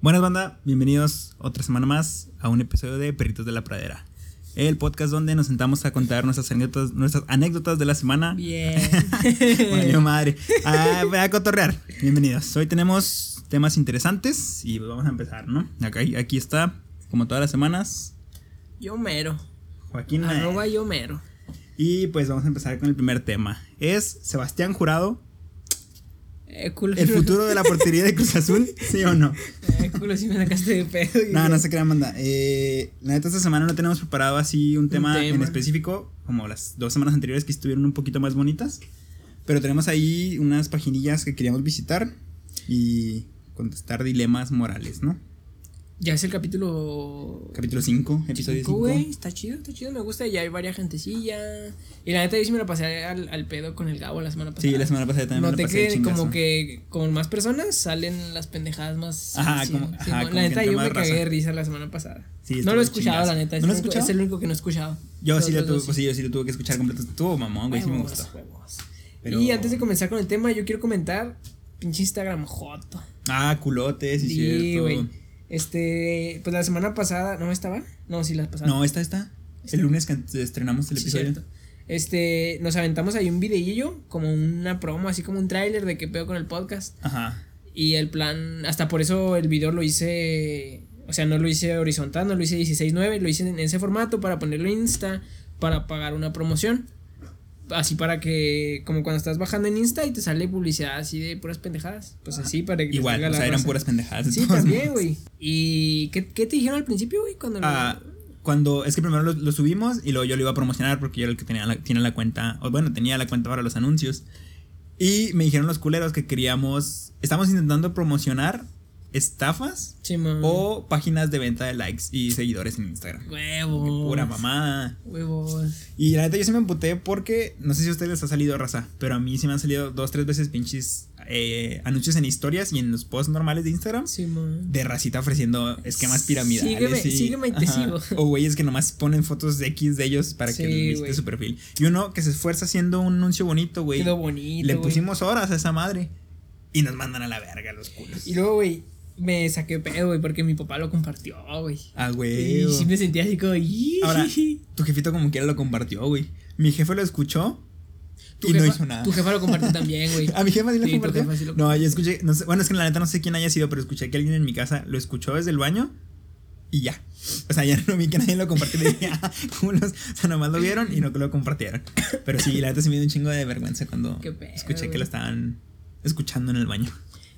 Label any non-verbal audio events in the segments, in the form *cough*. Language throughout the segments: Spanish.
Buenas banda, bienvenidos otra semana más a un episodio de Perritos de la Pradera. El podcast donde nos sentamos a contar nuestras anécdotas, nuestras anécdotas de la semana. Bien. Bueno, madre. A, a cotorrear. Bienvenidos. Hoy tenemos temas interesantes y pues vamos a empezar, ¿no? Acá, aquí está, como todas las semanas, Yo *laughs* mero. Joaquín. Naer. Arroba yo mero. Y pues vamos a empezar con el primer tema. Es Sebastián Jurado, Eh, culo. *laughs* el futuro de la portería de Cruz Azul, ¿sí o no? Eh, culo, si me sacaste de pedo. No, no se crean, manda. Eh, la neta, esta semana no tenemos preparado así un tema, en tema. específico, como las dos semanas anteriores que estuvieron un poquito más bonitas. Pero tenemos ahí unas paginillas que queríamos visitar y contestar dilemas morales, ¿no? Ya es el capítulo. Capítulo 5, episodio cinco, güey. 5. Está chido, está chido. Me gusta. Ya hay varias gentecilla. Y la neta, yo sí me la pasé al, al pedo con el Gabo la semana pasada. Sí, la semana pasada también. me la Noté pasé de que chingazo. como que con más personas salen las pendejadas más. Ajá, como- Simón. ajá, Simón. como que la neta, entra yo más me cagué raza. de risa la semana pasada. Sí, no lo he estuvo escuchado, chingazo. la neta. ¿No es lo el has único- escuchado? Es el único que no he escuchado. Yo Los sí, la otros tuve, dos pues sí, yo sí lo tuve que escuchar completo. Estuvo mamón, güey, sí me Huevos, gustó. huevos. Pero- Y antes de comenzar con el tema, yo quiero comentar pinche Instagram joto. Ah, culotes, sí, Sí, cierto. güey. Este, pues la semana pasada, ¿no estaba? No, sí, la pasada. No, esta, esta. El lunes que estrenamos el Sí, episodio. cierto. Este, nos aventamos ahí un videillo, como una promo, así como un tráiler de qué pedo con el podcast. Ajá. Y el plan, hasta por eso el video lo hice, o sea, no lo hice horizontal, no lo hice 16.9, lo hice en ese formato para ponerlo en Insta, para pagar una promoción. Así para que, como cuando estás bajando en Insta y te sale publicidad así de puras pendejadas. Pues así para que... les Igual, salga o la sea, eran raza. puras pendejadas. de Sí, todos también, *laughs* modos. güey. ¿Y qué, qué te dijeron al principio, güey? Cuando lo- Ah, cuando es que primero lo, lo subimos y luego yo lo iba a promocionar porque yo era el que tenía la, tiene la cuenta, o bueno, tenía la cuenta para los anuncios. Y me dijeron los culeros que queríamos, estamos intentando promocionar estafas Simón. o páginas de venta de likes y seguidores en Instagram. Huevos. Pura mamada. Huevos. Y la neta yo se me emputé porque no sé si a ustedes les ha salido raza, pero a mí sí me han salido dos, tres veces pinches eh, anuncios en historias y en los posts normales de Instagram Simón. de racita ofreciendo esquemas piramidales. Sígueme, sígueme y te sigo. O güeyes que nomás ponen fotos de X de ellos para Sí, que visite güey. su perfil. Y uno que se esfuerza haciendo un anuncio bonito, güey. Quedó bonito. Le güey. pusimos horas a esa madre. Y nos mandan a la verga los culos. Y luego, güey, me saqué pedo, güey, porque mi papá lo compartió, güey. Ah, güey. Y sí me sentía así como. "Ih". Ahora, tu jefito como quiera lo compartió, güey. Mi jefe lo escuchó Tu y no jefa- hizo nada. Tu jefa lo compartió también, güey. *laughs* A mi jefa sí lo Sí, tu compartió. jefa sí lo no, yo escuché. no sé- bueno, es que la neta no sé quién haya sido, pero escuché que alguien en mi casa lo escuchó desde el baño y ya. O sea, ya no vi que nadie lo compartió. Le dije, *laughs* ah, culos. O sea, nomás lo vieron y no que lo compartieron. Pero sí, la neta se me dio un chingo de vergüenza cuando Qué pedo, escuché que güey. lo estaban escuchando en el baño.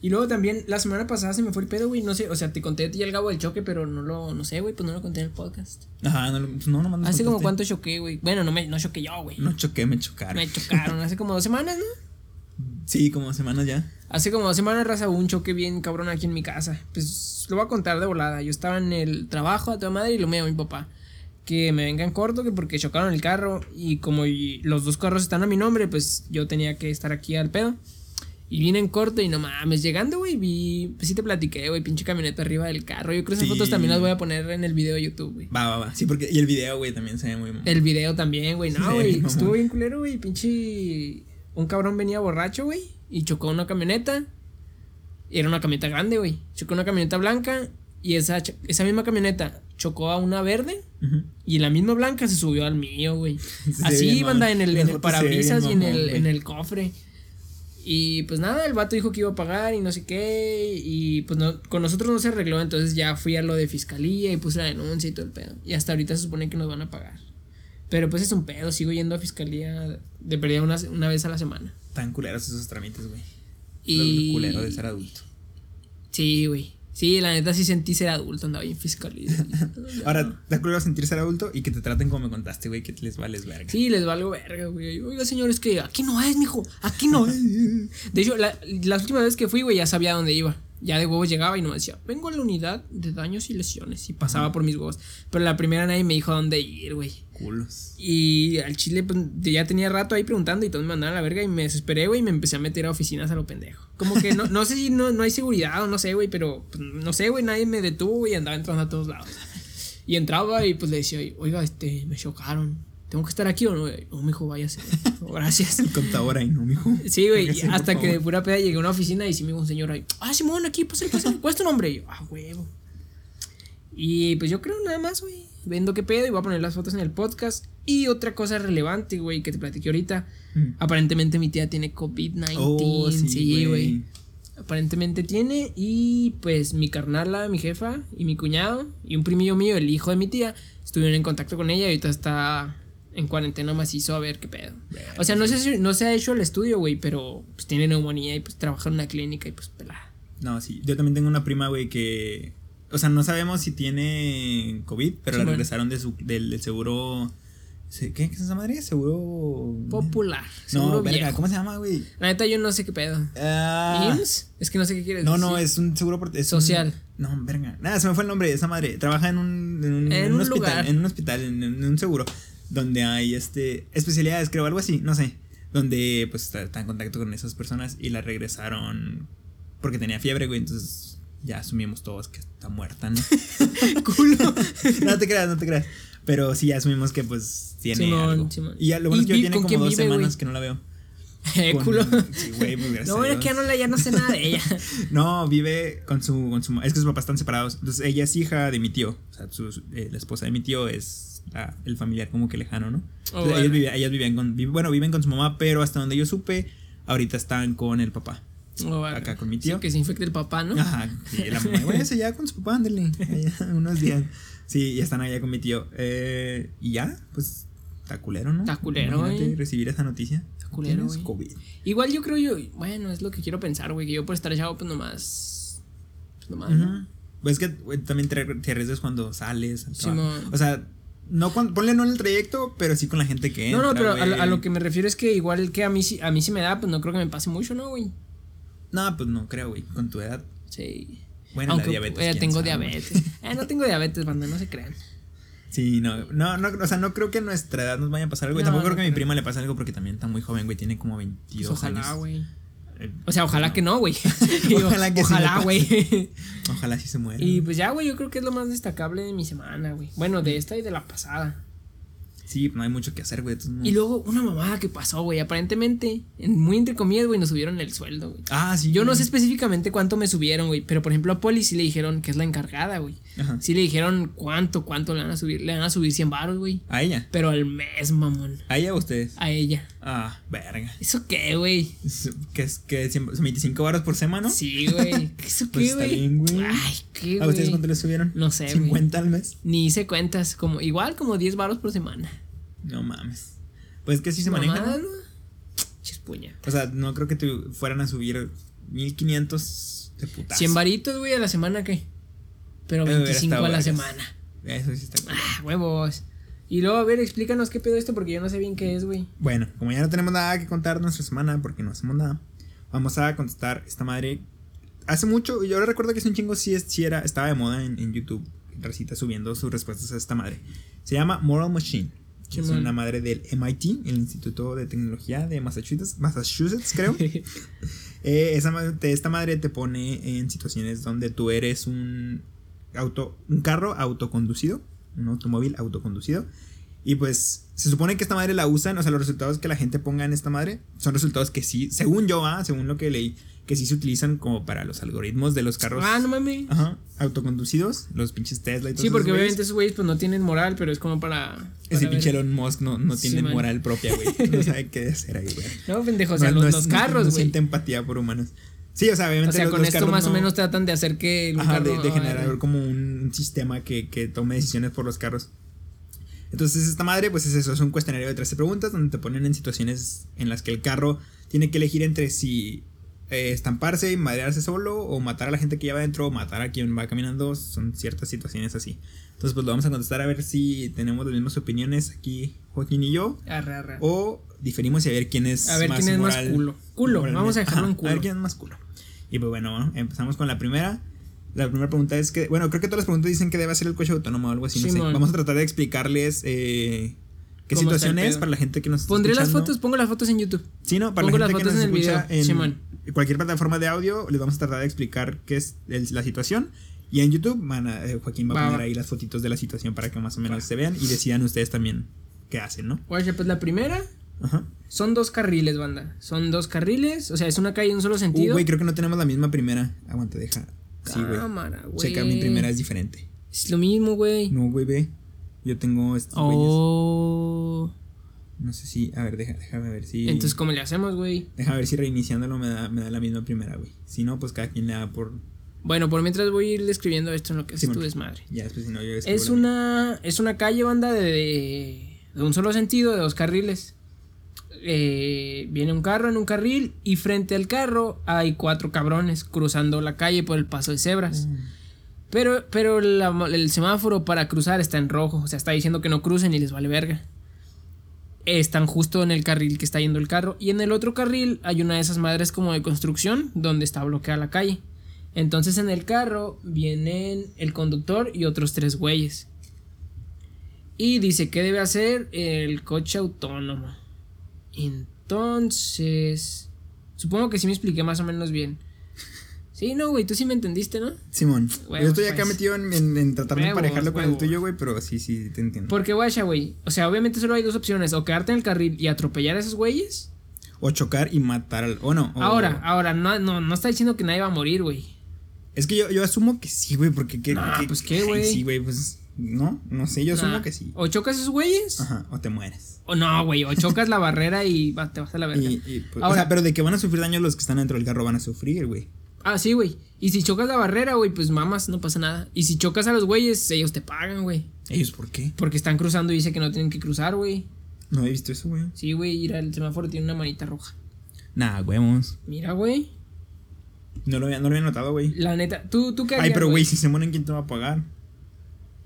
Y luego también, la semana pasada se me fue el pedo, güey. No sé, o sea, te conté a ti y al Gabo del choque, pero no lo, no sé, güey, pues no lo conté en el podcast. Ajá, no, lo- pues, no, nomás nos Hace como contaste. cuánto choqué, güey. Bueno, no me, no choqué yo, güey. No choqué, me chocaron. Me chocaron hace como dos semanas, ¿no? Sí, como semanas ya. Hace como dos semanas, raza, hubo un choque bien cabrón aquí en mi casa. Pues lo voy a contar de volada. Yo estaba en el trabajo a toda madre y lo me a mi papá. Que me vengan corto, que porque chocaron el carro. Y como y- los dos carros están a mi nombre, pues yo tenía que estar aquí al pedo. Y vine en corto y no mames, llegando, güey, vi. Pues sí te platiqué, güey, pinche camioneta arriba del carro. Yo creo que esas Sí. fotos también las voy a poner en el video de YouTube, güey. Va, va, va. Sí, porque. Y el video, güey, también se ve muy. mamón. El video también, güey. No, Mm. Sí, güey. mamón. estuvo bien culero, güey. Pinche. Un cabrón venía borracho, güey. Y chocó una camioneta. Era una camioneta grande, güey. Chocó una camioneta blanca. Y esa, ch- esa misma camioneta chocó a una verde. Ujú. Y la misma blanca se subió al *laughs* mío, güey. ve Así, bien banda, mamón. en el, La en foto el se ve bien parabrisas y en mamón, el, güey. en el cofre. Y pues nada, el vato dijo que iba a pagar y no sé qué. Y pues no, con nosotros no se arregló. Entonces ya fui a lo de fiscalía y puse la denuncia y todo el pedo. Y hasta ahorita se supone que nos van a pagar. Pero pues es un pedo. Sigo yendo a fiscalía de perdida una, una vez a la semana. Tan culeros esos trámites, güey. Lo- Y. Lo culero de ser adulto. Sí, güey. Sí, la neta sí sentí ser adulto. Andaba bien fiscalía. *laughs* Ahora, da culero sentir ser adulto y que te traten como me contaste, güey, que les vales verga. Sí, les valgo verga, güey. Oiga, señores, que aquí no es, mijo. Aquí no es. De hecho, la, las últimas veces que fui, güey, ya sabía dónde iba. Ya de huevos llegaba y no decía, vengo a la unidad de daños y lesiones. Y pasaba por mis huevos. Pero la primera nadie me dijo a dónde ir, güey. Culos. Y al chile, pues ya tenía rato ahí preguntando y todos me mandaban a la verga. Y me desesperé, güey, y me empecé a meter a oficinas a lo pendejo. Como que no, no sé si no, no hay seguridad o no sé, güey, pero pues, no sé, güey, nadie me detuvo, güey, andaba entrando a todos lados. Y entraba y pues le decía, oiga, este, me chocaron. ¿tengo que estar aquí o no? güey? No, mijo, váyase. *laughs* güey. Gracias. El contador ahí, ¿no, mijo? Sí, güey, Regrese, por hasta que de favor. pura peda llegué a una oficina y sí me dijo un señor ahí, ah, Simón, aquí, pásale, pásale, ¿cuál es tu nombre? Y yo, ah, huevo. Y pues yo creo nada más, güey, vendo qué pedo y voy a poner las fotos en el podcast. Y otra cosa relevante, güey, que te platiqué ahorita, Mm. aparentemente mi tía tiene COVID-19, Oh, sí, güey. Aparentemente tiene y pues mi carnala, mi jefa y mi cuñado y un primillo mío, el hijo de mi tía, estuvieron en contacto con ella y ahorita está en cuarentena macizo a ver qué pedo. Verga, O sea, no se, no se ha hecho el estudio, güey, pero pues tiene neumonía y pues trabaja en una clínica y pues pelada. No, sí. Yo también tengo una prima, güey, que. O sea, no sabemos si tiene COVID, pero Sí, la bueno. regresaron de su, del, del seguro. ¿se- ¿Qué es esa madre? Seguro. Popular. No, seguro verga, viejo. ¿cómo se llama, güey? La neta yo no sé qué pedo. Ah, ¿IMSS? Es que no sé qué quieres no, no, decir. es un seguro por- es un- Social. no, verga. Nada, se me fue el nombre de esa madre. Trabaja en un, en un, En en un un hospital. lugar. En un hospital, en, en un seguro. Donde hay este especialidades, creo, algo así, no sé. Donde pues está, está en contacto con esas personas y la regresaron porque tenía fiebre, güey. Entonces ya asumimos todos que está muerta, *laughs* ¿no? *laughs* culo. no te creas, no te creas. Pero sí, ya asumimos que pues tiene Simón, algo. Simón. Y ya lo bueno ¿Y es que vi- ya tiene con como quién dos vive, semanas güey? que no la veo. Eh, Con- culo. Sí, güey, pues gracias. *laughs* No, a es que ya Dios. no, la- ya no sé nada de ella. No, vive con su, con su. Es que sus papás están separados. Entonces ella es hija de mi tío. O sea, su- su- eh, la esposa de mi tío es la- el familiar como que lejano, ¿no? *laughs* Oh, Entonces, bueno. ellos vivían- ellas vivían con. vi- bueno, viven con su mamá, pero hasta donde yo supe, ahorita están con el papá. Oh, vale. Acá con mi tío. Sí, que se infecte el papá, ¿no? Ajá, sí, la mamá. Bueno, eso ya con su papá, ándale. allá, *laughs* unos días. Sí, ya están allá con mi tío. Eh, y ya, pues. Está culero, ¿no? Está culero, Imagínate güey. recibir esa noticia. Está culero, Tienes güey. COVID. Igual yo creo yo, bueno, es lo que quiero pensar, güey, que yo por estar chavo pues nomás pues nomás. ¿no? Ajá. Pues es que güey, también te, te arriesgas cuando sales. al Sí, trabajo. mo. o sea, no cuando, ponle no en el trayecto, pero sí con la gente que No, no, entra, pero a, güey. lo- a lo que me refiero es que igual que a mí sí- a mí sí me da, pues no creo que me pase mucho, ¿no, güey? No, pues no creo, güey. Con tu edad. Sí. Bueno, la diabetes. eh, quién tengo sabe. *laughs* diabetes. Eh, no tengo diabetes, banda, no se crean. Pues Sí, no, no, no, o sea, no creo que a nuestra edad nos vaya a pasar algo. y No, Tampoco no creo que a mi creo. prima le pase algo porque también está muy joven, güey. Tiene como 22 Pues ojalá, años. güey. *laughs* Eh, O sea, ojalá que *laughs* no, güey. Ojalá ojalá que sí Ojalá, me güey. *laughs* Ojalá sí se muera. y pues ya, güey, yo creo que es lo más destacable de mi semana, güey. Bueno, de esta y de la pasada. Sí, no hay mucho que hacer, güey. de todos modos. Y luego una mamada que pasó, güey. Aparentemente, en- muy entre comillas, güey, nos subieron el sueldo, güey. Ah, sí. Yo no sé específicamente cuánto me subieron, güey. Pero por ejemplo, a Poli sí le dijeron que es la encargada, güey. Ajá. Sí le dijeron cuánto, cuánto le van a subir. Le van a subir 100 baros, güey. ¿A ella? Pero al mes, mamón. ¿A ella o a ustedes? A ella. Ah, verga. ¿Eso qué, güey? Es- Que es que cien- 25 baros por semana, ¿no? Sí, güey. ¿Eso Pues qué, está güey? bien, güey. Ay, qué, ¿A ustedes güey. cuánto les subieron? No sé, güey. 50 al mes. Ni hice cuentas. Como, igual como 10 baros por semana. No mames. Pues es que sí se maneja. Pues, Mamada, ¿no? ¿no? Chispuña. O sea, no creo que te fueran a subir 1500 de putazo. 100 varitos, güey, a la semana, ¿qué? Pero Eh, hubiera 25 a la estado vergas. semana. Eso sí está cool. Ah, huevos. Y luego, a ver, explícanos qué pedo esto porque yo no sé bien qué es, güey. Bueno, como ya no tenemos nada que contar nuestra semana porque no hacemos nada, vamos a contestar esta madre. Hace mucho, yo recuerdo que es un chingo, sí, es- sí era, estaba de moda en, en YouTube, Recita subiendo sus respuestas a esta madre. Se llama Moral Machine. que Es Simón. una madre del MIT, el Instituto de Tecnología de Massachusetts, Massachusetts *laughs* creo. Eh, esa ma- te- esta madre te pone en situaciones donde tú eres un auto, un carro autoconducido, un automóvil autoconducido. Y pues se supone que esta madre la usan, o sea, los resultados que la gente ponga en esta madre son resultados que sí, según yo, ah, según lo que leí, que sí se utilizan como para los algoritmos de los carros ah, no mames. ajá, autoconducidos, los pinches Tesla y todo Sí, porque obviamente esos güeyes pues no tienen moral, pero es como para. Ese para pinche ver. Elon Musk no, no tiene Sí, man. moral propia, güey. No sabe qué hacer ahí, güey. No, pendejo, o sea, No- los, no es- los no- No carros, güey. siente empatía por humanos. Sí, o sea, obviamente. o sea, los- con los esto carros más o no- menos tratan de hacer que el Ajá, carro- de, de generar Ay, como un sistema que, que tome decisiones por los carros. Entonces, esta madre, pues es eso, es un cuestionario de 13 preguntas donde te ponen en situaciones en las que el carro tiene que elegir entre si eh, estamparse y madrearse solo o matar a la gente que lleva adentro o matar a quien va caminando. Son ciertas situaciones así. Entonces, pues lo vamos a contestar a ver si tenemos las mismas opiniones aquí, Joaquín y yo, Arre, arre. o diferimos y a ver quién es A ver quién es más culo. Culo, moralmente. vamos a dejarlo en culo. A ver quién es más culo. Y pues bueno, empezamos con la primera. La primera pregunta es que, bueno, creo que todas las preguntas dicen que debe ser el coche autónomo o algo así, no sé. Simón. Vamos a tratar de explicarles eh, qué ¿Cómo está situación el es pedo? para la gente que nos está Pondré las escuchando. fotos, pongo las fotos en YouTube. Sí, no, para pongo la las gente que fotos nos en el escucha video, Simón. en cualquier plataforma de audio, les vamos a tratar de explicar qué es el- la situación. Y en YouTube, van a- eh, Joaquín va, Va, a poner va. ahí las fotitos de la situación para que más o menos se vean y decidan ustedes también que hacen, ¿no? Guacha, pues la primera Ajá. son dos carriles, banda. Son dos carriles, o sea, es una calle en un solo Uh, sentido. güey, creo que no tenemos la misma primera. Aguanta, deja. Sí, güey. Cámara, güey. Checa, mi primera es diferente. Es lo mismo, güey. No, güey, ve. Yo tengo estos güeyes. oh. No sé si. A ver, deja, déjame ver si. Entonces, ¿cómo le hacemos, güey? Déjame ver si reiniciándolo me da, me da la misma primera, güey. Si no, pues cada quien le da por. Bueno, por mientras voy a ir describiendo esto en lo que es Simón. tu desmadre. Ya después, si no, yo escribo Es la mía. una, es una calle, banda, de, de, de un solo sentido, de dos carriles. Eh, viene un carro en un carril y frente al carro hay cuatro cabrones cruzando la calle por el paso de cebras. Pero, pero la mo- el semáforo para cruzar está en rojo, o sea, está diciendo que no crucen y les vale verga. Están justo en el carril que está yendo el carro. Y en el otro carril hay una de esas madres como de construcción donde está bloqueada la calle. Entonces en el carro vienen el conductor y otros tres güeyes. Y dice que debe hacer el coche autónomo. Entonces... Supongo que sí me expliqué más o menos bien. Sí, no, güey, tú sí me entendiste, ¿no? Simón. Huevos, yo estoy acá pues. metido en, en, en tratar de Huevos, emparejarlo con el huevos. tuyo, güey, pero sí, sí, te entiendo. Porque guacha, güey. O sea, obviamente solo hay dos opciones. O quedarte en el carril y atropellar a esos güeyes. O chocar y matar al. O no. o- Ahora, ahora, no, no, no está diciendo que nadie va a morir, güey. Es que yo, yo asumo que sí, güey, porque. Que, Nah, que- pues, ¿qué, ay, güey? Sí, güey, pues. No, no sé, yo asumo Nah. que sí. O chocas a esos güeyes. Ajá, o te mueres. O no, güey. O chocas la barrera y va- te vas a la verga. Y, y, pues, o Ahora- sea, pero de que van a sufrir daño los que están dentro del carro van a sufrir, güey. Ah, sí, güey. Y si chocas la barrera, güey, pues mamas, no pasa nada. Y si chocas a los güeyes, ellos te pagan, güey. ¿Ellos por qué? Porque están cruzando y dice que no tienen que cruzar, güey. No he visto eso, güey. Sí, güey, ir al semáforo tiene una manita roja. Nah, huevos. Mira, güey. No lo había, no lo había notado, güey. La neta, tú, tú qué Ay, harías, pero güey, si se mueren, ¿quién te va a pagar?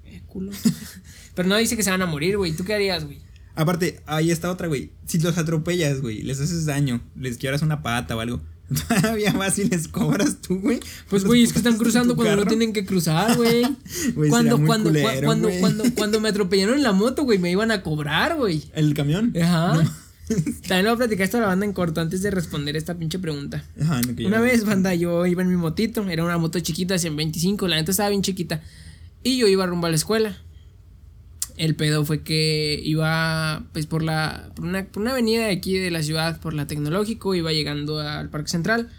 Eh, culo. *laughs* pero no dice que se van a morir, güey. ¿Tú qué harías, güey? Aparte, ahí está otra, güey. Si los atropellas, güey, les haces daño, les quiebras una pata o algo. *laughs* Todavía más si les cobras tú, güey. Pues, Los güey, es que están putados de cruzando tu cuando no carro. tienen que cruzar, güey. *laughs* Güey, cuando, sería muy cuando, cua- culero, cuando, güey. cuando, cuando me atropellaron en la moto, güey, me iban a cobrar, güey. ¿El camión? Ajá. También lo voy a platicar esto a la banda en corto antes de responder esta pinche pregunta. Ajá, no, que yo Una no- vez, banda, yo iba en mi motito, era una moto chiquita, 125, la neta estaba bien chiquita. Y yo iba rumbo a la escuela. El pedo fue que iba pues por la por una, por una avenida de aquí de la ciudad, por la Tecnológico, iba llegando al Parque Central.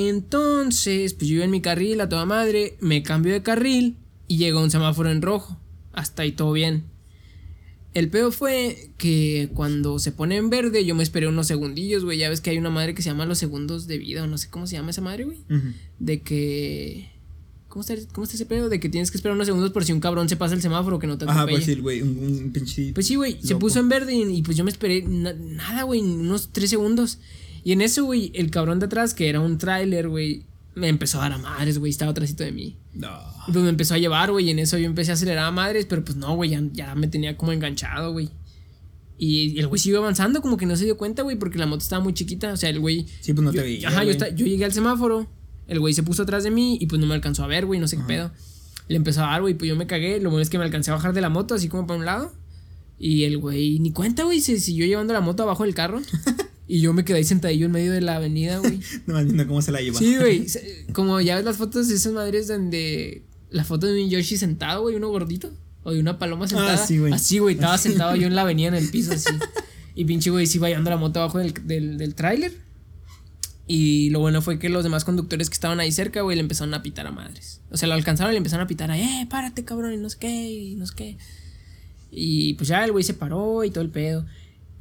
Entonces, pues yo iba en mi carril a toda madre, me cambio de carril y llegó un semáforo en rojo. Hasta ahí todo bien. El pedo fue que cuando se pone en verde, yo me esperé unos segundillos, güey. Ya ves que hay una madre que se llama los segundos de vida, o no sé cómo se llama esa madre, güey. Ujú. De que. ¿Cómo está, ¿Cómo está ese pedo? De que tienes que esperar unos segundos por si un cabrón se pasa el semáforo que no te Ajá, atropelle. pues sí, güey, un, un pinche. Pues sí, güey, se Loco. puso en verde y, y pues yo me esperé na- nada, güey, ni unos tres segundos. Y en eso, güey, el cabrón de atrás, que era un tráiler, güey, me empezó a dar a madres, güey, estaba atrásito de mí. No. Pues me empezó a llevar, güey, y en eso yo empecé a acelerar a madres, pero pues no, güey, ya, ya me tenía como enganchado, güey. Y el güey siguió avanzando, como que no se dio cuenta, güey, porque la moto estaba muy chiquita, o sea, el güey... Sí, pues no yo- te veía. Ajá, yo, güey. esta- yo llegué al semáforo, el güey se puso atrás de mí y pues no me alcanzó a ver, güey, no sé qué pedo. Le empezó a dar, güey, pues yo me cagué, lo bueno es que me alcancé a bajar de la moto, así como para un lado. Y el güey, ni cuenta, güey, se siguió llevando la moto abajo del *laughs* carro. y yo me quedé ahí sentadillo en medio de la avenida, güey. Nomás viendo cómo se la lleva. Sí, güey. Se- Como ya ves las fotos de esas madres donde. La foto de un Yoshi sentado, güey, uno gordito. O de una paloma sentada. Ah, sí, güey. Así, *laughs* güey. Estaba sentado yo en la avenida en el piso, así. Y pinche, güey, sí, vayando la moto abajo del, del, del tráiler. Y lo bueno fue que los demás conductores que estaban ahí cerca, güey, le empezaron a pitar a madres. O sea, lo alcanzaron y le empezaron a pitar a, eh, párate, cabrón, y no sé qué, y no sé qué. Y pues ya el güey se paró y todo el pedo.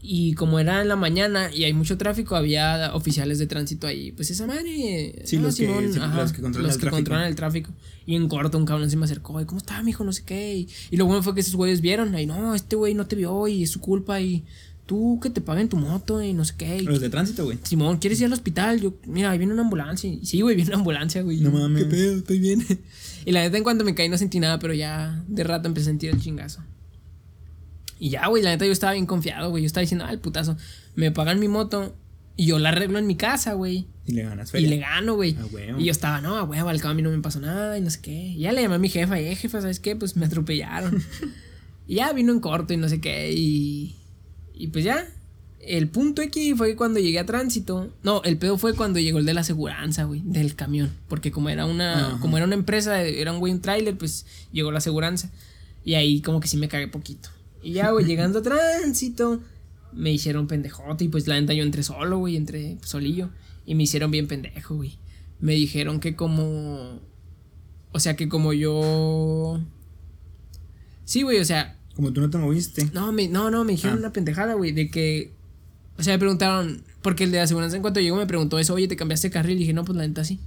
Y como era en la mañana y hay mucho tráfico, había oficiales de tránsito ahí. Pues esa madre. Sí, los que- sí, los que controlan los el que tráfico. controlan el tráfico. Y en corto un cabrón se me acercó. Y, ¿Cómo está, mijo? No sé qué. Y, y lo bueno fue que esos güeyes vieron. Y no, este güey no te vio y es su culpa. Y tú que te paguen tu moto y no sé qué. Y, Los de tránsito, güey. Simón, ¿quieres ir al hospital? Yo, mira, ahí viene una ambulancia. Y sí, güey, viene una ambulancia, güey. No mames. ¿Qué pedo? Estoy bien. Y la neta, en cuanto me caí, no sentí nada, pero ya de rato empecé a sentir el chingazo. Y ya, güey, la neta, yo estaba bien confiado, güey. Yo estaba diciendo, ah, el putazo. Me pagan mi moto y yo la arreglo en mi casa, güey. Y le ganas Y feria. le gano, güey. Ah, huevo. y yo estaba, no, a huevo, al cabo a mí no me pasó nada y no sé qué. Y ya le llamé a mi jefa, y eh, jefa, ¿sabes qué? Pues me atropellaron. y ya vino en corto y no sé qué. Y, y pues ya. El punto aquí fue cuando llegué a tránsito. No, el pedo fue cuando llegó el de la aseguranza, güey, del camión. Porque como era una, Ajá. como era una empresa, era un güey, un tráiler, pues llegó la aseguranza. Y ahí como que sí me cagué poquito. Y ya, güey, llegando a tránsito, me hicieron pendejote. Y pues la neta yo entré solo, güey, entré solillo. Y me hicieron bien pendejo, güey. Me dijeron que como. O sea, que como yo. Sí, güey, o sea. Como tú no te moviste. No, me, no, no, me dijeron Ah. una pendejada, güey, de que. O sea, me preguntaron. Porque el de aseguranza, en cuanto llegó, me preguntó eso, oye, ¿te cambiaste de carril? Y dije, no, pues la neta sí.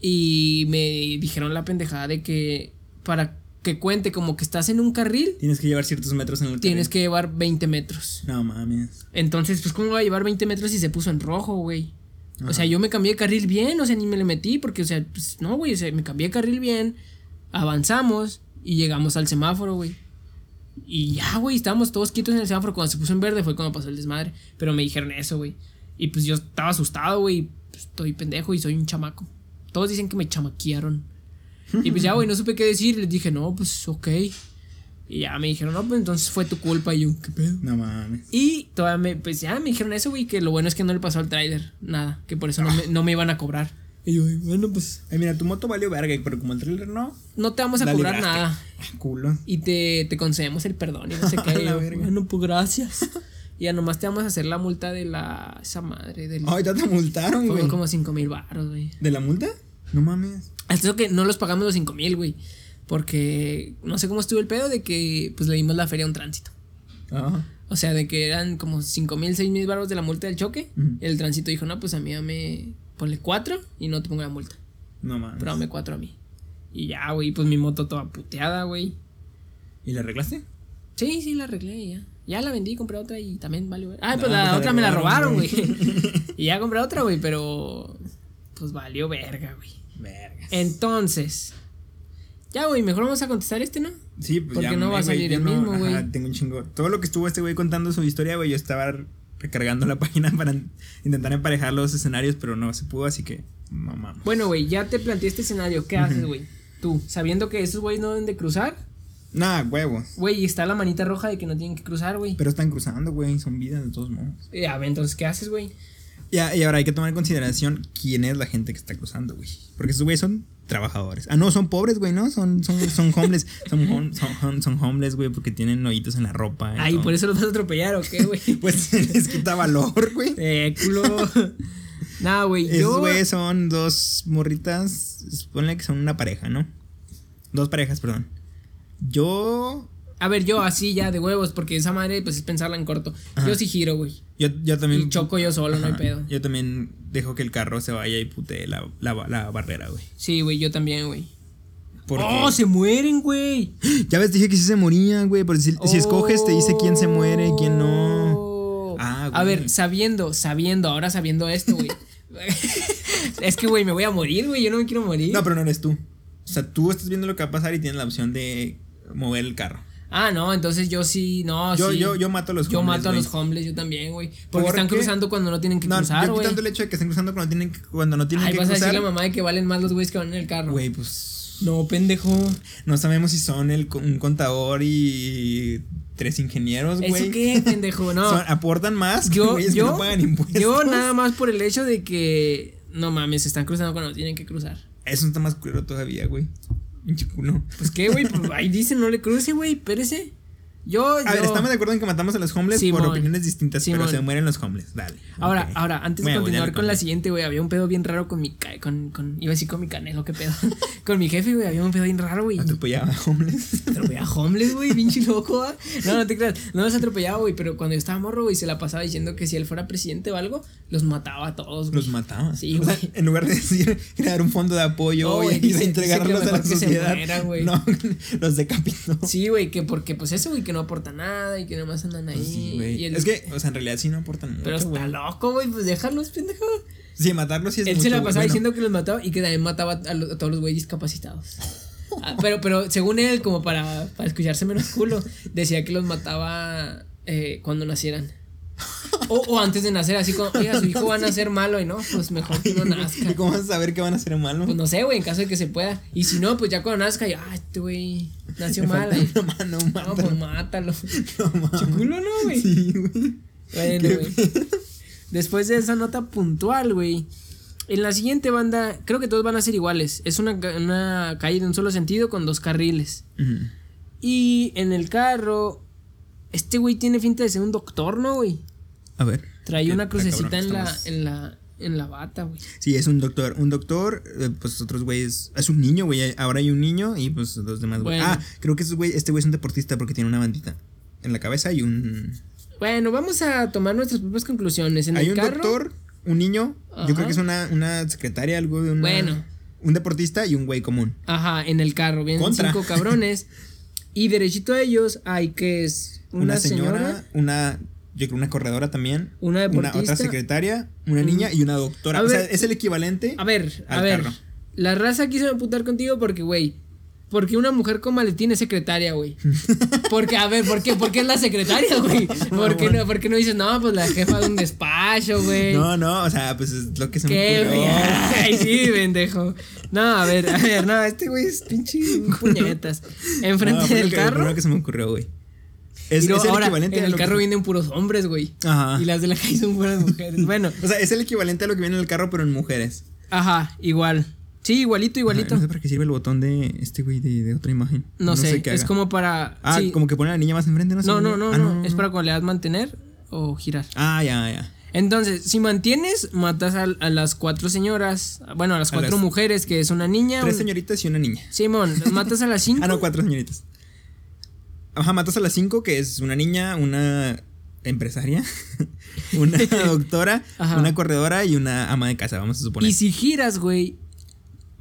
Y me dijeron la pendejada de que. Para que cuente como que estás en un carril, Tienes que llevar ciertos metros en el tienes que llevar 20 metros. No mames. Entonces, pues, ¿cómo va a llevar 20 metros si se puso en rojo, güey? O sea, yo me cambié de carril bien, o sea, ni me le metí, porque, o sea, pues, no, güey, o sea, me cambié de carril bien, avanzamos y llegamos al semáforo, güey. Y ya, güey, estábamos todos quietos en el semáforo. Cuando se puso en verde fue cuando pasó el desmadre. Pero me dijeron eso, güey. Y pues yo estaba asustado, güey. pues, estoy pendejo y soy un chamaco. Todos dicen que me chamaquearon. Y pues ya, güey, no supe qué decir. Les dije, no, pues ok. Y ya me dijeron, no, pues entonces fue tu culpa. Y yo, ¿qué pedo? No mames. Y todavía me, pues ya me dijeron eso, güey, que lo bueno es que no le pasó al trailer nada, que por eso no me, no me iban a cobrar. Y yo, bueno, pues Ay, Eh, mira, tu moto valió verga, pero como el trailer no. no te vamos a la cobrar libraste. nada Ah, Culo. y te, te concedemos el perdón y no *laughs* sé qué. Y La yo, verga. bueno, pues gracias. Y ya nomás te vamos a hacer la multa de la, esa madre, del, Ay, ya te multaron, güey. fueron como 5 mil baros, güey. ¿De la multa? No mames. Hasta eso que no los pagamos los 5 mil, güey, porque no sé cómo estuvo el pedo de que pues le dimos la feria a un tránsito. Ah. O sea, de que eran como 5 mil, 6 mil baros de la multa del choque. Ujú. El tránsito dijo, no, pues a mí dame, ponle 4 y no te pongo la multa. No mames. Pero dame 4 a mí. Y ya, güey, pues mi moto toda puteada, güey. ¿Y la arreglaste? Sí, sí, la arreglé y ya. Ya la vendí, compré otra y también valió. ver- Ah, pues No, pues te la la otra me la robaron, robaron, güey. *laughs* y ya compré otra, güey, pero... Pues valió verga, güey. Verga. Entonces... Ya, güey, mejor vamos a contestar este, ¿no? Sí, pues Porque ya no me, va a güey, salir yo el no- mismo, ajá, güey. Tengo un chingo. Todo lo que estuvo este güey contando su historia, güey, yo estaba recargando la *laughs* página para intentar emparejar los escenarios, pero no se pudo, así que no mames. Bueno, güey, ya te planteé este escenario. ¿Qué haces, güey? Tú, sabiendo que esos güeyes no deben de cruzar, Nah, huevos. Güey, y está la manita roja de que no tienen que cruzar, güey. Pero están cruzando, güey, son vidas de todos modos. Eh, a ver, entonces, ¿qué haces, güey? Y, a- y ahora hay que tomar en consideración quién es la gente que está cruzando, güey. Porque esos güeyes son trabajadores. Ah, no, son pobres, güey, ¿no? Son, son, son homeless. *laughs* son, hom- son, hom- son homeless, güey, porque tienen hoyitos en la ropa. y Ay, todo. ¿por eso los vas a atropellar o qué, güey? Ah, *laughs* Pues *laughs* les quita valor, güey. eh, *laughs* culo. Nada, güey, Esos yo... güeyes son dos morritas. Ponle que son una pareja, ¿no? Dos parejas, perdón. Yo. A ver, yo así ya de huevos, porque esa madre, pues, es pensarla en corto. Ajá. Yo sí giro, güey. Yo, yo también. Y choco yo solo, no hay Ajá. pedo. Yo también dejo que el carro se vaya y putee la, la, la barrera, güey. Sí, güey, yo también, güey. Porque- ¡Oh, se mueren, güey! Ya ves, dije que sí se moría, güey. Porque si, si escoges, te dice quién se muere y quién no. Oh. Ah, A güey. ver, sabiendo, sabiendo, ahora sabiendo *laughs* esto, güey. *laughs* es que, güey, me voy a morir, güey. Yo no me quiero morir. No, pero no eres tú. O sea, tú estás viendo lo que va a pasar y tienes la opción de mover el carro. Ah, no, entonces yo sí, no, yo, Ah, sí. yo, yo mato a los Yo homeless, mato a güey. los homeless, yo también, güey. Porque ¿Por están qué? cruzando cuando no tienen que No, cruzar, yo güey. quitando el hecho de que estén cruzando cuando tienen, que- cuando no tienen Ay, que vas a cruzar. decir la mamá de que valen más los güeyes que van en el carro. Güey, pues. No, pendejo. No sabemos si son el, co- un contador y tres ingenieros, güey. ¿Eso qué, *laughs* pendejo? No. Son- aportan más que yo, güeyes que yo, no pagan impuestos. yo nada más por el hecho de que. No mames, se están cruzando cuando tienen que cruzar. Eso está más culero todavía, güey. Pinche culo. Pues qué, güey, pues ahí dicen no le cruce, güey, espérese. Yo, A ver, yo- estamos de acuerdo en que matamos a los homeless Simón. por opiniones distintas, pero Simón. se mueren los homeless. Dale. Ahora, ok. ahora, antes de Bueno, ya continuar me con la conté. siguiente, güey, había un pedo bien raro con mi ca- con, con, iba a decir con mi canelo, qué pedo. *laughs* con mi jefe, güey, había un pedo bien raro, güey. Atropellaba a homeless. *laughs* Atropellaba homeless, güey, pinche loco. ah. No, no te creas. No los atropellaba, güey, pero cuando yo estaba morro, güey, se la pasaba diciendo que si él fuera presidente o algo, los mataba a todos, güey. Los mataba. Sí, O sea, güey. en lugar de decir crear un fondo de apoyo No, güey, y, dice- dice entregarlos que a la mejor que se sociedad. mueran, güey. no, *laughs* los decapitó. Sí, güey, que porque, pues eso, güey, que no aporta nada y que nomás andan ahí. Pues Sí, güey. y el- es que, o sea, en realidad sí no aportan Pero mucho, está güey. loco, güey, pues déjalos, pendejo. Sí, matarlos sí es Él se la mucho, güey. pasaba Bueno, *laughs* diciendo que los mataba y que también mataba a, lo- a todos los güeyes discapacitados. Ah, pero, pero según él, como para, para escucharse menos culo, decía que los mataba eh, cuando nacieran. O, o antes de nacer, así como, oiga, su hijo va a nacer malo y no, pues mejor que no nazca. ¿Y cómo vas a saber que van a ser malos? Pues no sé, güey, en caso de que se pueda. Y si no, pues ya cuando nazca, ya, ah, este güey *laughs* nació Le mal. falta eh. una mano, No, mátalo. pues mátalo. *laughs* No mames. Chuculo, ¿no, güey? Sí, güey. Bueno, Qué güey. Después de esa nota puntual, güey. En la siguiente banda, creo que todos van a ser iguales. Es una, ca- una calle de un solo sentido con dos carriles. Ujú. Y en el carro Este güey tiene finta de ser un doctor, ¿no, güey? A ver. Trae Qué- una está cabrón, crucecita en la, estamos- en la. en la bata, güey. Sí, es un doctor. Un doctor, eh, pues otros güeyes. Es un niño, güey. Ahora hay un niño y pues los demás, güey. Bueno. Ah, creo que esos güey, este güey es un deportista porque tiene una bandita en la cabeza y un. Bueno, vamos a tomar nuestras propias conclusiones. En Hay el un carro, doctor, un niño. Yo Ajá. creo que es una, una secretaria, algo de una. Bueno. Un deportista y un güey común. Ajá, en el carro. Vienen Contra. cinco cabrones. y derechito a ellos hay *laughs* que es una, señora. una. Yo creo una corredora también. Una deportista. Mm. otra secretaria, una niña y una doctora. A o sea, ver. es el equivalente. A ver, a Al ver. carro. La raza quiso apuntar contigo porque, güey. Porque una mujer con maletín es *laughs* secretaria, güey. Porque, a ver, ¿por qué, ¿Por qué es la secretaria, güey? ¿Por, qué no, por qué no dices, no, pues la jefa de un despacho, güey? No, no, o sea, pues es lo que se ¿Qué, me güey? ocurrió. *laughs* *laughs* Ay, sí, pendejo. No, a ver, a ver, no, este güey es pinche *laughs* puñetas. No, Enfrente fue lo del que- carro. lo que se me ocurrió, güey. Es, y luego es el ahora, equivalente en a el lo que- carro vienen puros hombres, güey. Ajá. Y las de la calle son puras *laughs* mujeres. Bueno, O sea, es el equivalente a lo que viene en el carro, pero en mujeres. ajá, igual. Sí, igualito, igualito. No sé para qué sirve el botón de este güey de, de otra imagen. No, sé, qué es haga. como para. Ah, sí. como que pone a la niña más enfrente, ¿no? No, no, Según no, yo. Ah, no, Es para cuando le das mantener o girar. Ah, ya, ya. Entonces, si mantienes, matas al- a, las cuatro señoras. Bueno, a A las cuatro las- mujeres, que es una niña. Tres un- señoritas y una niña. *laughs* Simón, las matas a las cinco. Ah, no, cuatro señoritas. Ajá, matas a las cinco, que es una niña, una empresaria, *laughs* *laughs* una doctora, Ajá. una corredora y una ama de casa, vamos a suponer. Y si giras, güey,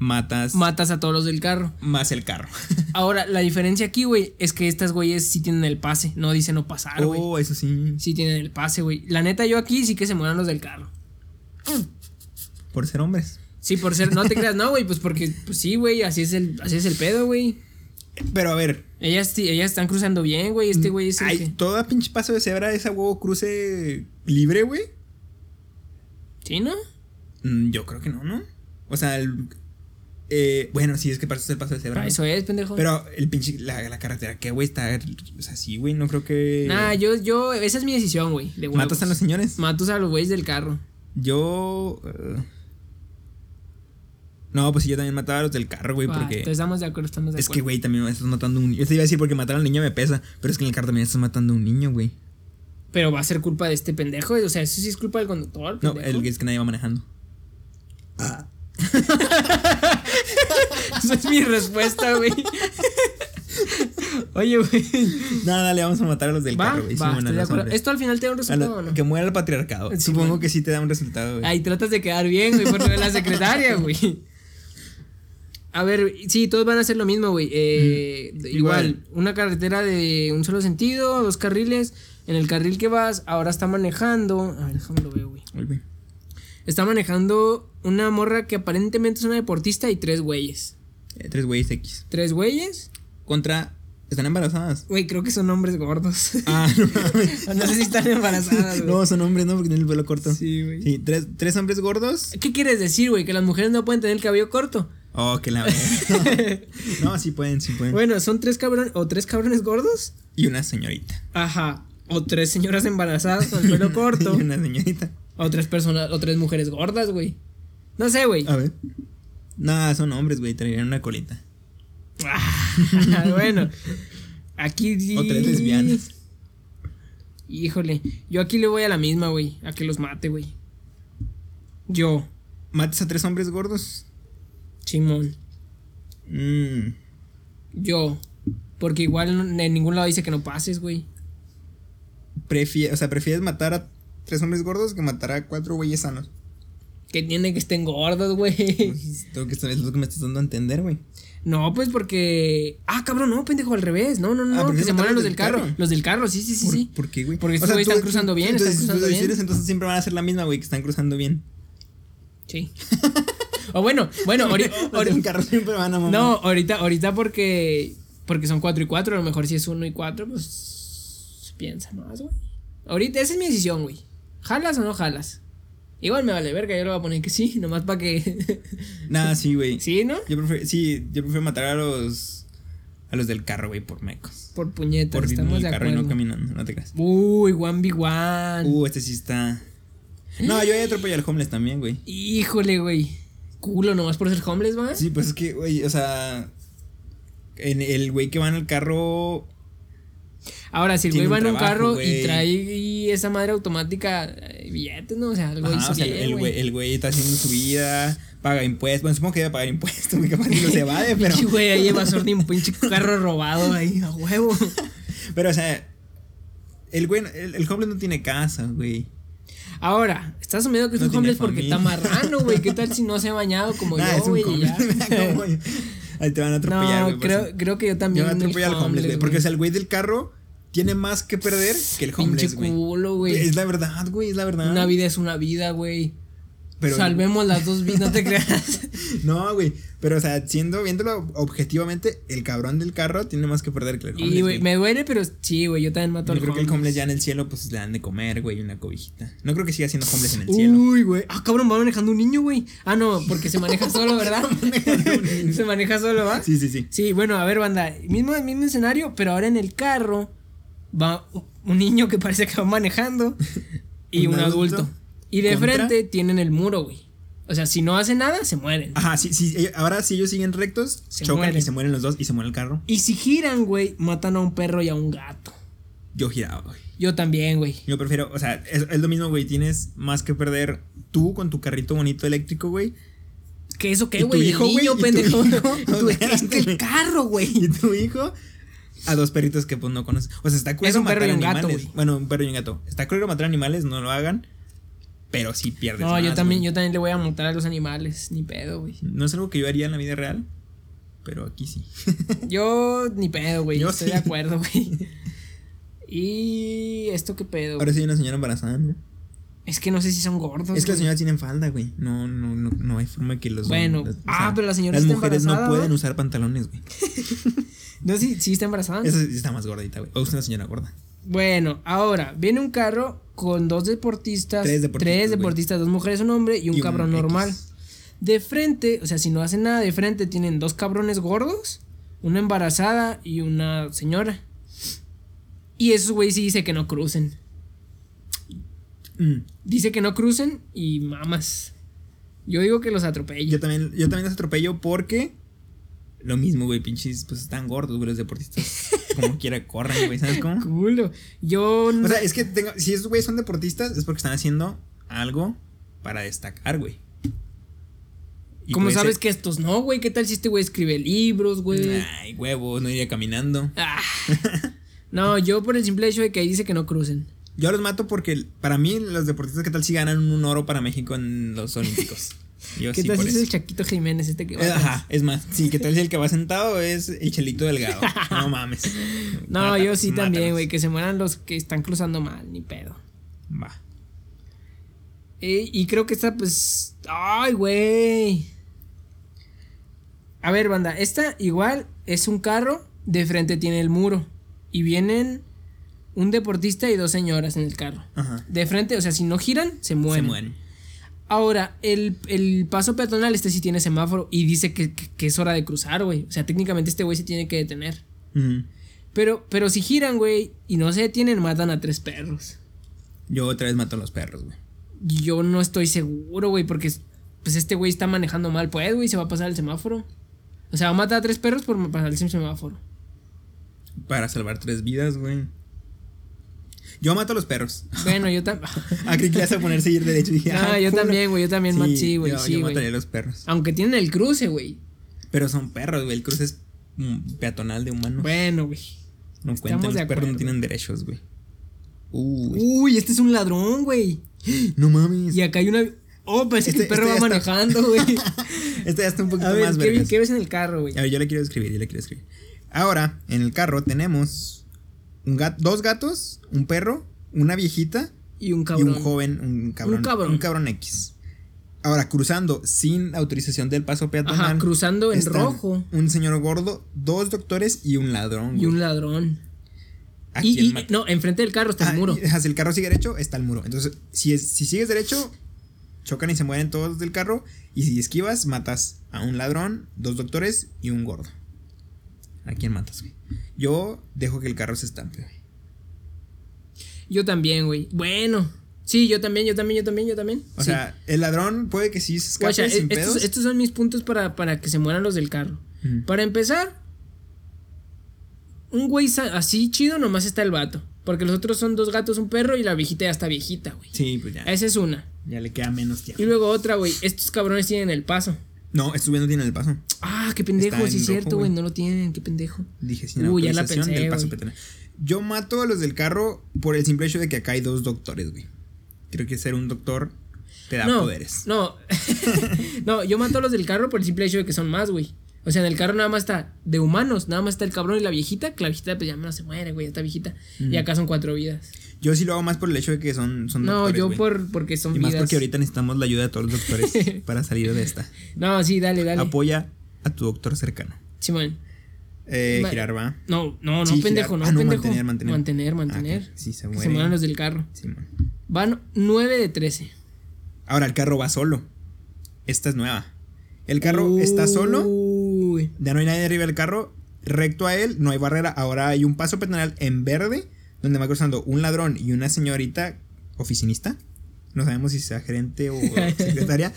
Matas matas a todos los del carro. más el *laughs* carro. Ahora, la diferencia aquí, güey, es que estas güeyes sí tienen el pase. No dicen no pasar, Ah, güey. oh, eso sí. Sí tienen el pase, güey. La neta, yo aquí sí que se mueran los del carro. Por ser hombres. Sí, por ser, no te creas, no, güey, pues porque, pues sí, güey, así es el, así es el pedo, güey. Pero a ver, Ellas, ti- ellas están cruzando bien, güey. Este güey es el Mm, Ay, que- toda pinche paso de cebra esa huevo cruce libre, güey. ¿Sí, no? Mm, yo creo que no, ¿no? O sea, el- eh, bueno, sí, es que pasas el paso de cebra. Ah, ¿no? Eso es, pendejo. Pero el pinche, la, la carretera, ¿qué, güey? Está, o sea, sí, güey, no creo que... Nah, yo, yo, esa es mi decisión, güey. de huevos. eh, ¿Matas a los señores? Matas a los güeyes del carro. Yo... eh, No, pues sí, yo también mataba a los del carro, güey, Va, porque... Ah, entonces estamos de acuerdo, estamos de Es acuerdo. que, güey, también estás matando a un... Yo te iba a decir porque matar al niño me pesa, pero es que en el carro también estás matando a un niño, güey. Pero va a ser culpa de este pendejo, o sea, eso sí es culpa del conductor. No, pendejo. el, es que nadie va manejando. *laughs* Esa es mi respuesta, *laughs* güey. Oye, güey. Nada, dale, vamos a matar a los del Va, carro, güey. sí, va, bueno, a estoy de los acuerdo. hombres. Esto al final te da un A la- resultado, o ¿no? Que muera el patriarcado. Sí, Supongo bueno. que sí te da un resultado, güey. Ahí tratas de quedar bien, güey, por lo de la secretaria, güey. A ver, sí, todos van a hacer lo mismo, güey. Eh, Mm, igual, igual. una carretera de un solo sentido, dos carriles. En el carril que vas, ahora está manejando. A ver, déjame lo veo, güey. Muy bien. Está manejando una morra que aparentemente es una deportista y tres güeyes. Eh, tres güeyes X. ¿Tres güeyes? Contra. Están embarazadas. *laughs* Güey, creo que son hombres gordos. Ah, no mames. *laughs* no sé si están embarazadas, güey. *laughs* No, son hombres, ¿no? Porque tienen el pelo corto. Sí, Sí, güey. tres, tres hombres gordos. ¿Qué quieres decir, güey? ¿Que las mujeres no pueden tener el cabello corto? Oh, que *laughs* la No, sí pueden, sí pueden. Bueno, son tres cabrones o tres cabrones gordos. Y una señorita. Ajá. O tres señoras embarazadas con *laughs* el pelo corto. y una señorita. o tres personas, o tres mujeres gordas, güey. No sé, güey. A ver. Nada, son hombres, güey. Traerían una colita. Ah, *laughs* bueno. Aquí sí. O tres lesbianas. Híjole. Yo aquí le voy a la misma, güey. A que los mate, güey. Yo, ¿Matas a tres hombres gordos? Simón. Mm. Yo. Porque igual no- en ningún lado dice que no pases, güey. Prefie- o sea, prefieres matar a tres hombres gordos que matar a cuatro güeyes sanos. Que tiene que estén *laughs* gordos, güey. Pues, tengo que saber, es lo que me estás dando a entender, güey. No, pues porque. Ah, cabrón, no, pendejo, al revés. No, no, Ah, no. porque que se se mataron mueran los los del del carro. carro. Los del carro, sí, sí, sí, ¿Por, sí. ¿Por qué, güey? Porque estos güeyes tú- están tú- cruzando bien, entonces, están tus cruzando decisiones bien. entonces siempre van a ser la misma, güey, que están cruzando bien. Sí. *laughs* o bueno, bueno, ahori- Los *laughs* ahori- del carro siempre van a mamar. no, ahorita, ahorita porque. Porque son 4 y 4, a lo mejor si es 1 y 4, pues. Piensa más, güey. Ahorita, esa es mi decisión, güey. ¿Jalas o no jalas? Igual me vale verga, yo le voy a poner que sí, *laughs* nomás para que. *laughs* Nah, sí, güey. sí, ¿no? Yo prefiero, sí, yo prefiero matar a los a los del carro, güey, por mecos. Por puñetas, Por ritmo estamos del de carro y acuerdo. no caminando, no te creas. Uy, 1v1. Uh, este sí está. No, yo ya atropellé al homeless también, güey. Híjole, güey. Culo, nomás por ser homeless, va. Sí, pues es que, güey, o sea, en el güey que va en el carro Ahora, si el Tiene güey va un en un trabajo, carro güey. y trae y esa madre automática, eh, billetes, ¿no? O sea, el güey Ajá, hizo o sea, bien, el güey. güey el güey está haciendo su vida, paga impuestos. Bueno, supongo que debe pagar impuestos, *laughs* muy capaz no se evade, pero. Sí, güey, *laughs* ahí evasor de un pinche carro robado ahí, a huevo. Pero, o sea, el güey, el, el homeless no tiene casa, güey. Ahora, estás asumiendo que es No un tiene homeless porque familia. está marrano, güey. ¿Qué tal si no se ha bañado como Nah, yo, güey? y *laughs* ya? homeless, ¿cómo yo? Ahí te van a atropellar, *laughs* No, güey. por creo, eso. creo que yo Yo también. voy a el atropellar al homeless, güey. Porque, o sea, el güey del carro tiene más que perder que el homeless, Pinche güey. culo, Es güey. la verdad, güey, es la verdad. Una vida es una vida, güey. Pero- Salvemos las dos vidas, no te creas. No, güey. Pero, o sea, siendo, viéndolo objetivamente, el cabrón del carro tiene más que perder que *laughs* el homeless. Y, güey, me duele, pero sí, güey, yo también Yo mato al creo que el homeless. homeless ya en el cielo, pues le dan de comer, güey, y una cobijita. No creo que siga siendo homeless en el cielo. Uy, güey. Ah, cabrón, va manejando un niño, güey. Ah, no, porque *laughs* se maneja solo, ¿verdad? se maneja solo, ¿va? Sí, sí, sí. Sí, bueno, a ver, banda. Mismo, mismo escenario, pero ahora en el carro va u- un niño que parece que *laughs* va manejando y Un un, adulto adulto. Y de contra- frente tienen el muro, güey. O sea, si no hace nada, se mueren. Ajá, sí, sí. eh, Ahora, si ellos siguen rectos, Se chocan mueren. y se mueren los dos y se muere el carro. Y si giran, güey, matan a un perro y a un gato. Yo giraba, güey. Yo también, güey. Yo prefiero, o sea, es, es lo mismo, güey. Tienes más que perder tú con tu carrito bonito eléctrico, güey. ¿Qué eso ¿Y qué, tu güey? El hijo, güey? niño, ¿Y tu pendejo. hijo? *laughs* Tú- Es que Espérate. el carro, güey. *laughs* Y tu hijo a dos perritos que pues no conoces. O sea, está culero Es un perro matar y un gato, animales. güey. bueno, un perro y un gato. Está culero matar animales, no lo hagan. Pero sí pierdes. No, yo más, también, güey. yo también le voy a montar a los animales, ni pedo, güey. No es algo que yo haría en la vida real, pero aquí sí. Yo ni pedo, güey. Yo Estoy sí. de acuerdo, güey. Y esto qué pedo. Ahora güey? sí hay una señora embarazada, ¿no? Es que no sé si son gordos. Es que las güey. señoras tienen falda, güey. No, no, no, no hay forma que los Bueno, las- o ah, pero la señora Las está mujeres no embarazada, pueden ¿no? usar pantalones, güey. No sé si si está embarazada. Esa sí está más gordita, güey. O es una señora gorda. Bueno, ahora viene un carro con dos deportistas, Tres tres deportistas, deportistas, güey. dos mujeres, un hombre y un Y un cabrón X. normal. De frente, o sea, si no hacen nada de frente, tienen dos cabrones gordos, una embarazada y una señora. Y esos güey sí dice que no crucen. Mm. Dice que no crucen y mamas. Yo digo que los atropello. Yo también, yo también los atropello porque lo mismo, güey, pinches, pues están gordos, güey, los *laughs* deportistas. Como quiera corren, güey, ¿sabes cómo? Culo. Yo no- O sea, es que tengo, si esos güeyes son deportistas es porque están haciendo algo para destacar, güey. Y ¿Cómo puede sabes ser- que estos no, güey? ¿Qué tal si este güey escribe libros, güey? Ay, huevos, no iría caminando. Ah. No, yo por el simple hecho de que ahí dice que no crucen. Yo los mato porque para mí los deportistas, ¿qué tal si ganan un oro para México en los *laughs* Olímpicos? Yo ¿Qué sí tal por si es el eso. Chaquito Jiménez este que va? Eh, atrás? Ajá, es más, sí, ¿qué tal si el *laughs* que va sentado es el chelito delgado? No mames. No, Mátalos, yo sí también, mátalos. güey, que se mueran los que están cruzando mal, ni pedo. Va. Eh, y creo que esta, pues. ¡Ay, güey! A ver, banda, esta igual es un carro, de frente tiene el muro. Y vienen un deportista y dos señoras en el carro. Ajá. De frente, o sea, si no giran, se Se mueren. mueren. Ahora, el, el paso peatonal, este sí tiene semáforo y dice que, que- que es hora de cruzar, güey. O sea, técnicamente este güey se tiene que detener. Ujú. Pero, pero si giran, güey, y no se detienen, matan a tres perros. Yo otra vez mato a los perros, güey. Yo no estoy seguro, güey, porque es- pues este güey está manejando mal, pues, güey, se va a pasar el semáforo. O sea, va a matar a tres perros por pasar el semáforo. Para salvar tres vidas, güey. Yo mato a los perros. *laughs* Bueno, yo también. Ah, creí que le ibas a ponerse a ir derecho. y Dije, No, ah, yo culo. también, güey, yo también mato- sí, güey, yo- sí, Yo güey. mataría a los perros. Aunque tienen el cruce, güey. Pero son perros, güey. El cruce es mm, peatonal de humanos. Bueno, güey. no estamos cuentan, de los perros no acuerdo. tienen derechos, güey. Uy, Uy, este es un ladrón, güey. no mames. Y acá hay una. Oh, pues Este- que el perro este va ya está. manejando, *laughs* güey. Este ya está un poquito A ver, más ¿qué, vi- vergas. qué ves en el carro, güey? A ver, yo le quiero escribir, yo le quiero escribir. Ahora, en el carro tenemos un gat- dos gatos, un perro, una viejita Y un cabrón. y un joven, un cabrón, un Un cabrón. cabrón. X. Ahora, cruzando sin autorización del paso peatonal. Ajá, cruzando en están rojo. Un señor gordo, dos doctores y un ladrón. Y güey. un ladrón. ¿A Y, Ah, quién y- mata? no, enfrente del carro está Ah, el muro. y- ajá, si el carro sigue derecho, está el muro. Entonces, si, es- si sigues derecho, chocan y se mueren todos del carro. Y si esquivas, matas a un ladrón, dos doctores y un gordo. ¿A quién matas, güey? Yo dejo que el carro se estampe, güey. Yo también, güey. Bueno. Sí, yo también, yo también, yo también, yo también. O Sí. sea, el ladrón puede que sí se escape Guacha, sin e- pedos. estos, estos son mis puntos para, para que se mueran los del carro. Mm. Para empezar, un güey sa- así chido nomás está el vato. Porque los otros son dos gatos, un perro y la viejita ya está viejita, güey. Sí, pues ya. Esa es una. Ya le queda menos tiempo. Y luego otra, güey. Estos cabrones tienen el paso. No, estuve no tiene el paso. Ah, qué pendejo, Está en sí es rojo, cierto, güey. güey. No lo tienen, qué pendejo. Dije sin Uh, ya la autorización pensé, del paso güey. peatonal. Yo mato a los del carro por el simple hecho de que acá hay dos doctores, güey. Creo que ser un doctor te da no, poderes. No. *laughs* no, yo mato a los del carro por el simple hecho de que son más, güey. O sea, en el carro nada más está de humanos, nada más está el cabrón y la viejita, que la viejita pues ya no se muere, güey, ya está viejita. Y acá son cuatro vidas. Yo sí lo hago más por el hecho de que son, son no, doctores. yo güey. por porque son Y más vidas. porque ahorita necesitamos la ayuda de todos los *laughs* doctores para salir de esta. No, sí, dale, dale. Apoya a tu doctor cercano. Simón. Eh, Va- girar va. No, no, no, Sí, pendejo, girar. no, Ah, no, pendejo. mantener, mantener. Mantener, mantener. Ah, ok. Sí, se Que muere. mueran los del carro. Simón. Van 9 de 13. Ahora el carro va solo. Esta es nueva. El carro Uh. está solo. Uy. Ya no hay nadie arriba del carro. Recto a él, no hay barrera. Ahora hay un paso peatonal en verde donde va cruzando un ladrón y una señorita oficinista. No sabemos si sea gerente *laughs* o secretaria.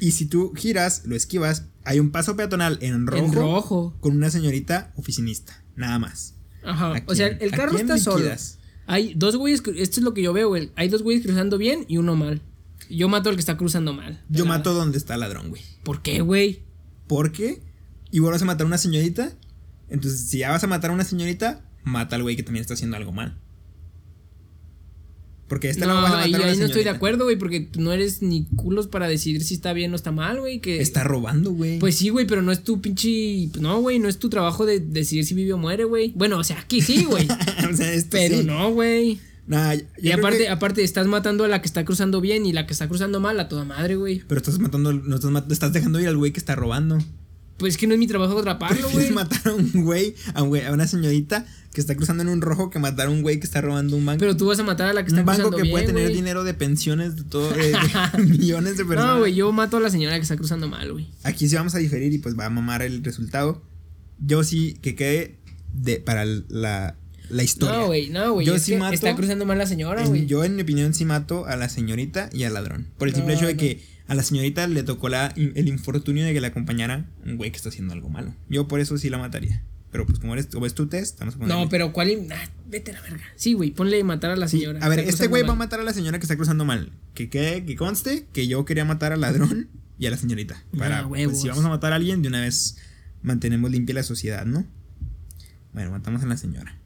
y si tú giras, lo esquivas, hay un paso peatonal en rojo, En rojo. con una señorita oficinista. Nada más. Ajá. ¿A Ah, O sea, quién- el a carro quién está solo. liquidas? Hay dos güeyes. cru- Esto es lo que yo veo, güey. Hay dos güeyes cruzando bien y uno mal. Yo mato al que está cruzando mal. Yo Pelada. mato donde está el ladrón, güey. ¿Por qué, güey? ¿Por qué? Y vuelves a matar a una señorita. Entonces, si ya vas a matar a una señorita, mata al güey que también está haciendo algo mal. Porque esta no, no, vas a matar ahí, a una ahí no estoy de señorita. acuerdo, güey, porque tú no eres ni culos para decidir si está bien o está mal, güey. Que... Está robando, güey. Pues sí, güey, pero no es tu pinche. No, güey, no es tu trabajo de decidir si vive o muere, güey. Bueno, o sea, aquí sí, güey. *laughs* o sea, esto pero sí. no, güey. Nah, yo Y creo aparte, que- aparte, estás matando a la que está cruzando bien y la que está cruzando mal a toda madre, güey. Pero estás matando, no estás, mat- estás dejando ir al güey que está robando. Pues es que no es mi trabajo atraparlo, Prefieres güey. matar a un güey, a, un güey, a una señorita que está cruzando en un rojo que matar a un güey que está robando un banco. Pero tú vas a matar a la que está un banco cruzando que bien. puede tener güey. dinero de pensiones de todo, *laughs* de- de millones de personas. No, güey, yo mato a la señora que está cruzando mal, güey. Aquí sí vamos a diferir y pues va a mamar el resultado. Yo sí que quede de, para la, la historia. No, güey, no, güey. Yo es sí que mato- Está cruzando mal la señora, En- güey. yo en mi opinión sí mato a la señorita y al ladrón. Por el simple No, hecho de no. que a la señorita le tocó la, el infortunio de que la acompañara un güey que está haciendo algo malo. Yo por eso sí la mataría. Pero pues como, eres, como es tu test, vamos a poner... No, pero ¿cuál? im- ah, vete a la verga. Sí, güey, ponle matar a la señora. a ver, Está este güey va a cruzando mal. matar a la señora que está cruzando mal. Que, que, que conste que yo quería matar al ladrón y a la *laughs* señorita. Para, Ah, pues, huevos. si vamos a matar a alguien, de una vez mantenemos limpia la sociedad, ¿no? Bueno, matamos a la señora.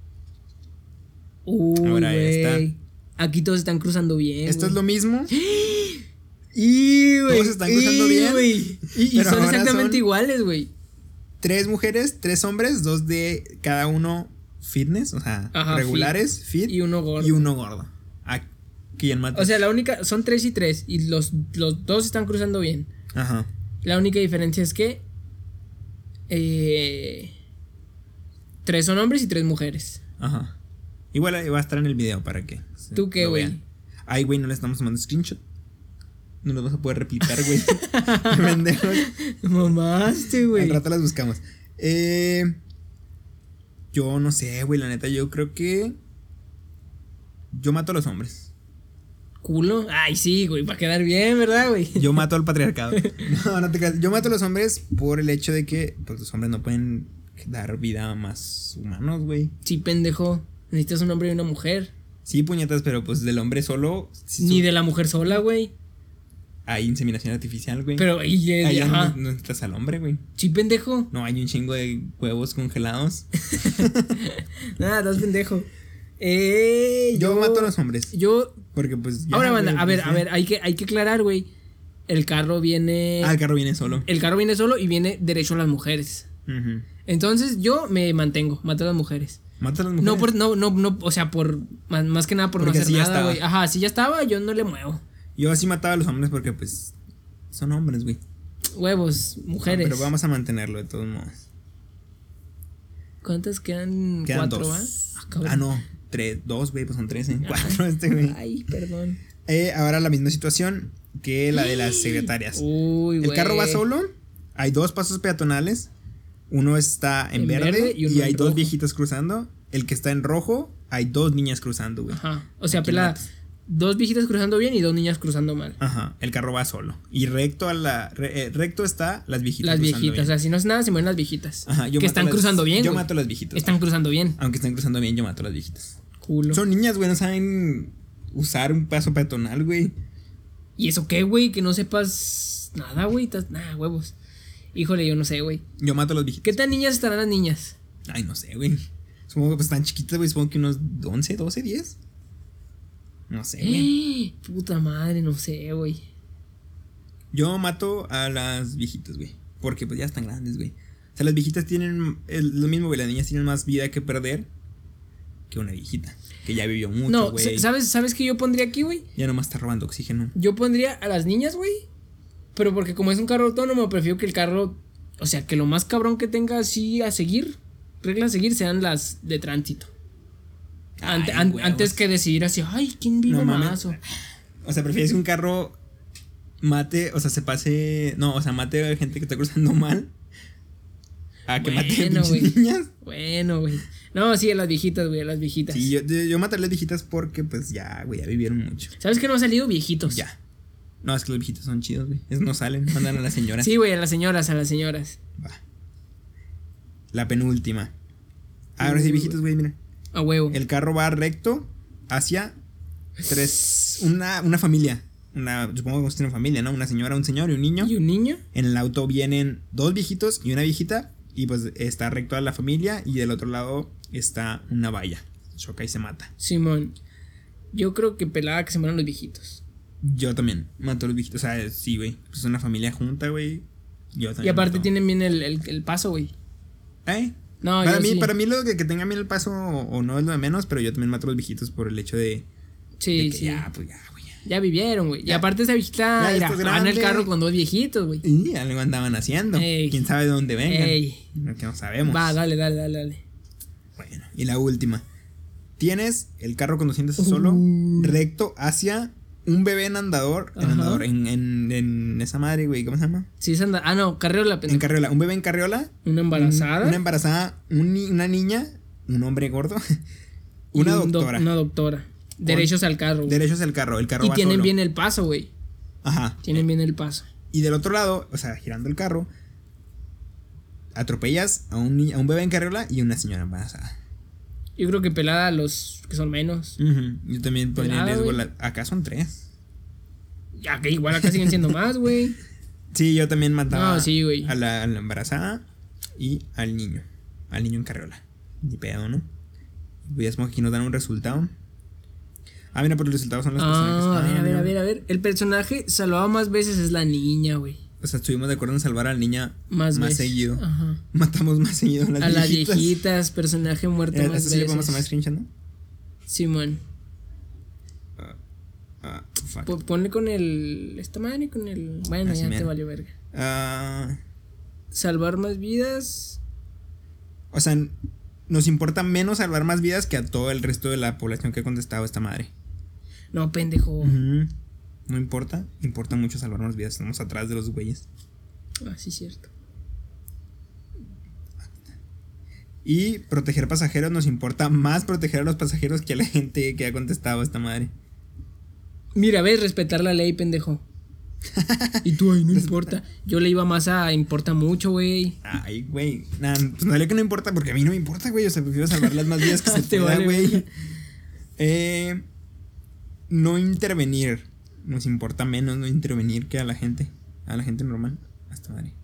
Uy, Ahora, ahí está. Uh, güey. Aquí todos están cruzando bien. Esto es güey. lo *gasps* mismo. Y, güey. Todos están cruzando y, bien, güey. Y, y pero son ahora exactamente son- iguales, güey. Tres mujeres, tres hombres, dos de cada uno fitness, o sea, Ajá, regulares, fit, Y uno gordo. y uno gordo. ¿A quién mata? O sea, la única. Son tres y tres. Y los, los dos están cruzando bien. Ajá. La única diferencia es que. eh, tres son hombres y tres mujeres. Ajá. Igual ahí va a estar en el video para que. se- ¿Tú qué, lo güey? vean. Ay, güey, no le estamos tomando screenshot. No nos vas a poder replicar, *laughs* güey. Qué Pendejos. Mamaste, Al rato las buscamos. Eh, yo no sé, güey, la neta, yo creo que. Yo mato a los hombres. Culo. Ay, sí, güey, para quedar bien, ¿verdad, güey? Yo mato al *laughs* patriarcado. No, no te creas. Yo mato a los hombres por el hecho de que pues, los hombres no pueden dar vida a más humanos, güey. Sí, pendejo. Necesitas un hombre y una mujer. Sí, puñetas, pero pues del hombre solo. si Ni su- de la mujer sola, güey. Hay inseminación artificial, güey. Pero, y, eh, Ahí ajá. no, no estás al hombre, güey. Sí, pendejo. No hay un chingo de huevos congelados. Nada, estás pendejo. Eh, Yo, mato a los hombres. Yo. Porque pues. ya, Ahora, banda, güey, a ver, pues, a ya. ver, hay que, hay que aclarar, güey. El carro viene. Ah, el carro viene solo. El carro viene solo y viene derecho a las mujeres. Ujú. Entonces yo me mantengo, mato a las mujeres. Mata a las mujeres. No, por, no, no, no, o sea, por más, más que nada por Porque no así hacer ya nada, güey. estaba. Ajá, si ya estaba, yo no le muevo. Yo así mataba a los hombres porque pues. Son hombres, güey. Ah, Huevos, mujeres. Pero vamos a mantenerlo de todos modos. ¿Cuántas quedan? Quedan Cuatro, dos. ¿va? Ah, Ah, cabrón. no. Tres, dos, güey, pues son trece. Ajá. *laughs* Cuatro, este, güey. Ay, perdón. Eh, ahora la misma situación que la de las secretarias. Uy, güey. El carro va solo, hay dos pasos peatonales, uno está en, En verde, verde y, y uno en hay dos rojo. viejitas cruzando, el que está en rojo, hay dos niñas cruzando, güey. Ajá. O sea, Aquí pelada. matas. Ah, dos viejitas cruzando bien y dos niñas cruzando mal. Ajá, el carro va solo. Y recto a la re- eh, recto está las viejitas. las cruzando viejitas, o bien. sea, si no es nada, se mueren las viejitas. Ajá, yo mato que están las- cruzando bien. Yo güey. mato a las viejitas. Están cruzando bien. Aunque están cruzando bien, yo mato a las viejitas. Culo. Son niñas, güey, no saben usar un paso peatonal, güey. ¿Y eso qué, güey? Que no sepas nada, güey. Estás- Nah, huevos. Híjole, yo no sé, güey. Yo mato a las viejitas. ¿Qué tan niñas estarán las niñas? Ay, no sé, güey. Supongo que pues están chiquitas, güey. Supongo que unos 11, 12, 10. No sé, güey. *gasps* Puta madre, no sé, güey. Yo mato a las viejitas, güey. Porque pues ya están grandes, güey. O sea, las viejitas tienen el- lo mismo, güey. Las niñas tienen más vida que perder que una viejita. Que ya vivió mucho, No, güey. ¿sabes, ¿sabes qué yo pondría aquí, güey? Ya nomás está robando oxígeno. Yo pondría a las niñas, güey. Pero porque como es un carro autónomo, prefiero que el carro, o sea, que lo más cabrón que tenga así a seguir, reglas a seguir, sean las de tránsito. Ante- Ay, an- huevos. antes que decidir así, ay, ¿quién vino No mames. más? O- O sea, prefieres que un carro mate, o sea, se pase. No, o sea, mate a gente que está cruzando mal. A que mate a Bueno, pinches güey. niñas. Bueno, güey. No, sí, a las viejitas, güey, a las viejitas. Sí, yo, yo, yo mataré a las viejitas porque, pues ya, güey, ya vivieron mucho. ¿Sabes qué no ha salido? Viejitos. Ya. No, es que los viejitos son chidos, güey. Esos no salen, mandan a las señoras. Sí, güey, a las señoras, a las señoras. Va. La penúltima. Ahora Mm. sí, viejitos, güey, mira. A huevo. El carro va recto hacia tres. Una, una familia. Una, supongo que tienen familia, ¿no? Una señora, un señor y un niño. ¿Y un niño? En el auto vienen dos viejitos y una viejita. Y pues está recto a la familia. Y del otro lado está una valla. Choca y se mata. Simón. Yo creo que pelada que se mueran los viejitos. Yo también mato a los viejitos. O sea, sí, güey. Pues una familia junta, güey. Yo también. y aparte mato. tienen bien el, el- el paso, güey. ¿Eh? No, para, yo mí, sí. para mí, lo que, que tenga bien el paso o, o no es lo de menos. Pero yo también mato a los viejitos por el hecho de, de Sí, que sí. ya, pues ya, güey. ya. Ya vivieron, güey. Y Ya. aparte esa viejita Ya, mira, esto es va en el grande. carro con dos viejitos, güey. Y algo andaban haciendo. Ey. Quién sabe de dónde vengan. Ey. No, que no sabemos. Va, dale, dale, dale, dale. Bueno, y la última. Tienes el carro conduciéndose solo Uh. recto hacia un bebé en andador. En Ajá. andador, en, en- en esa madre, güey, ¿cómo se llama? Sí, se anda. Ah, no, carriola, En pendejo. carriola. Un bebé en carriola. Una embarazada. un- Una em-, embarazada, un ni- una niña, un hombre gordo. *laughs* y una un doc- doctora. una doctora. Derechos al carro. güey. Derechos al carro. El carro Y va tienen solo. bien el paso, güey. Ajá. Tienen bien el paso. Y del otro lado, o sea, girando el carro, atropellas a un, ni- a un bebé en carriola y una señora embarazada. Yo creo que pelada a los que son menos. Ujú, Yo también pondría en Pelada, riesgo. güey. la- acá son tres. Ya que igual acá siguen siendo más, *laughs* güey. Sí, yo también mataba No, sí, güey. a, la, a la embarazada y al niño. Al niño en carriola. Ni pedo, ¿no? Pues ya supongo que aquí nos dan un resultado. Ah, mira, pero los resultados son las Ah, a personas que ver, a están. ver, a ver, a ver. El personaje salvado más veces es la niña, güey. O sea, estuvimos de acuerdo en salvar a la niña Más, más, veces. seguido. Ajá. Matamos más seguido a las a las viejitas. viejitas, personaje muerto Eh, más Esto sí le veces. vamos a tomar screenshot, ¿no? Simón. Ah, fuck. Po- ponle con el. Esta madre con el. Bueno, Así ya te mero. valió verga. Ah, Salvar más vidas. o sea, nos importa menos salvar más vidas que a todo el resto de la población que ha contestado esta madre. No, pendejo. Ujú. No importa, importa mucho salvar más vidas. Estamos atrás de los güeyes. Ah, sí, cierto. Y proteger pasajeros nos importa más proteger a los pasajeros que a la gente que ha contestado esta madre. Mira, ves, respetar la *laughs* ley, pendejo. y tú, ay, no importa. Yo le iba más a importa mucho, güey. Ay, güey. Nah, pues no que no importa porque a mí no me importa, güey. O sea, prefiero salvar las más vidas *laughs* que se Te pueda, vale güey. verga. Eh, no intervenir. Nos importa menos no intervenir que a la gente. A la gente normal. Hasta madre.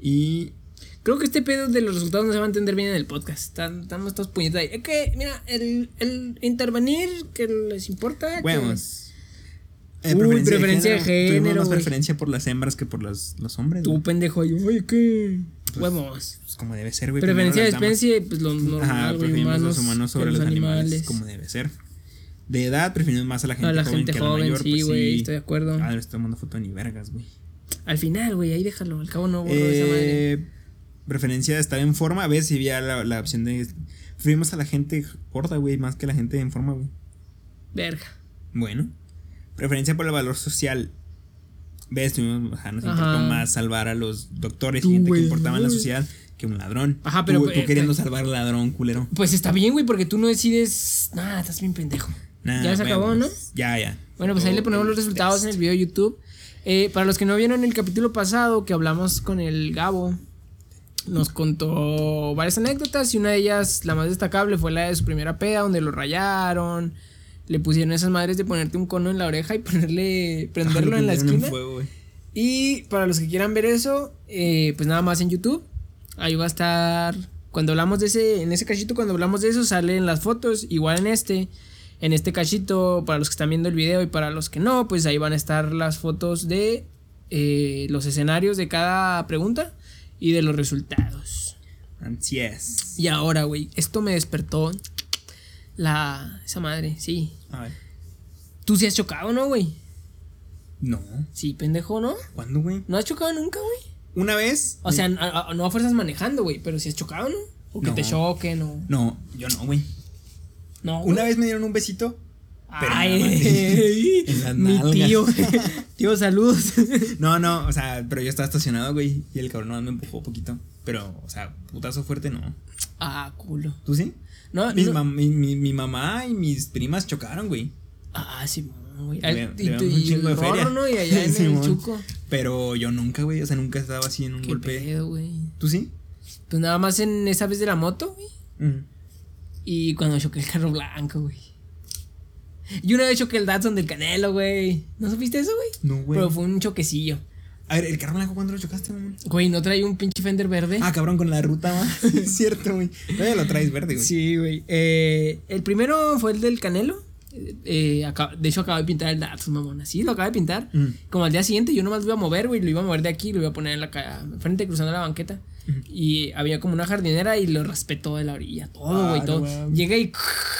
Y Creo que este pedo de los resultados no se va a entender bien en el podcast. Están, estamos todos puñetas ahí. Es que, mira, el, el intervenir que les importa. que- Huevos. Eh, Uy, preferencia de género, Tuvimos más güey. preferencia por las hembras que por los, los hombres. Tú, güey. pendejo, yo, oye, ¿qué? Huevos. Pues como debe ser, güey. Preferencia de primero las especie, pues lo damas. normal, Ajá, güey, preferimos humanos, los humanos sobre que los animales, Como debe ser. De edad, preferimos más a la gente a la joven gente que joven, a la mayor. sí, pues, güey, estoy de acuerdo. Ah, le estoy tomando foto ni vergas, güey. Al final, güey, ahí déjalo, al cabo no borro esa madre. Eh, preferencia de estar en forma. A ver si había la, la opción de. Preferimos a la gente gorda, güey, más que a la gente en forma, güey. Verga. Bueno. Preferencia por el valor social. ¿Ves? Tuvimos, ajá, nos Ajá. importó más salvar a los doctores Tú, y gente güey, que importaba en la güey. sociedad que un ladrón. Ajá, pero, Tú, tú eh, queriendo eh, salvar al ladrón, culero. Pues está bien, güey, porque tú no decides. Nada, estás bien pendejo. Nah, Ya se acabó, huevos. ¿no? Ya, ya. Bueno, pues ahí le ponemos los resultados en el video de YouTube. Eh, para los que no vieron el capítulo pasado que hablamos con el Gabo, nos contó varias anécdotas y una de ellas, la más destacable, fue la de su primera peda, donde lo rayaron, le pusieron esas madres de ponerte un cono en la oreja y *laughs* ponerle, prenderlo en la esquina. fuego, güey. Y para los que quieran ver eso, eh, pues nada más en YouTube. Ahí va a estar. Cuando hablamos de ese. En ese cachito, cuando hablamos de eso, salen las fotos. Igual en este. En este cachito, para los que están viendo el video y para los que no, pues ahí van a estar las fotos de eh, los escenarios de cada pregunta y de los resultados. Así es. Y ahora, güey, esto me despertó. La. Esa madre, sí. A ver. Tú sí has chocado, ¿no, güey? No. Sí, pendejo, ¿no? ¿Cuándo, güey? ¿No has chocado nunca, güey? Una vez. O sea, a- a- no a fuerzas manejando, güey, pero si has chocado, ¿no? O que Mm. No. te choquen, o. No, yo no, güey. No. güey. Una vez me dieron un besito. pero Ay, nada más. En las mi nalgas. *laughs* tío. *laughs* tío, saludos. *laughs* No, no, o sea, pero yo estaba estacionado, güey. Y el cabrón nomás me empujó poquito. Pero, o sea, putazo fuerte no. ah, culo. ¿Tú sí? No, Mis no- mam- mi, mi- mi mamá y mis primas chocaron, güey. Ah, sí, güey. Le- Ay, Y, le tú- damos un y chingo de el feria. gorro, ¿no? Y *laughs* allá en el Simón. chuco. Pero yo nunca, güey. O sea, nunca estaba así en un Qué golpe. pedo, güey. ¿Tú sí? Pues nada más en esa vez de la moto, güey. Mm. Y cuando choqué el carro blanco, güey. Y una vez choqué el Datsun del Canelo, güey. ¿No supiste eso, güey? No, güey. Pero fue un choquecillo. A ver, ¿el carro blanco cuándo lo chocaste, mamón? Güey, ¿no traía un pinche Fender verde? Ah, cabrón, con la ruta, *laughs* ma. Es cierto, güey. Todavía lo traes verde, güey. Sí, güey. Eh, el primero fue el del Canelo. Eh, eh, acá- de hecho, acabo de pintar el Datsun, mamón. Así lo acabo de pintar. Mm. Como al día siguiente, yo nomás lo iba a mover, güey. Lo iba a mover de aquí, lo iba a poner en la ca- frente cruzando la banqueta. Y había como una jardinera y lo raspé todo de la orilla. Todo, Ah, güey, no todo. mames. Llegué y.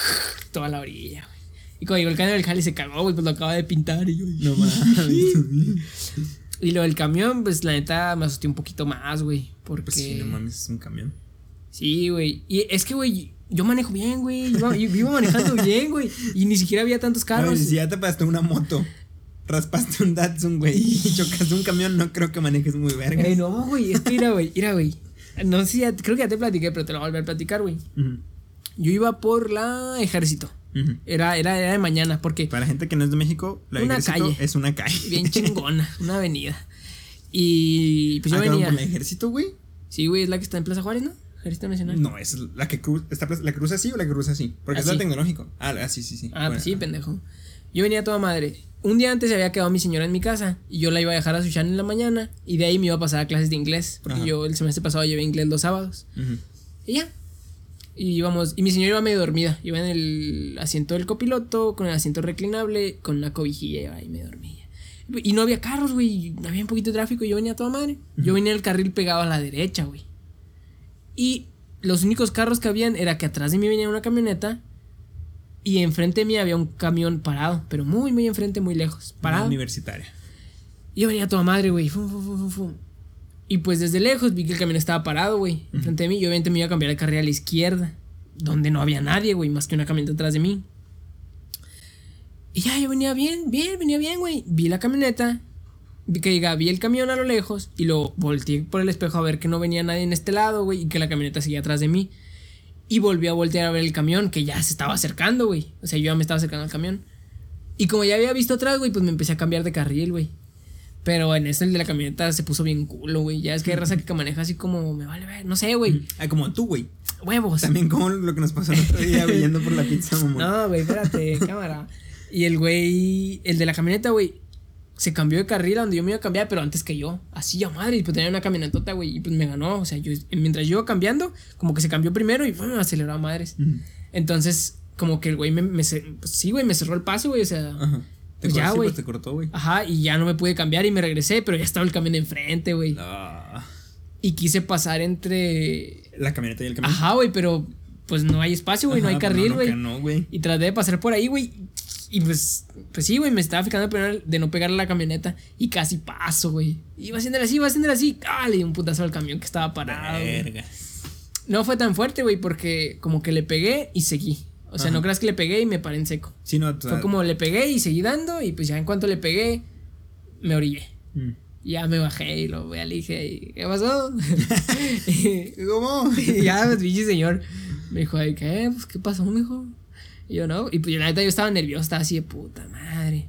*laughs* Toda la orilla, güey. Y cuando llegó el Canelo, el Jali se cagó, güey, pues lo acaba de pintar. Y yo. No mames. *laughs* Y lo del camión, pues la neta me asusté un poquito más, güey. Porque. Pues sí, no mames, es un camión. Sí, güey. Y es que, güey, yo manejo bien, güey. Yo, yo iba manejando *laughs* bien, güey. Y ni siquiera había tantos Claro, carros. si ya te pasaste una moto, raspaste un Datsun, güey, *laughs* y chocaste un camión, no creo que manejes muy verga. Eh, no, güey. Es que, mira, güey. Mira, güey. No sé, si ya- creo que ya te platiqué, pero te lo voy a volver a platicar, güey. Ujú, Yo iba por la ejército. ujú. Era, era, era de mañana, porque Para la gente que no es de México, la Una ejército calle. es una calle. *laughs* bien chingona, una avenida. Y pues yo Ah, cabrón, ¿por la venía. ejército, güey? Sí, güey, es la que está en Plaza Juárez, ¿no? Ejército Nacional. No, es la que cruza, ¿la cruza así o la que cruza así? Porque es Así. la tecnológico. Ah, ah, sí, sí, sí. Ah, pues sí, pero... pendejo. Yo venía a toda madre. Un día antes se había quedado mi señora en mi casa y yo la iba a dejar a Sushan en la mañana y de ahí me iba a pasar a clases de inglés. Porque Ajá. yo el semestre pasado llevé inglés los sábados. Y ya. Y íbamos. Y mi señora iba medio dormida. Iba en el asiento del copiloto, con el asiento reclinable, con una cobijilla iba ahí medio dormida. Y no había carros, güey. y Había un poquito de tráfico y yo venía a toda madre. Yo venía en el carril pegado a la derecha, güey. Y los únicos carros que habían era que atrás de mí venía una camioneta y enfrente de mí había un camión parado, pero muy, muy enfrente, muy lejos. Para Parado. universitaria. Y yo venía a toda madre, güey. Fum, fum, fum, fum, fum. Y pues desde lejos vi que el camión estaba parado, güey. Enfrente de mí. Yo obviamente me iba a cambiar el carril a la izquierda. Donde no había nadie, güey. Más que una camioneta atrás de mí. Y ya, yo venía bien, bien, venía bien, güey. Vi la camioneta. Vi que llegaba, vi el camión a lo lejos. Y lo volteé por el espejo a ver que no venía nadie en este lado, güey. Y que la camioneta seguía atrás de mí. Y volví a voltear a ver el camión que ya se estaba acercando, güey. O sea, yo ya me estaba acercando al camión. Y como ya había visto atrás, güey, pues me empecé a cambiar de carril, güey. Pero en eso el de la camioneta se puso bien culo, güey. Ya es que hay raza que maneja así como, me vale ver, no sé, güey. Ah, como tú, güey. *laughs* Huevos. También como lo que nos pasó el otro día, güey, yendo por la pizza, mamón. *laughs* No, güey, espérate, cámara. Y el güey, el de la camioneta, güey, se cambió de carril a donde yo me iba a cambiar, pero antes que yo. Así a madre, y pues tenía una camionetota, güey, y pues me ganó. O sea, yo, mientras yo iba cambiando, como que se cambió primero y bueno, aceleró a madres. Ujú. Entonces, como que el güey me, me cer- pues, sí, güey, me cerró el paso, güey, o sea. Ajá. Te Pues ya, cortó, sí, güey. pues te cortó, güey. Ajá, y ya no me pude cambiar y me regresé, pero ya estaba el camión enfrente, güey. Ah, Y quise pasar entre. La camioneta y el camión. Ajá, güey, pero pues no hay espacio, güey, no hay Ajá, pues carril, no, güey. No, no, güey. Y traté de pasar por ahí, güey. Y pues, pues sí, güey, me estaba fijando primero de no pegarle a la camioneta. Y casi paso, güey. Iba haciéndole así, iba haciéndole así. ¡Ah! Le di un putazo al camión que estaba parado. Ah, güey. Verga. No fue tan fuerte, güey, porque como que le pegué y seguí. O sea, Ajá. no creas que le pegué y me paré en seco. Sí, no, o sea, Fue como le pegué y seguí dando. Y pues ya en cuanto le pegué, me orillé. mm. Ya me bajé y lo ya le dije, "¿Y ¿qué pasó? *laughs* ¿Cómo? *laughs* Y ya, pues, pinche señor. Me dijo, "Ay, ¿qué? Pues, ¿qué pasó, mijo? Y yo no. Y pues yo, la neta yo estaba nervioso, estaba así de puta madre.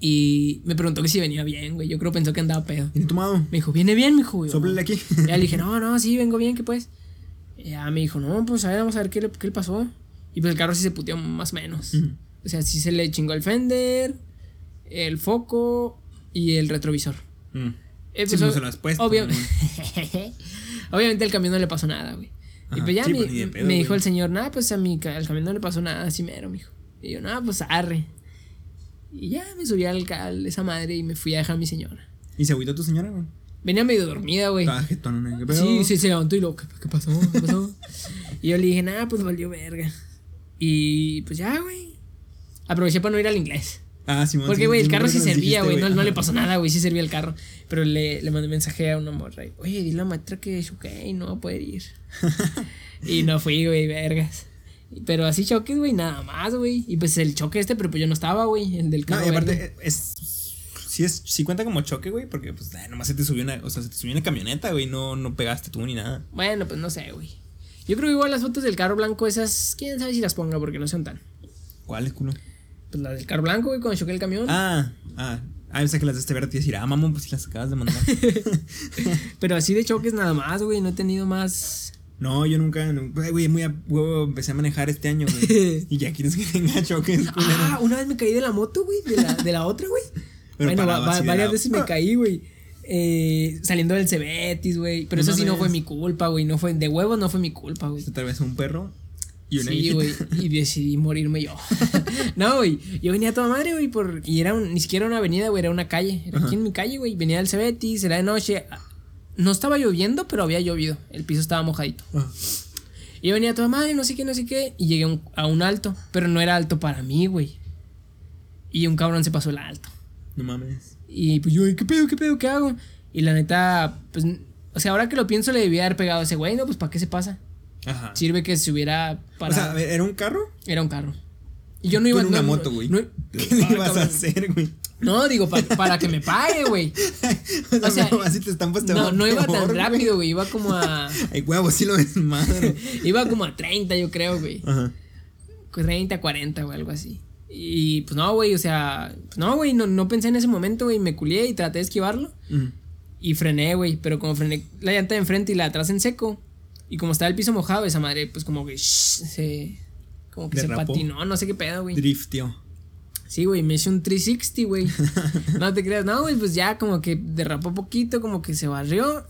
Y me preguntó que si venía bien, güey. Yo creo pensó que andaba pedo. ¿Viene tomado? Me dijo, ¿viene bien, mijo? Y yo, Sóplele aquí. *laughs* y Ya le dije, no, no, sí, vengo bien, ¿qué pues? Y ya me dijo, no, pues a ver, vamos a ver qué le, qué le pasó. Y pues el carro sí se puteó más o menos. Ujú. O sea, sí se le chingó el fender, el foco y el retrovisor. Mm. Eh, Sí, pues, no ob- se lo has puesto, obvia- *laughs* Obviamente el camión no le pasó nada, güey. Y Ajá, pues ya sí, me, pues, ni de pedo, me dijo güey. el señor, nada, pues a mi ca- al camión no le pasó nada, así mero, mijo. Y yo, nada, pues arre. Y ya me subí al, ca- al- esa madre y me fui a dejar a mi señora. ¿Y se agüitó tu señora, güey? Venía medio dormida, güey. Estaba jetona, ¿no? Ah, ¿Qué pedo? Sí, sí, se levantó y luego, ¿qué, qué pasó? ¿Qué pasó? y yo le dije, nada, pues valió verga. Y pues ya, güey. Aproveché para no ir al inglés. Ah, Simón, Porque, sí, güey, el sí, me carro sí acuerdo que nos servía, dijiste, güey. No, no le Ajá. pasó nada, güey. Sí servía el carro. Pero le, le mandé mensaje a una morra. y, Oye, dile a la maestra que es ok, no va a *laughs* poder ir. y no fui, güey, vergas. Y- Pero así choques, güey, nada más, güey. Y pues el choque este, pero pues yo no estaba, güey. El del carro. No, y verde. aparte, eh, es, sí, es, sí cuenta como choque, güey, porque pues ay, nomás se te subió una, o sea, se te subió una camioneta, güey, no, no pegaste tú ni nada. Bueno, pues no sé, güey. Yo creo que igual las fotos del carro blanco, esas, quién sabe si las ponga porque no son tan. ¿Cuál es, culo? Pues las del carro blanco, güey, cuando choqué el camión. Ah, ah, ah, pensé que las de este verde te iba a decir, ah, mamón, pues si las acabas de *laughs* mandar. Pero así de choques nada más, güey. No he tenido más. no, yo nunca, no, ay, güey, muy a huevo empecé a manejar este año, *laughs* güey. y ya quieres que tenga choques, culero. Ah, una vez me caí de la moto, güey. De la, de la *laughs* otra, güey. Pero bueno, va- paraba va- así de varias lado. veces me Ah. caí, güey. Eh, saliendo del Cebetis, güey. Pero No eso sí no mames. fue mi culpa, güey. No fue, de huevos no fue mi culpa, güey. Se atravesó un perro y una Sí, viejita. güey. Y decidí morirme yo. *laughs* no, güey. Yo venía a toda madre, güey. Por, y era un- ni siquiera una avenida, güey. Era una calle. Era aquí en mi calle, güey. Venía del Cebetis, era de noche. ah, No estaba lloviendo, pero había llovido. El piso estaba mojadito. Ah, Y yo venía a toda madre, no sé qué, no sé qué. Y llegué a un, a un alto. Pero no era alto para mí, güey. Y un cabrón se pasó el alto. no mames. Y pues yo, ¿qué pedo, qué pedo, qué hago? Y la neta, pues, o sea, ahora que lo pienso, le debía haber pegado a ese güey, ¿no? Pues, ¿para qué se pasa? Ajá. Sirve que se hubiera o sea, parado. a ver, ¿era un carro? Era un carro. Y yo no iba Era una no- moto, güey. No, *laughs* *laughs* ¿Qué le Ay, ibas a cabrón. hacer, güey? *laughs* No, digo, pa- para que me pague, güey. O sea, O sea, no, así te estampas te va No, no *laughs* iba peor, tan güey. rápido, güey. Iba como a. *laughs* Ay, huevo, sí lo desmadro. Iba como a 30, yo creo, güey. Ajá. 30, 40 o algo así. Y pues no, güey, o sea, pues, no, güey, no, no pensé en ese momento, güey, me culié y traté de esquivarlo. Mm. Y frené, güey. Pero como frené la llanta de enfrente y la de atrás en seco. Y como estaba el piso mojado, esa madre, pues como que shh, se. Como que se Derrapó. patinó, no sé qué pedo, güey. Drift, tío. Sí, güey, me hice un 360, güey. no te creas, no, güey, pues ya como que derrapó poquito, como que se barrió.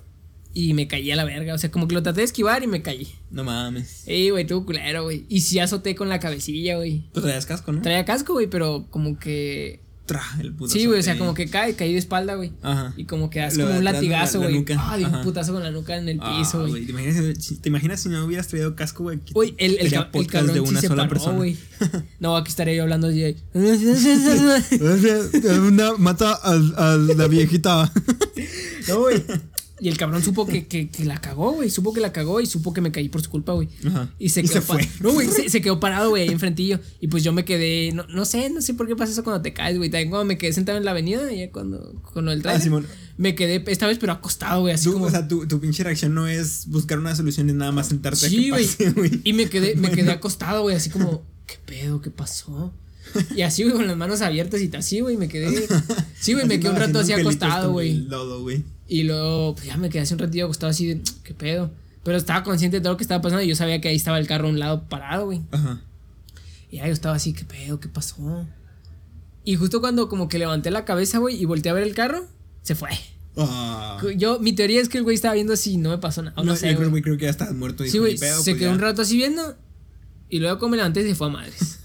Y me caí a la verga. O sea, como que lo traté de esquivar y me caí. No mames. Ey, güey, tuvo culero, güey. Y sí azoté con la cabecilla, güey. Pues traías casco, ¿no? Traía casco, güey, pero como que. Tra, el puto. Sí, güey, o sea, azote. como que cae, caí de espalda, güey. Ajá. Y como que das Ah. Lo como de un atrás, la- latigazo, la güey. nuca. Ah, di un Ajá. putazo con la nuca en el Ah, piso, güey. ¿Te imaginas, si- ¿Te imaginas si no hubieras traído casco, güey? Aquí Uy, el, el, sería ca- el podcast cabrón de una sí sola se paró, persona. *laughs* güey. No, aquí estaría yo hablando de... Una mata al- a, la viejita. *laughs* no, güey. Y el cabrón supo que, que, que la cagó, güey. Supo que la cagó y supo que me caí por su culpa, güey. Ajá. Y se Y quedó se pa- fue. No, güey, se, se quedó parado, güey, ahí enfrentillo. Y pues yo me quedé... No, no sé, no sé por qué pasa eso cuando te caes, güey. También cuando me quedé sentado en la avenida, ya cuando... Con el tráiler, Ah, Simón. Me quedé, esta vez, pero acostado, güey. Así Tú, como... O sea, tu, tu pinche reacción no es buscar una solución, es nada más sentarte Sí, a que güey. pase, güey. Y me quedé, me Bueno. quedé acostado, güey, así como, ¿qué pedo? ¿Qué pasó? Y así, güey, con las manos abiertas y t- así, güey, me quedé. Sí, güey, me Así quedé un estaba rato así haciendo pelitos acostado, con güey. el lodo, güey. Y luego, pues ya me quedé así un ratito acostado así de, ¿qué pedo? Pero estaba consciente de todo lo que estaba pasando y yo sabía que ahí estaba el carro a un lado parado, güey. Ajá. Y ahí yo estaba así, ¿qué pedo? ¿Qué pasó? Y justo cuando como que levanté la cabeza, güey, y volteé a ver el carro, se fue. Ah. Yo, mi teoría es que el güey estaba viendo así, no me pasó nada. o No, No, yo sé, creo, güey. güey, creo que ya estás muerto. Sí, dijo, güey, ni pedo, se pues quedó ya. un rato así viendo y luego como me levanté y se fue *laughs* a madres.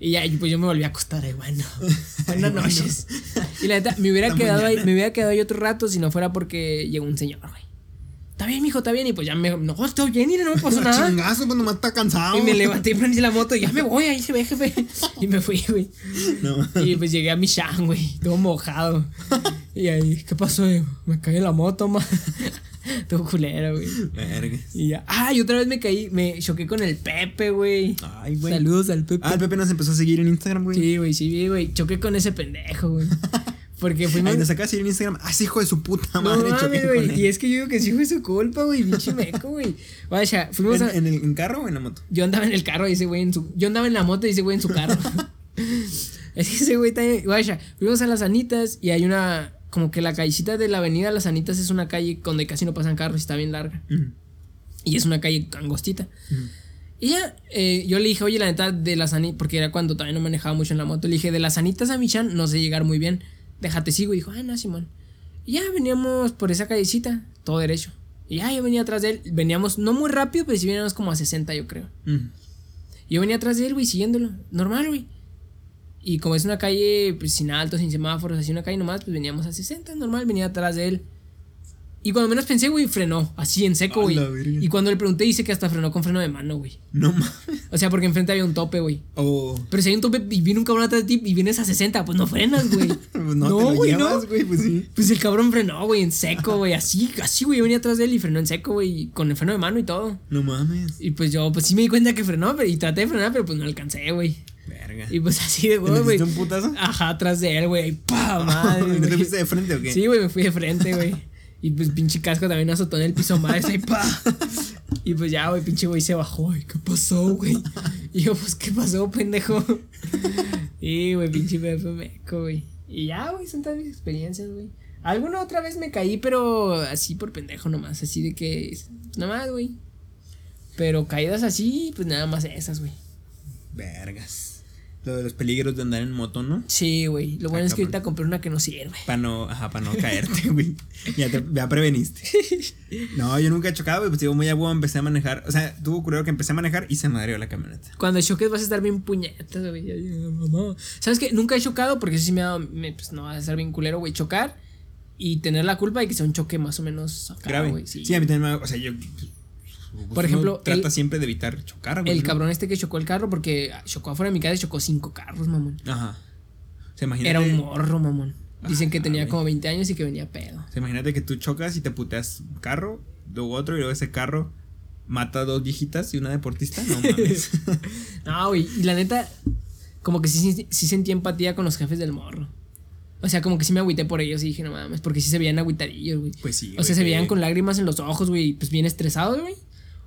y ya, y pues yo me volví a acostar, y bueno, buenas bueno. noches. Y la neta, me hubiera Hasta quedado ahí, mañana. me hubiera quedado ahí otro rato si no fuera porque llegó un señor, güey. Está bien, mijo, está bien. Y pues ya me, no, estoy bien, *laughs* y no me pasó Ah, nada. Chingazo, pues nomás está cansado. Y me levanté y prendí la moto y ya me voy, ahí se ve, jefe. Y me fui, güey. *laughs* No. Y pues llegué a mi chan, güey, todo mojado. Y ahí, ¿qué pasó? eh? Me caí de la moto, ma. *laughs* Todo culero, güey. Verga. Y ya. Ay, otra vez me caí, me choqué con el Pepe, güey. Ay, güey. Saludos al Pepe. Ah, el Pepe nos empezó a seguir en Instagram, güey. *laughs* Sí, güey, sí, güey. Choqué con ese pendejo, güey. Porque fuimos. Ay, nos acaba de seguir en Instagram. Ah, ese hijo de su puta No madre. mames, choqué con güey. él. Y es que yo digo que sí fue su culpa, güey. Pinche meco, güey. Vaya, fuimos ¿En, a. en el en carro o en la moto? Yo andaba en el carro, dice güey en su. Yo andaba en la moto, dice güey en *laughs* su carro. es que ese güey también. Vaya, fuimos a las Anitas y hay una. Como que la callecita de la avenida Las Anitas es una calle donde casi no pasan carros y está bien larga. Ujú, Y es una calle angostita. ujú. Y ya, eh, yo le dije, oye, la neta, de las anitas, porque era cuando también no manejaba mucho en la moto, le dije, de las anitas a Michan no sé llegar muy bien, déjate sigo. Y dijo, ah, no, Simón. Y ya veníamos por esa callecita, todo derecho. Y ya yo venía atrás de él, veníamos no muy rápido, pero sí veníamos como a 60, yo creo. Ujú. Y yo venía atrás de él, güey, siguiéndolo, normal, güey. Y como es una calle pues, sin altos, sin semáforos, así una calle nomás, pues veníamos a 60, normal, venía atrás de él. Y cuando menos pensé, güey, frenó, así en seco, A güey. la verga. Y cuando le pregunté, dice que hasta frenó con freno de mano, güey. No mames. O sea, porque enfrente había un tope, güey. O. Pero si hay un tope y viene un cabrón atrás de ti y vienes a 60, pues no frenas, güey. *laughs* Pues no, te lo güey, no. llevas, güey, pues sí. Pues el cabrón frenó, güey, en seco, güey. Así, así, güey. Yo venía atrás de él y frenó en seco, güey. y Con el freno de mano y todo. No mames. Y pues yo, pues sí me di cuenta que frenó, pero y traté de frenar, pero pues no alcancé, güey. Verga. Y pues así de ¿Te huevo, güey. metiste un putazo? Ajá, atrás de él, güey. ¡Pa, *laughs* ¿No *laughs* madre! te güey. *laughs* fuiste de frente o qué? Sí, güey, me fui de frente, güey. Y pues pinche casco también azotó en el piso más y pa. Y pues ya, güey, pinche güey se bajó. Ay, ¿Qué pasó, güey? Y yo, pues, ¿qué pasó, pendejo? Y, güey, pinche me fue meco, güey. Y ya, güey, son todas mis experiencias, güey. Alguna otra vez me caí, pero así por pendejo nomás. Así de que, nomás, güey. Pero caídas así, pues nada más esas, güey. Vergas. Lo de los peligros de andar en moto, ¿no? Sí, güey. Lo bueno es que Ah, cabrón. ahorita compré una que no sirve. Para no, ajá, para no caerte, *laughs* güey. Ya, te, ya *laughs* preveniste. No, yo nunca he chocado, güey. Pues digo, muy a huevo empecé a manejar. O sea, tuvo curioso que empecé a manejar y se madreó la camioneta. Cuando choques vas a estar bien puñetas, güey. Ay, mamá. ¿Sabes qué? Nunca he chocado porque eso sí me ha dado. me- pues no, va a estar bien culero, güey. Chocar y tener la culpa de que sea un choque más o menos acá, Grave. güey. sí. Sí. a mí también me ha- O sea, yo. pues, uno ejemplo, Trata el- siempre de evitar chocar, güey. el ¿no? cabrón este que chocó el carro porque chocó afuera de mi casa y chocó cinco carros, mamón. Ajá. O sea, imagínate. Era un morro, mamón. Dicen que Ah, tenía güey. como 20 años y que venía pedo. O sea, imagínate que tú chocas y te puteas un carro, luego otro, y luego ese carro mata a dos viejitas y una deportista. *laughs* No mames. No, güey. Y la neta, como que sí, sí, sí sentí empatía con los jefes del morro. O sea, como que sí me agüité por ellos y dije, no mames, porque sí se veían agüitadillos, güey. Pues sí. O sea, güey, se que- veían con lágrimas en los ojos, güey, pues bien estresados, güey.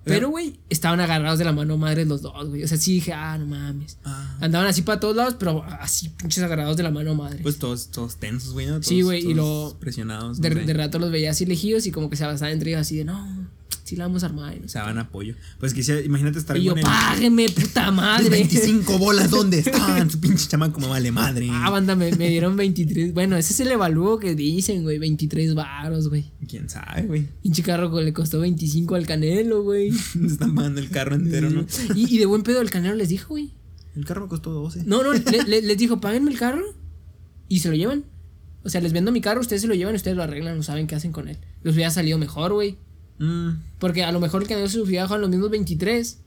Pero, güey, estaban agarrados de la mano madre los dos, güey. O sea, sí dije, ah, no mames. Ah, Andaban así para todos lados, pero así pinches agarrados de la mano madre. pues todos, todos tensos, güey. ¿no? Todos- Sí, güey, y todos lo- Presionados. de, no sé. de rato los veía así lejidos y como que se abrazaban entre ellos así de, no, sí la vamos a armar. Y, no O sé. sea, van apoyo. Pues quisiera, imagínate estar Y yo, con el. págueme, puta madre. 25 bolas, ¿dónde están? Su pinche chamán como vale madre. Ah, banda, me, me dieron 23. Bueno, ese es el evalúo que dicen, güey, 23 varos, güey. ¿Quién sabe, güey? *laughs* Pinche carro que le costó 25 al canelo, güey. Te están pagando el carro entero, ¿no? Y, y de buen pedo el canelo les dijo, güey. El carro me costó 12. No, no, le- le- les dijo, páguenme el carro y se lo llevan. O sea, les vendo mi carro, ustedes se lo llevan, ustedes lo arreglan, no saben qué hacen con él. Les hubiera salido mejor, güey. Mm, Porque a lo mejor el canal se hubiera dejado en los mismos 23,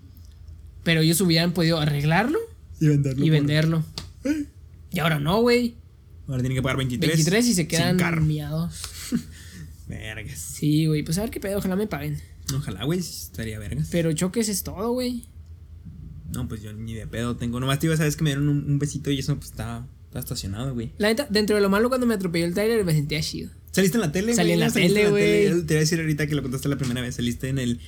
pero ellos hubieran podido arreglarlo y venderlo. por- y ¿Eh? venderlo. Y ahora no, güey. Ahora tienen que pagar 23. 23 y se Sin quedan carro. miados. Vergas. Sí, güey, pues a ver qué pedo, ojalá me paguen. Ojalá, güey, estaría vergas. Pero choques es todo, güey. No, pues yo ni de pedo tengo. Nomás te iba a saber que me dieron un, un besito y eso pues estaba, estaba estacionado, güey. La neta, dentro de lo malo, cuando me atropelló el Tyler me sentía chido. ¿Saliste en la tele, Salí en la ¿Saliste tele, güey. Yo Te iba a decir ahorita que lo contaste la primera vez. Saliste en el,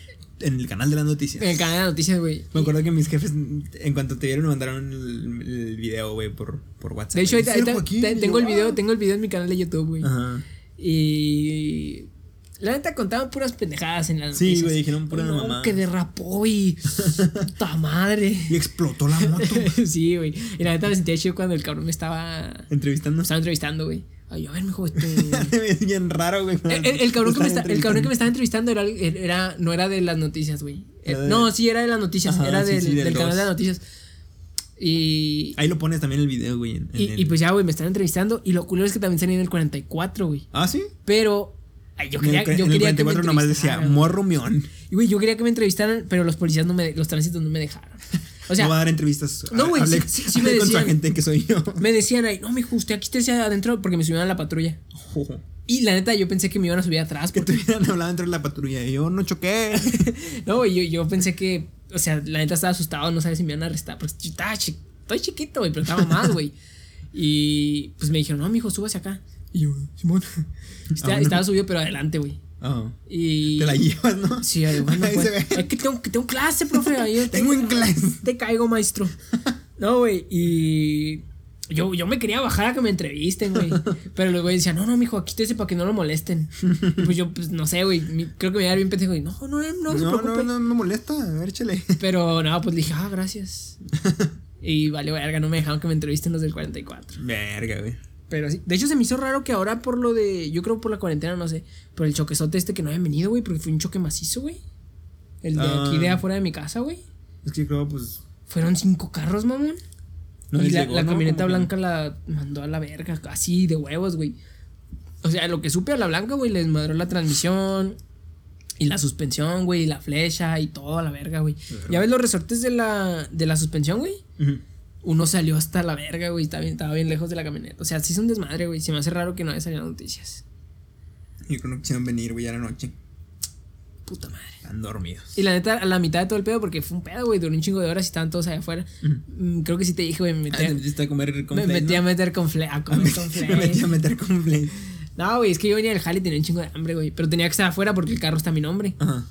en el canal de las noticias. En el canal de noticias, güey. Me acuerdo que mis jefes, en cuanto te vieron, me mandaron el, el video, güey, por, por WhatsApp. De hecho, ¿Es ahorita, el ahorita Joaquín? te- Y yo, tengo el video, ah. tengo el video en mi canal de YouTube, güey. Ajá. Y. La neta contaban puras pendejadas en las Sí, noticias. güey, dijeron pura No, mamá. Que *laughs* derrapó y. ¡Puta madre! *laughs* Y explotó la moto. sí, güey. Y la neta me sentía chido cuando el cabrón me estaba. Me Entrevistándonos. estaba entrevistando, güey. Ay, a ver, mijo, este. *laughs* es bien raro, güey. Eh, El, el- el cabrón que me está- el cabrón que me Ah, entrevistando. estaba entrevistando era, era- no era de las noticias, güey. Eh, Era de- No, sí, era de las noticias. Ajá, era sí, del, sí, del del canal de las dos. noticias. Y, Ahí lo pones también el video, güey. en- en y, el- y pues ya, güey, me están entrevistando. Y lo culero es que también salí en el 44, güey. Ah, sí. Pero ay, yo En el quería, cre- yo en el quería que me 44 nomás decía, entrevistaran. morro mión. Y, güey, yo quería que me entrevistaran, pero los policías no me, los tránsitos no me dejaron. O *laughs* no sea, ah. va a dar entrevistas. No, güey, Hablé- sí- sí- sí me hablé con su decían. agente que soy yo. me decían ahí, no, mijo, usted aquí esté adentro porque me subieron a la patrulla. Y la neta, yo pensé que me iban a subir atrás. *laughs* que te porque- hubieran hablado dentro de la patrulla. Y yo no *laughs* choqué. no, güey, yo, yo pensé que, o sea, la neta estaba asustado, no sabía si me iban a arrestar. Porque yo estaba chi- estoy chiquito, güey, pero estaba mal, güey. Y pues me dijeron, no, mijo, súbase acá. Y yo, Simón. Está- Ah, no. Estaba subido, pero adelante, güey. Oh. Y. Te la llevas, ¿no? *laughs* Sí, ahí, bueno, Ahí pues, se ve. Es que tengo, que tengo clase, profe. ahí- *laughs* Tengo en clase. Te caigo, maestro. No, güey. Y. Yo, yo me quería bajar a que me entrevisten, güey. Pero los güeyes decían, no, no, mijo, quítese para que no lo molesten. Y Pues yo, pues no sé, güey. mi- Creo que me iba a dar bien pendejo. Y no, no, no, no, No, se no, preocupe. no, no me molesta. A ver, *laughs* échale. Pero no, pues le dije, ah, gracias. Y vale, verga, no me dejaron que me entrevisten los del 44. Verga, güey. Pero sí. De hecho, se me hizo raro que ahora por lo de. Yo creo por la cuarentena, no sé. Por el choquezote este que no había venido, güey. Porque fue un choque macizo, güey. El de Ah. aquí de afuera de mi casa, güey. Es que yo creo, pues. Fueron cinco carros, mamón. no y les la, llegó, la ¿no? camioneta Como que- blanca la mandó a la verga, así de huevos, güey. O sea, lo que supe a la blanca, güey, le desmadró la transmisión y la suspensión, güey, y la flecha y todo a la verga, güey. Ya ves los resortes de la, de la suspensión, güey. Ujú. Uno salió hasta la verga, güey, estaba bien, estaba bien lejos de la camioneta. O sea, sí es un desmadre, güey. Se me hace raro que no haya salido noticias. Yo creo que no quisieron venir, güey, a la noche. Puta madre. Están dormidos. Y la neta, a la mitad de todo el pedo, porque fue un pedo, güey, duró un chingo de horas y estaban todos allá afuera. Mm, Creo que sí te dije, güey, me Ah, metí te a, metiste a comer con Ah, me metí a meter con a comer Me cornflakes. metí a meter con play. No, güey, es que yo venía del jale y tenía un chingo de hambre, güey. Pero tenía que estar afuera porque el carro está a mi nombre. Ajá.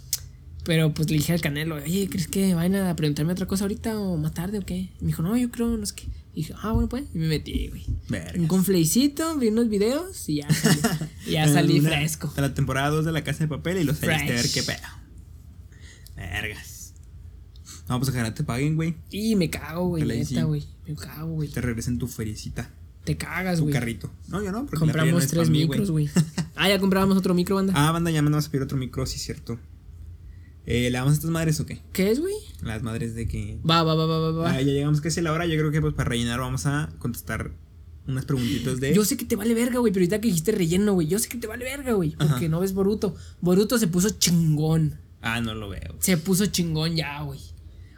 Pero pues le dije al canelo, oye, ¿crees que vayan a preguntarme otra cosa ahorita o más tarde o qué? Y me dijo, no, yo creo, no sé qué. Y dije, ah, bueno, pues. Y me metí, güey. Un Verga. conflecito, vi unos videos y ya salí, y ya *laughs* En salí una- fresco. hasta la temporada 2 de la casa de papel y los saliste a ver Fresh. qué pedo. Vergas. No, pues ojalá te paguen, güey. Y me cago, güey, Ojalá y sí. neta, güey. Me cago, güey. Te regresen tu feriecita, Te cagas, tu güey. carrito. No, yo no, porque la feria no Compramos es tres pa' mí, *laughs* micros, güey. Ah, ya comprábamos otro micro, banda. Ah, banda, ya me vas a pedir otro micro, sí, cierto. Eh, ¿Le damos a estas madres o qué? ¿Qué es, güey? Las madres de que. Va, va, va, va, va, va. Ah, ya llegamos casi a la hora. Yo creo que pues para rellenar vamos a contestar unas preguntitas de. Yo sé que te vale verga, güey, pero ahorita que dijiste relleno, güey, yo sé que te vale verga, güey, porque Ajá. no ves Boruto. Boruto se puso chingón. Ah, no lo veo. Se puso chingón ya, güey.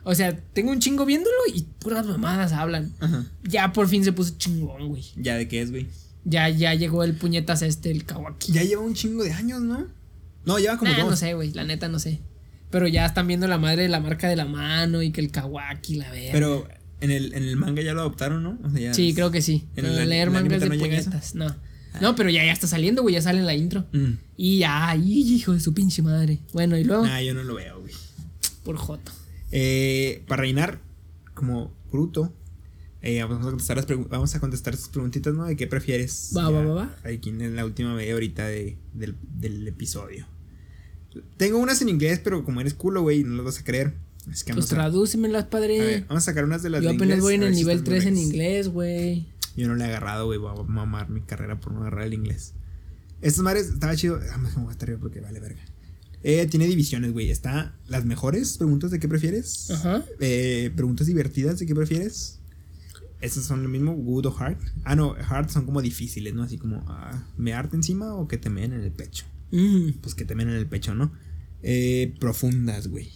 O sea, tengo un chingo viéndolo y puras mamadas hablan. Ajá. Ya por fin se puso chingón, güey. ¿Ya de qué es, güey? Ya, ya llegó el puñetas este, el Kawaki. Ya lleva un chingo de años, ¿no? No, lleva como Nah, dos. no sé, güey, la neta no sé. Pero ya están viendo la madre de la marca de la mano y que el Kawaki, la verga. Pero en el, en el manga ya lo adoptaron, ¿no? O sea, ya sí, es- creo que sí. ¿En Pero el- leer en el mangas de anime no llega eso? Ah. puñetas, no. No, pero ya, ya está saliendo, güey, ya sale en la intro. Mm. Y ya, ay, hijo de su pinche madre. Bueno, y luego, Nah, yo no lo veo, güey. por Joto. Eh, para reinar, como bruto, eh, vamos, a contestar las pregu- vamos a contestar sus preguntitas, ¿no? ¿De qué prefieres? Va, va, va, va. Aquí en la última media horita de- del, del episodio. Tengo unas en inglés, pero como eres culo, güey, no las vas a creer. Así que vamos, Pues a, tradúcemelas, a ver, padre. vamos a sacar unas de las Yo de apenas inglés, voy en a el ver si nivel están 3 en vergas. inglés, güey. Yo no le he agarrado, güey. Voy a mamar mi carrera por no agarrar el inglés. Estas madres estaba chido. Ah, me voy a estar arriba porque vale verga. Eh, tiene divisiones, güey. Está las mejores preguntas de qué prefieres. Ajá. Eh, preguntas divertidas de qué prefieres. Estas son lo mismo, good o hard. Ah, no, hard son como difíciles, ¿no? Así como, ah, mearte encima o que te meen en el pecho. Mm. Pues que te meen en el pecho, ¿no? Eh, profundas, güey.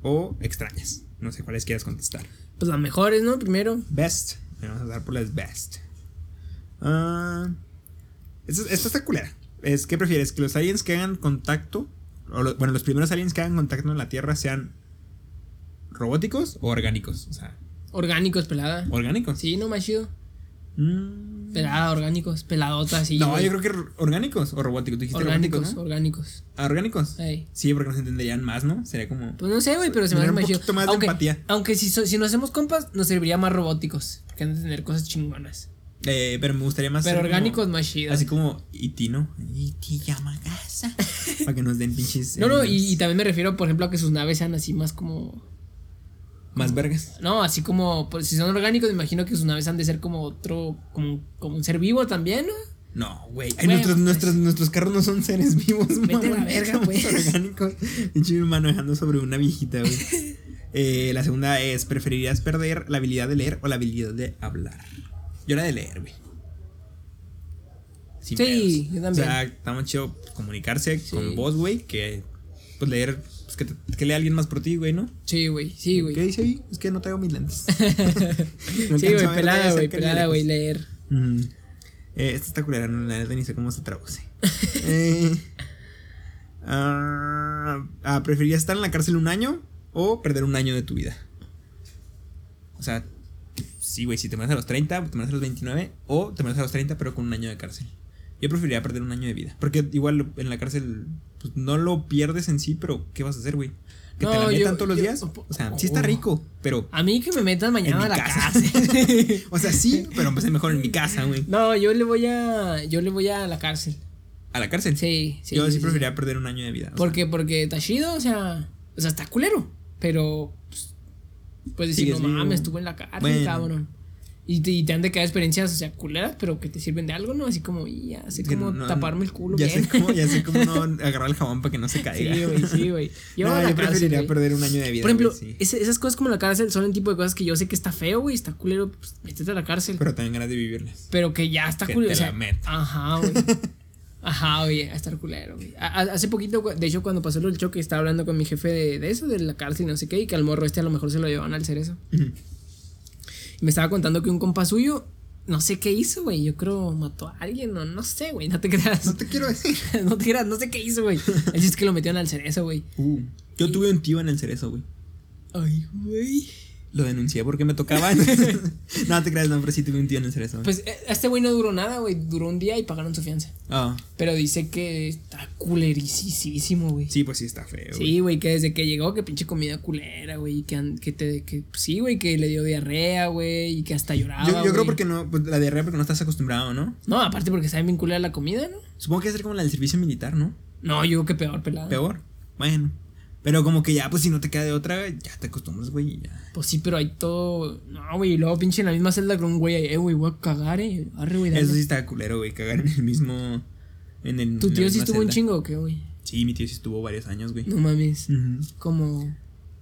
O extrañas. No sé cuáles quieras contestar. Pues las mejores, ¿no? Primero. Best. Le vamos a dar por las best. Ah, esta, esta está culera. Es, ¿Qué prefieres? ¿Que los aliens que hagan contacto? o lo- bueno, los primeros aliens que hagan contacto en la Tierra sean robóticos o orgánicos. O sea, Orgánicos, pelada. orgánicos. Sí, no más chido. Mm, Pelada, orgánicos. Peladota, ah, sí. no, güey. yo creo que r- orgánicos o robóticos. Tú dijiste Orgánicos, robóticos, ¿no? orgánicos. Ah, orgánicos. Ey. Sí, porque nos entenderían más, ¿no? Sería como. Pues no sé, güey, pero se me Tener hace un más chido. poquito más de aunque empatía. aunque si, so- si nos hacemos compas, nos serviría más robóticos. Porque han de tener cosas chingonas. Eh, pero me gustaría más. Pero ser como- orgánicos más chido. Así como Iti, ¿no? Iti llama *laughs* casa. Para que nos den pinches. no, no, eh, y, y también me refiero, por ejemplo, a que sus naves sean así más como Más vergas. No, así como, pues, si son orgánicos, me imagino que sus naves han de ser como otro, como, como un ser vivo también, ¿no? No, güey. Ay, Bueno, nuestros, pues. nuestros, nuestros carros no son seres vivos, Vete a la mamón. verga, Somos pues. orgánicos. Pinche mi manejando sobre una viejita, güey. *laughs* Eh, la segunda es: ¿preferirías perder la habilidad de leer o la habilidad de hablar? Yo la de leer, güey. Sin Sí, pedos. yo también. O sea, está más chido comunicarse con vos, güey, que pues leer, pues, que, te- que lea alguien más por ti, güey, ¿no? Sí, güey, sí, güey. ¿Qué dice ahí? Es que no traigo mis *laughs* lentes. *laughs* No Sí, alcanzo a güey, ver pelada, de güey, cerca ni pelada, lejos. güey, leer. Mm. Eh, esta está culera, no, la neta ni sé cómo se traduce. *laughs* Eh, ah, ah, ¿Preferirías estar en la cárcel un año o perder un año de tu vida? O sea, sí, güey, si te mueres a los 30, te mueres a los 29 o te mueres a los 30 pero con un año de cárcel. Yo preferiría perder un año de vida. Porque igual en la cárcel pues, no lo pierdes en sí, pero ¿qué vas a hacer, güey? ¿Que te No, la yo- metan todos los yo- días? O sea, sí está oh. rico, pero A mí que me metan en mañana mi a la casa. casa. *laughs* o sea, sí, pero empecé mejor *laughs* en mi casa, güey. no, yo le voy a. Yo le voy a la cárcel. A la cárcel. Sí, sí. Yo sí, sí, preferiría perder un año de vida. o sea. Porque, porque está chido, o sea. O sea, está culero. Pero. Pues, puedes decir, Sigues no vivo". mames, estuve en la cárcel, Bueno. cabrón. Y te, y te han de quedar experiencias, o sea, culeras, pero que te sirven de algo, ¿no? Así como, y ya sé Que cómo no- taparme el culo. Ya bien. sé cómo, ya sé cómo *laughs* no agarrar el jabón para que no se caiga. Sí, güey, sí, güey. Yo, *laughs* Yo, no, a la yo cárcel, preferiría güey. perder un año de vida. Por ejemplo, güey, sí. ese- esas cosas como la cárcel son el tipo de cosas que yo sé que está feo, güey, está culero, pues métete a la cárcel. Pero, Pero también ganas de vivirlas. que ya está Que culero. te o sea, la metan. Ajá, *laughs* güey. Ajá, güey, a estar culero, güey. A- a- Hace poquito, güey, de hecho, cuando pasó el choque, estaba hablando con mi jefe de, de eso, de la cárcel y no sé qué, y que al morro este a lo mejor se lo llevaban al cerezo. Ujú. Y me estaba contando que un compa suyo, no sé qué hizo, güey. Yo creo mató a alguien, o no sé, güey, no te creas. No te quiero decir. *laughs* no te creas, no sé qué hizo, güey. El chiste es que lo metieron al cerezo, güey. Uh, yo tuve un tío en el cerezo, güey. Ay, güey. Lo denuncié porque me tocaba. *laughs* *laughs* no te creas, no, pero sí tuve un tío en el cerezo. güey. Pues eh, este güey no duró nada, güey. Duró un día y pagaron su fianza. Ah, Pero dice que está culerísimo, güey. sí, pues sí está feo. güey. Sí, güey, que desde que llegó, que pinche comida culera, güey. Que, an- que te. Que, pues sí, güey, que le dio diarrea, güey. Y que hasta lloraba. Yo, yo creo güey. porque no, pues, la diarrea porque no estás acostumbrado, ¿no? No, aparte porque saben bien culera la comida, ¿no? Supongo que es como la del servicio militar, ¿no? No, yo creo que peor, pelada. Peor. Bueno. Pero como que ya, pues si no te queda de otra, ya te acostumbras, güey, y ya. Pues sí, pero hay todo. No, güey. Y luego pinche en la misma celda con un güey ahí, eh, güey, voy a cagar, eh. Arre, güey. dale. Eso sí está culero, güey, cagar en el mismo. En el, ¿Tu en la tío sí misma estuvo un celda. chingo o qué, güey? Sí, mi tío sí estuvo varios años, güey. No mames. Ujú. Como.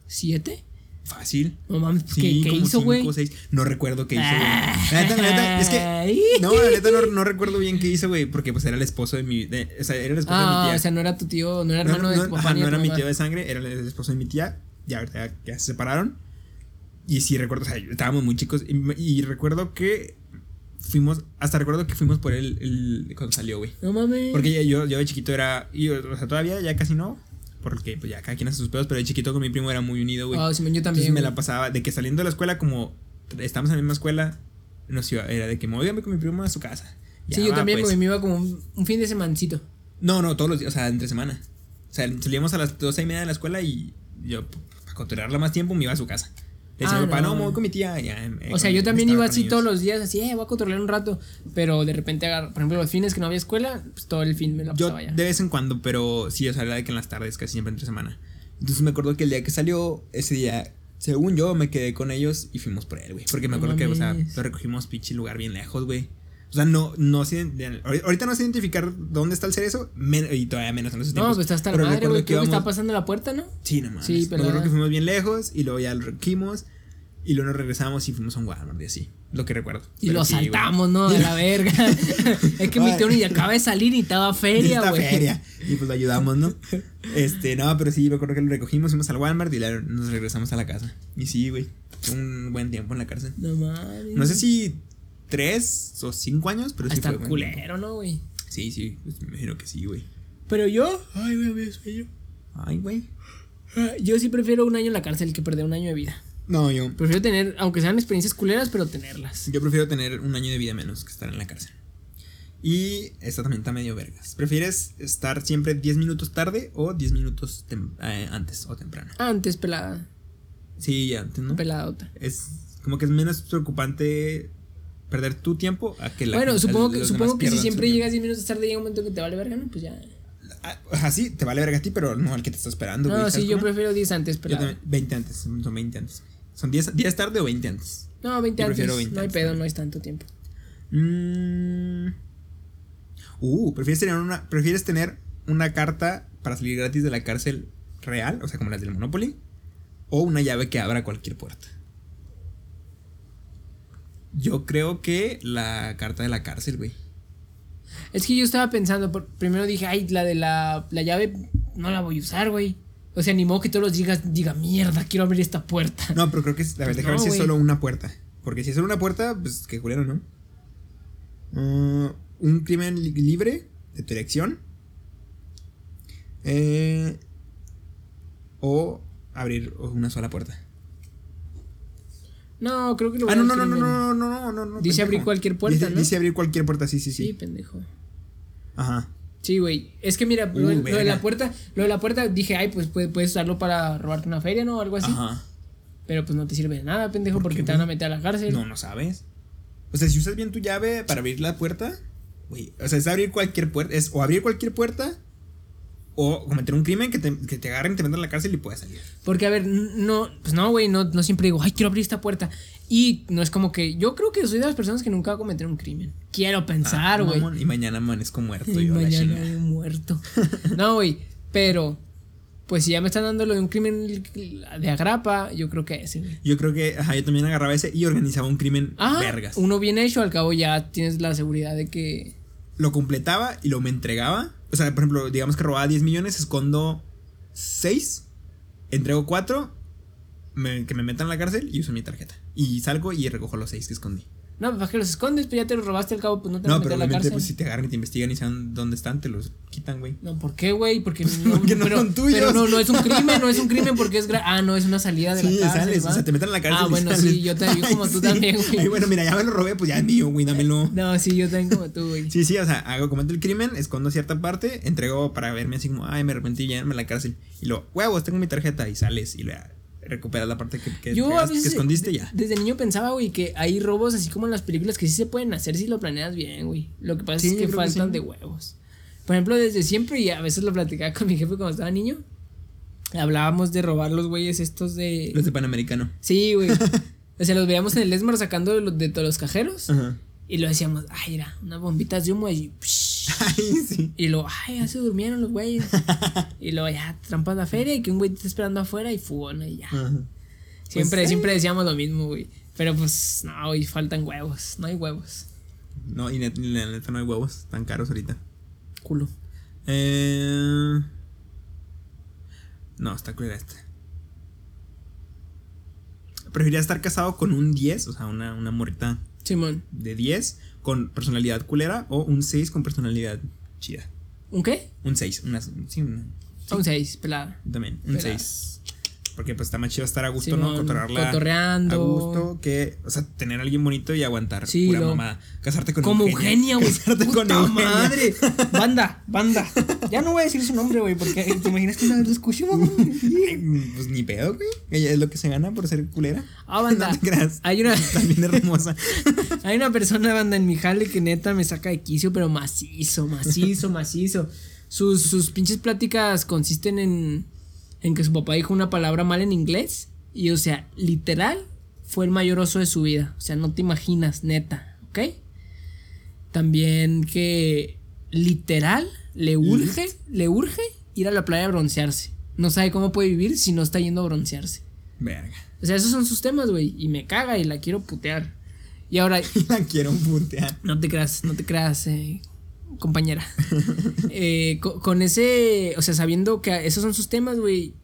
¿Siete? Fácil. No mames, pues, Sí, ¿qué, qué como hizo, güey? cinco, seis. No recuerdo qué hizo, güey. Ah. La neta, la neta, es Ay. que. No, la neta no, no recuerdo bien qué hizo, güey. Porque pues era el esposo de mi. de- o sea, era el esposo de mi Ah, tía. o sea, no era tu tío, no era No, hermano no, de tu papá ajá, ni no de tu era mi mamá. tío de sangre, era el esposo de mi tía. Ya, ahorita ya, se separaron. Y sí recuerdo, o sea, estábamos muy chicos. Y, me- y recuerdo que fuimos, hasta recuerdo que fuimos por él el, cuando salió, güey. No mames. Porque ya- yo, yo de chiquito era, y, o sea, todavía ya casi no. Porque pues ya cada quien hace sus pedos, pero de chiquito con mi primo era muy unido, güey. Ah, Simón, yo Entonces también. me la güey. pasaba de que saliendo de la escuela, como estamos en la misma escuela, no sé, era de que me voy a ir con mi primo a su casa. Ya sí, yo va, también, pues. porque me iba como un, un fin de semancito. No, no, todos los días, o sea, entre semana. O sea, salíamos a las doce y media de la escuela y yo, p- para controlarla más tiempo, me iba a su casa. Le decía a Ah, mi papá, no. no, me voy con mi tía. y ya, eh, O sea, con- yo también estaba iba con así ellos. todos los días, así, eh, voy a controlar un rato. Pero de repente, agarro- por ejemplo, los fines que no había escuela, pues todo el fin me la Yo pasaba ya. de vez en cuando, pero sí, o sea, era de que en las tardes, casi siempre entre semana. Entonces me acuerdo que el día que salió, ese día, según yo, me quedé con ellos y fuimos por él, güey. Porque me No acuerdo que, o sea, mames. lo recogimos pinche lugar bien lejos, güey. O sea, no, no sé, de- ahori- ahorita no sé identificar dónde está el cerezo, men- y todavía menos en esos No, tiempos. pues está hasta la Pero madre, recuerdo güey. Creo que íbamos- está pasando la puerta, ¿no? Sí, no mames. Sí, Me acuerdo pelada. que fuimos bien lejos y luego ya lo recogimos y luego nos regresamos y fuimos a un Walmart y así. Lo que recuerdo. Y Pero lo sí, güey. *laughs* saltamos, ¿no? A la verga. *laughs* es que mi Ay. tío ni acaba de salir y estaba feria, Esta güey. feria. Y pues lo ayudamos, ¿no? Este, no, pero sí, me acuerdo que lo recogimos, fuimos al Walmart y luego nos regresamos a la casa. Y sí, güey. fue Un buen tiempo en la cárcel. No mames. No sé si tres o cinco años, pero sí Está fue buen tiempo. culero, ¿no, güey? Sí, sí, pues me imagino que sí, güey. Pero yo. Ay, güey, güey, sueño. Ay, güey. Ah, Yo sí prefiero un año en la cárcel que perder un año de vida. No, yo. Prefiero tener, aunque sean experiencias culeras, pero tenerlas. Yo prefiero tener un año de vida menos que estar en la cárcel. Y esta también está medio vergas. ¿Prefieres estar siempre 10 minutos tarde o 10 minutos tem- eh, antes o temprano? Antes pelada, Sí, antes, ¿no? peladota. Es como que es menos preocupante perder tu tiempo a que la bueno, gente- supongo los que, demás supongo que si pierdan su siempre tiempo. llegas 10 minutos tarde, llega un momento que te vale verga, ¿no? Pues ya. Ah, Así, te vale verga a ti, pero no al que te está esperando. No, güey, sí, ¿sabes yo cómo? prefiero 10 antes Yo pelada. también, 20 antes, son 20 antes. ¿Son 10, 10 tarde o 20 antes? No, 20 Yo antes. prefiero 20 no hay antes pedo, también. no es tanto tiempo. Mm. Uh, ¿prefieres tener, una, ¿prefieres tener una carta para salir gratis de la cárcel real? O sea, como las del Monopoly. O una llave que abra cualquier puerta. Yo creo que la carta de la cárcel, güey. Es que yo estaba pensando, por- primero dije, ay, la de la, la llave no la voy a usar, güey. O sea, ni modo que todos los digas, diga, mierda, quiero abrir esta puerta. *laughs* No, pero creo que es. A ver, Pues déjame ver no, si es güey. solo una puerta. Porque si es solo una puerta, pues qué culero, ¿no? Uh, un crimen li- libre de tu elección. Eh, o abrir una sola puerta. No, creo que lo voy Ah, a no, no, no, dejar no, en- no, no, no, no, no. Dice pendejo. abrir cualquier puerta, dice, ¿no? Dice abrir cualquier puerta, sí, sí, Sí, sí. pendejo. Ajá. Sí, güey. Es que mira, Uh, lo, de- lo de verga. la puerta, lo de la puerta dije, ay, pues puede- puedes usarlo para robarte una feria, ¿no? O algo así. Ajá. Pero pues no te sirve de nada, pendejo, ¿Por porque qué, te güey? van a meter a la cárcel. No, no sabes. O sea, si usas bien tu llave para abrir la puerta, güey, o sea, es abrir cualquier puerta, es o abrir cualquier puerta o cometer un crimen que te, que te agarren, te metan a la cárcel y puedas salir. Porque, a ver, n- no, pues no, güey, no, no siempre digo, ay, quiero abrir esta puerta. Y no es como que, yo creo que soy de las personas que nunca va a cometer un crimen. Quiero pensar, Ah, güey. mamón, y mañana amanezco muerto Y *laughs* y yo a la mañana chingada. he muerto. No, güey, pero, pues si ya me están dando lo de un crimen de agrapa, yo creo que ese, güey. Yo creo que ajá, yo también agarraba ese y organizaba un crimen Ah, vergas. uno bien hecho, al cabo ya tienes la seguridad de que... Lo completaba y lo me entregaba. O sea, por ejemplo, digamos que robaba 10 millones, escondo 6, entrego 4, me- que me metan a la cárcel y uso mi tarjeta. Y salgo y recojo los 6 que escondí. No, pues ¿para qué los escondes? Pues ya te los robaste al cabo, pues no te No, van a meter pero a la obviamente cárcel. pues, si te agarran y te investigan y saben dónde están, te los quitan, güey. No, ¿por qué, güey? Porque, Pues no, porque no pero, son tuyos. pero no, no es un crimen, no *laughs* es un crimen porque es... gra- Ah, no, es una salida de Sí, la cárcel, sales, ¿va? o sea, te meten a la cárcel. Ah, y bueno, sales. sí, yo *laughs* también, Ay, como tú sí. también, Ay, güey. bueno, mira, ya me lo robé, pues ya es mío, güey, dámelo. No, sí, yo también como tú, güey. Sí, sí, o sea, hago, cometo el crimen, escondo cierta parte, entrego para verme así como, ay, me arrepentí, llévenme a la cárcel. Y luego, huevos, tengo mi tarjeta y sales y la- recuperas la parte que, que, Yo a entregaste- que veces escondiste de- ya. desde niño pensaba, güey, que hay robos así como en las películas que sí se pueden hacer si lo planeas bien, güey. Lo que pasa Sí, es yo que creo que faltan sí. de huevos. Por ejemplo, desde siempre, y a veces lo platicaba con mi jefe cuando estaba niño, hablábamos de robar los güeyes estos de... Los de Panamericano. Sí, *laughs* güey. o sea, los veíamos en el Esmar sacando de, los- de todos los cajeros Ajá. y lo decíamos, ay, mira, unas bombitas de humo y... psh". *laughs* Ay, sí. Y lo, ay, ya se durmieron *laughs* los güeyes. y lo, ya, trampas la feria y que un güey te está esperando afuera y fugona y ya. Ajá. Siempre, Pues, sí. siempre decíamos lo mismo, güey. Pero pues, no, güey, faltan huevos. No hay huevos. No, y net- la neta no hay huevos tan caros ahorita. Culo. Eh... No, está cruel este. esta. Preferiría estar casado con un 10, o sea, una, una morrita Simón. de 10 con personalidad culera o un 6 con personalidad chida. ¿Un qué? Un 6, una, sí, una- A Un 6, pelada. también, un Pelada. 6. Porque pues está más chido estar a gusto, ¿no? Simón, Cotorrearla cotorreando. a gusto que, o sea, tener a alguien bonito y aguantar Sí, pura lo- mamá. Casarte con Como Eugenia, güey. *laughs* Casarte ¡Puta con Eugenia. madre! Banda, banda. Ya no voy a decir su nombre, güey, porque te imaginas que una vez lo escuchemos. *laughs* *laughs* Pues ni pedo, güey. Ella es lo que se gana por ser culera. Ah, banda. No te creas. Hay una- *laughs* También hermosa. Hay una persona, banda, en mi jale que neta me saca de quicio, pero macizo, macizo, macizo. Sus, sus pinches pláticas consisten en, en que su papá dijo una palabra mal en inglés. Y, o sea, literal, fue el mayor oso de su vida. O sea, no te imaginas, neta, ¿ok? También que literal le urge, le urge ir a la playa a broncearse. No sabe cómo puede vivir si no está yendo a broncearse. *laughs* Verga. O sea, esos son sus temas, güey. Y me caga y la quiero putear. Y ahora, La quiero puntear. no te creas, no te creas, eh, compañera. Eh, co- con, ese, o sea, sabiendo que esos son sus temas, güey,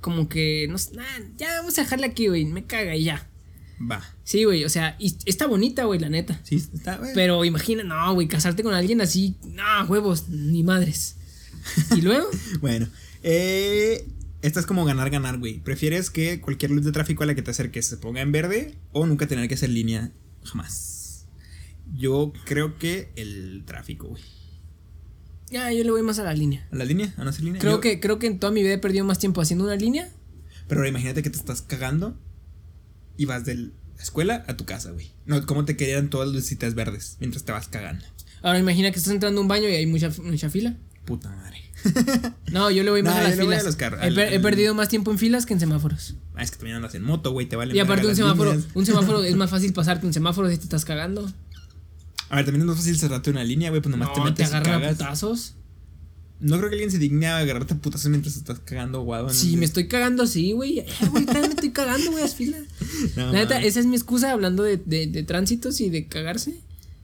como que, no sé, nah, ya vamos a dejarla aquí, güey, me caga y ya. Va. Sí, güey, o sea, y está bonita, güey, la neta. Sí, está, güey. Pero imagina, no, güey, casarte con alguien así, no, huevos, ni madres. Y luego, Bueno, eh, esta es como ganar, ganar, güey. ¿Prefieres que cualquier luz de tráfico a la que te acerques se ponga en verde o nunca tener que hacer línea jamás? Yo creo que el tráfico, güey. ya, yo le voy más a la línea. ¿A la línea? ¿A no hacer línea? Creo Yo- que, creo que en toda mi vida he perdido más tiempo haciendo una línea. Pero ahora imagínate que te estás cagando y vas de la escuela a tu casa, güey. No, ¿cómo te querían todas las lucitas verdes mientras te vas cagando? Ahora imagina que estás entrando a un baño y hay mucha, mucha fila. Puta madre. No, yo le voy más No, a yo las le voy a filas. los carros, he, al- per- he al- perdido más tiempo en filas que en semáforos. Ah, es que también andas en moto, güey, te vale Y aparte verga un las semáforo, líneas. *laughs* un semáforo es más fácil pasarte un semáforo si te estás cagando. A ver, también es más fácil cerrarte una línea, güey, pues nomás No, te te, metes y agarran a cagas. putazos. No creo que alguien se digne a agarrarte a putazos mientras estás cagando, guado. Sí, *laughs* me estoy cagando así, güey. Eh, güey, *laughs* también me estoy cagando, güey, las filas. No, La neta, mames. esa es mi excusa hablando de, de, de tránsitos y de cagarse.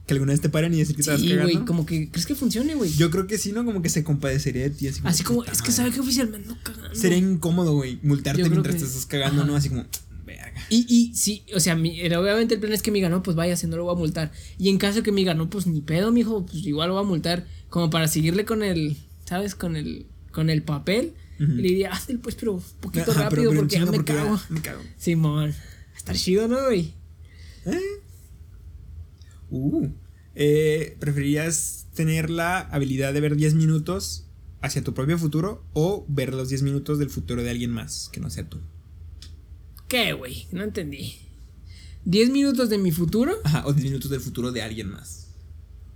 Que alguna vez te paren y decir que estás Sí, cagando. güey, como que, ¿crees que funcione, güey? Yo creo que sí, ¿no? Como que se compadecería de ti. Así como, Así como, puta es que madre. sabe que oficialmente ando cagando. Sería incómodo, güey, multarte Yo creo mientras que- te estás cagando, Ajá. ¿no? Así como, verga. Y, y sí, o sea, mi- era- obviamente el plan es que me diga, no, pues vaya, si no lo voy a multar. Y en caso que me diga, no, pues ni pedo, mijo, pues igual lo voy a multar. Como para seguirle con el, ¿sabes? Con el, con el papel. Ujú. Y le diría, hazte pues, pero un poquito Ajá, rápido en porque ya chinga, me porque ya cago. *laughs* Me cago. Simón, estar chido, ¿no, güey? ¿Eh? Uh. eh, ¿preferirías tener la habilidad de ver 10 minutos hacia tu propio futuro o ver los 10 minutos del futuro de alguien más que no sea tú? ¿Qué, güey? No entendí. ¿10 minutos de mi futuro? Ajá, o 10 minutos del futuro de alguien más.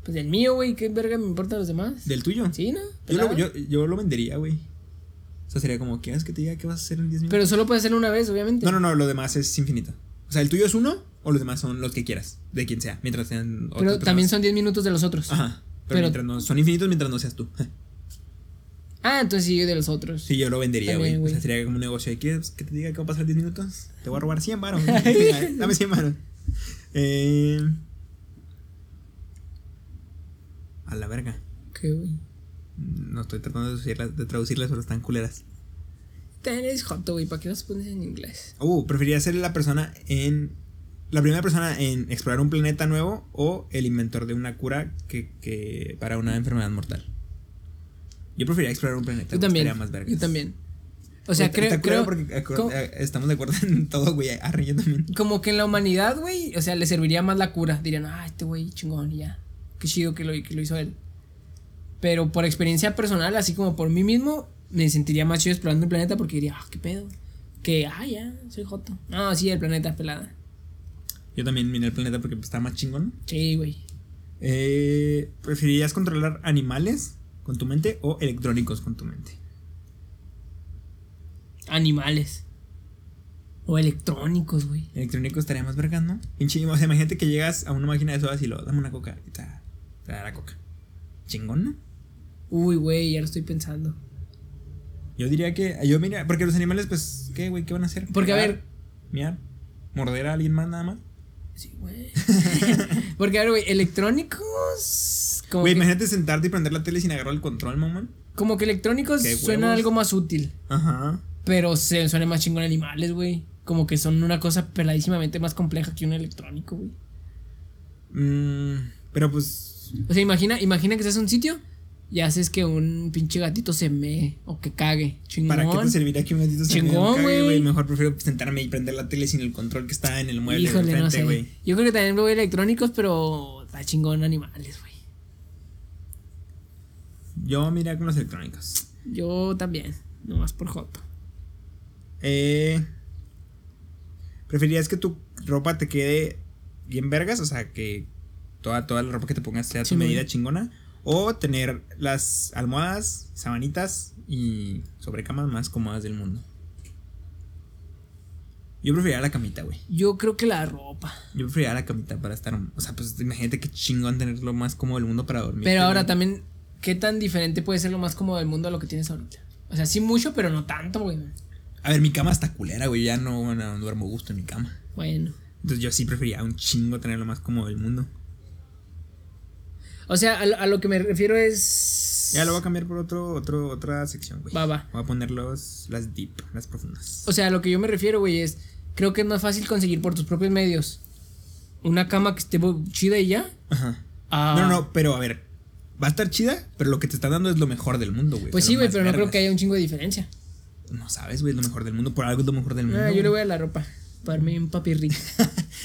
Pues del mío, güey. ¿Qué verga me importan los demás? ¿Del tuyo? Sí, ¿no? Yo lo, Pelada. yo, yo lo vendería, güey. O sea, sería como, ¿quieres que te diga qué vas a hacer en 10 minutos? Pero solo puede hacerlo una vez, obviamente. no, no, no, lo demás es infinito. O sea, el tuyo es uno o los demás son los que quieras, de quien sea, mientras sean otras Pero también personas. son 10 minutos de los otros. Ajá. Pero, pero- mientras no, son infinitos mientras no seas tú. *laughs* Ah, entonces sí, de los otros. Sí, yo lo vendería, También, güey. O sea, güey. sería como un negocio de que, que te diga que va a pasar 10 minutos. Te voy a robar 100 *laughs* varos. Dame 100 varos. Eh, a la verga. ¿Qué, güey? No estoy tratando de traducirlas, de traducirlas pero están culeras. También eres joto, güey. ¿Para qué las pones en inglés? Uh, preferiría ser la persona en. La primera persona en explorar un planeta nuevo o el inventor de una cura que, que para una enfermedad mortal. Yo preferiría explorar un planeta. Yo también. estaría Más vergas. Yo también. O sea, Está- creo, está culero creo porque acu- co- eh, estamos de acuerdo en todo, güey. Arre, yo también. como que en la humanidad, güey, o sea, le serviría más la cura. Dirían, ah, este güey chingón, y ya. Qué chido que lo, que lo hizo él. Pero por experiencia personal, así como por mí mismo, me sentiría más chido explorando el planeta porque diría, ah, qué pedo. Que, ah, ya, soy Joto. No, sí, el planeta pelada. Yo también miré el planeta porque está más chingón. Sí, güey. Eh, ¿Preferirías controlar animales con tu mente o electrónicos con tu mente? Animales. O electrónicos, güey. Electrónicos estaría más vergas, ¿no? Pinche, o sea, imagínate que llegas a una máquina de sodas y lo dame una coca y te, da- te da la coca. Chingón, ¿no? Uy, güey, ya lo estoy pensando. Yo diría que. Yo mira, porque los animales, pues, ¿qué, güey? ¿Qué van a hacer? Porque, a Cagar, ver. Miar, morder a alguien más nada más. Sí, güey. *laughs* porque, a ver, güey, electrónicos. Como Güey, que- imagínate sentarte y prender la tele sin agarrar el control, mamón. Como que electrónicos Qué suena huevos. algo más útil, Ajá. pero se suena más chingón animales, güey. Como que son una cosa peladísimamente más compleja que un electrónico, güey. Mm, pero pues. O sea, imagina, imagina que estás en un sitio y haces que un pinche gatito se mee o que cague. Chingón. ¿Para qué te servirá que un gatito se me Chingón, cague, güey. Mejor prefiero sentarme y prender la tele sin el control que está en el mueble de Híjole, no enfrente, sé. güey. Yo creo que también veo electrónicos, pero está chingón animales, güey. Yo mira con los electrónicos. Yo también, nomás por joto. Eh, ¿Preferirías que tu ropa te quede bien vergas? O sea, que toda, toda la ropa que te pongas sea a tu Chingón. medida chingona. O tener las almohadas, sabanitas y sobrecamas más cómodas del mundo. Yo preferiría la camita, güey. Yo creo que la ropa. Yo preferiría la camita para estar. O sea, pues imagínate qué chingón tener lo más cómodo del mundo para dormir. Pero ahora güey. también, ¿qué tan diferente puede ser lo más cómodo del mundo a lo que tienes ahorita? O sea, sí mucho, pero no tanto, güey. A ver, mi cama está culera, güey. Ya no, no duermo a gusto en mi cama. Bueno. Entonces yo sí prefería un chingo tener lo más cómodo del mundo. O sea, a lo, a lo que me refiero es. Ya lo voy a cambiar por otro, otro, otra sección, güey. Va, va. Voy a poner los, las deep, las profundas. O sea, a lo que yo me refiero, güey, es. Creo que es más fácil conseguir por tus propios medios una cama que esté bu- chida y ya. Ajá. Ah, No, no, no, pero a ver. Va a estar chida, pero lo que te está dando es lo mejor del mundo, güey. O Pues sea, sí, lo güey, más pero no creo vergas. que haya un chingo de diferencia. No sabes, güey, es lo mejor del mundo. Por algo es lo mejor del mundo. Ah, yo le güey. voy a la ropa. Para mí, *laughs* un papirrito.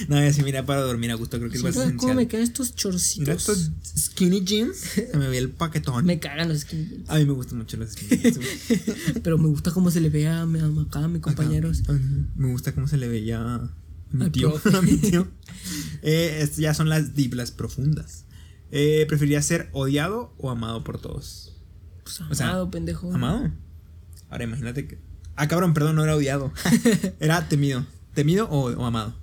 no, ya sí, mira, para dormir a gusto, creo que es Sí, más güey, ¿Cómo me esencial. cagan estos Mira chorcitos? estos skinny jeans. Se me ve el paquetón. *laughs* Me cagan los skinny jeans, A mí me gustan mucho los skinny jeans, güey. Pero me gusta cómo se le ve a, mi- a acá a mis compañeros. Ajá. Me gusta cómo se le veía a mi Al tío. profe. *laughs* a mi *laughs* tío. Eh, es- ya son las deep, las profundas. Eh, ¿Preferirías ser odiado o amado por todos? Pues O sea, amado, pendejo. ¿Amado? Ahora imagínate que. Ah, cabrón, perdón, no era *laughs* odiado. era temido. ¿Temido o, o amado?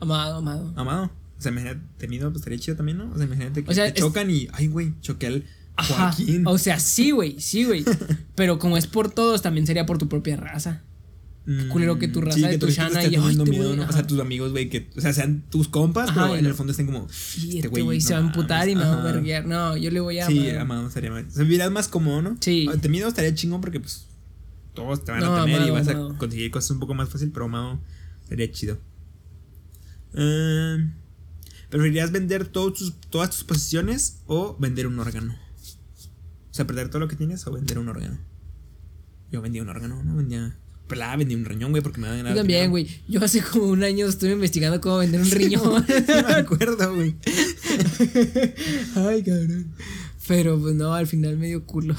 Amado, amado. Amado. O sea, imagínate, temido, pues estaría chido también, ¿no? O sea, imagínate que O sea, te es- chocan y. Ay, güey, choqué al Ajá. Joaquín. O sea, sí, güey, *laughs* sí, güey. Pero como es por todos, también sería por tu propia raza. Mm, culero que tu raza de gente tu te esté shana y, ay, teniendo este miedo, güey, ¿no? O ajá. sea, tus amigos, güey, que, o sea, sean tus compas, Ajá, pero y en el lo- fondo estén como, Y este güey se no va a emputar y me mames, va a ajá. verguear. No, yo le voy a. Sí, amado estaría mal. Se vivirás más cómodo, ¿no? Sí. Ah, Temido estaría chingón porque, pues, todos te van No, a temer y amado, vas a amado. conseguir cosas un poco más fácil, pero amado sería chido. Eh, ¿Preferirías vender todos tus- todas tus posesiones o vender un órgano? O sea, perder todo lo que tienes o vender un órgano. Yo vendía un órgano, no vendía. Pelá, vendí un riñón, güey, porque me daban *laughs* Yo también, güey. Yo hace como un año estuve investigando cómo vender un riñón. Sí me acuerdo, güey. *laughs* Ay, cabrón. Pero pues no, al final medio culo.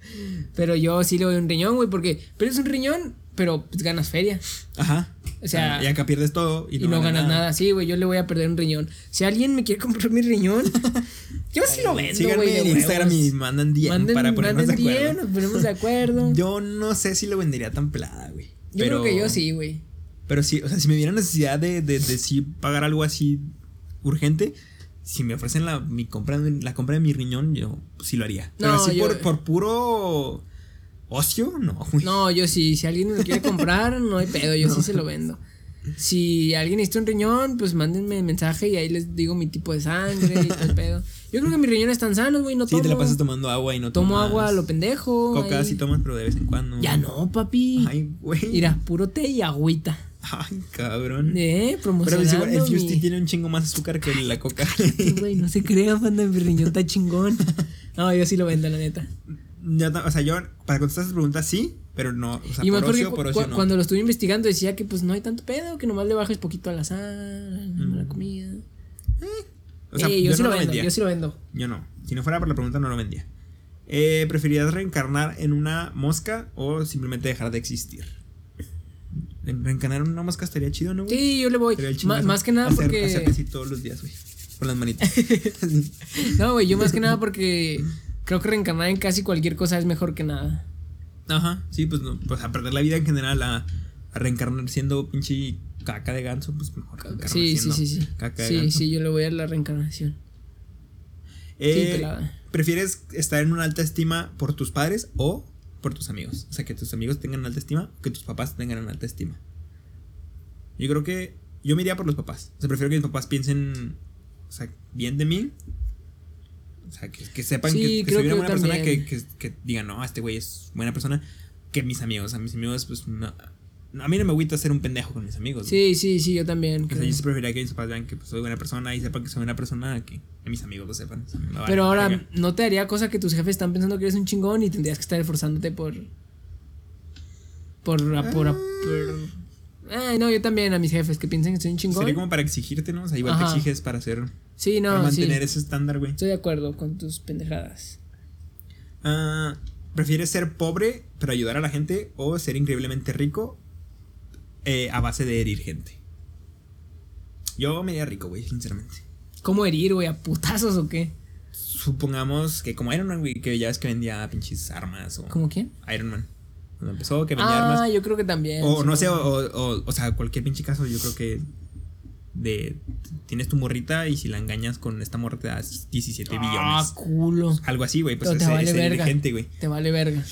*laughs* pero yo sí le doy un riñón, güey, porque pierdes un riñón, pero pues, ganas feria. Ajá. O sea, y acá pierdes todo y Y no, no, ganas nada. Sí, güey, yo le voy a perder un riñón. Si alguien me quiere comprar mi riñón, *laughs* yo sí lo vendo, Síganme güey. de en Instagram huevos. y mandan 10 Manden- para ponernos de manden acuerdo. 10, nos ponemos de acuerdo. Yo yo no sé si lo vendería tan pelada, güey. creo que yo sí, güey. Pero sí, o sea, si me diera necesidad de, de, de sí pagar algo así urgente, si me ofrecen la, mi compra, de- la compra de mi riñón, yo sí lo haría. Pero No, así yo- por, por puro ocio, no, güey. No, yo sí. Si alguien me lo quiere comprar, no hay pedo. Yo sí se lo vendo. Si alguien necesita un riñón, pues mándenme mensaje y ahí les digo mi tipo de sangre y todo el pedo. Yo creo que mis riñones están sanos, güey. No *laughs* sí, tomo. te la pasas tomando agua y no Tomo tomas agua a lo pendejo. Coca ahí. sí tomas, pero de vez en cuando. Ya no, papi. Ay, güey. Mira, puro té y agüita. Ay, cabrón. Eh, Pero pues promocionando igual, el mi- Fusty tiene un chingo más azúcar que la coca. *laughs* Sí, güey, no se crea, panda, mi riñón está chingón. No, yo sí lo vendo, la neta. Yo ta- o sea, yo para contestar esas preguntas sí, pero no. O sea, y más por porque ocio, por cu- ocio cu- no. cuando lo estuve investigando decía que pues no hay tanto pedo, que nomás le bajes poquito al azar, a la comida. Mm. O sea, Eh, yo, sí no lo vendo, vendía. yo sí lo vendo. Yo no. Si no fuera por la pregunta, no lo vendía. Eh, ¿Preferirías reencarnar en una mosca o simplemente dejar de existir? En- Reencarnar en una mosca estaría chido, ¿no? güey? Sí, yo le voy. Estaría el Ma- chingazo. más que nada Hacer- porque... Hacer así todos los días, güey. Con las manitas. *laughs* No, güey, yo más que *laughs* nada porque creo que reencarnar en casi cualquier cosa es mejor que nada. Ajá. Sí, pues, no, pues a perder la vida en general, a, a reencarnar siendo pinche caca de ganso, pues mejor. reencarnar Sí, sí, siendo sí, sí. Caca de Sí, ganso. sí, yo le voy a la reencarnación. Eh, pelada. ¿Prefieres estar en una alta estima por tus padres o por tus amigos? O sea, que tus amigos tengan alta estima o que tus papás tengan una alta estima. Yo creo que yo me iría por los papás. O sea, prefiero que mis papás piensen o sea, bien de mí. O sea, que, que sepan Sí, que, que creo soy una que buena yo persona, que, también. que, que digan, no, este güey es buena persona, que mis amigos. A mis amigos, pues, no- a mí no me gusta ser un pendejo con mis amigos. Sí, sí, sí, yo también. O sea, creo. yo sí preferiría pues, que mis papás vean que pues, soy buena persona y sepan que soy buena persona a que mis amigos lo sepan. O sea, me vale Pero verga. ahora, ¿no te haría cosa que tus jefes están pensando que eres un chingón y tendrías que estar esforzándote por. por. por. por, Ay, no, yo también a mis jefes que piensen que soy un chingón. Sería como para exigirte, ¿no? O sea, igual te Ajá. exiges para hacer. Sí, para no, sí. mantener ese estándar, güey. Estoy de acuerdo con tus pendejadas. Ah, ¿Prefieres ser pobre pero ayudar a la gente o ser increíblemente rico eh, a base de herir gente? Yo me diría rico, güey, sinceramente. ¿Cómo herir, güey? ¿A putazos o qué? Supongamos que como Iron Man, güey, que ya ves que vendía pinches armas o. ¿Cómo quién? Iron Man. Cuando empezó, que vendía Ah, armas. yo creo que también. O no sí. sé, o, o- o sea, cualquier pinche caso, yo creo que. De, tienes tu morrita y si la engañas con esta morra te das 17 billones. Ah, culo. Algo así, güey. Pues Pero es, te vale es verga. inteligente, güey. Te vale verga.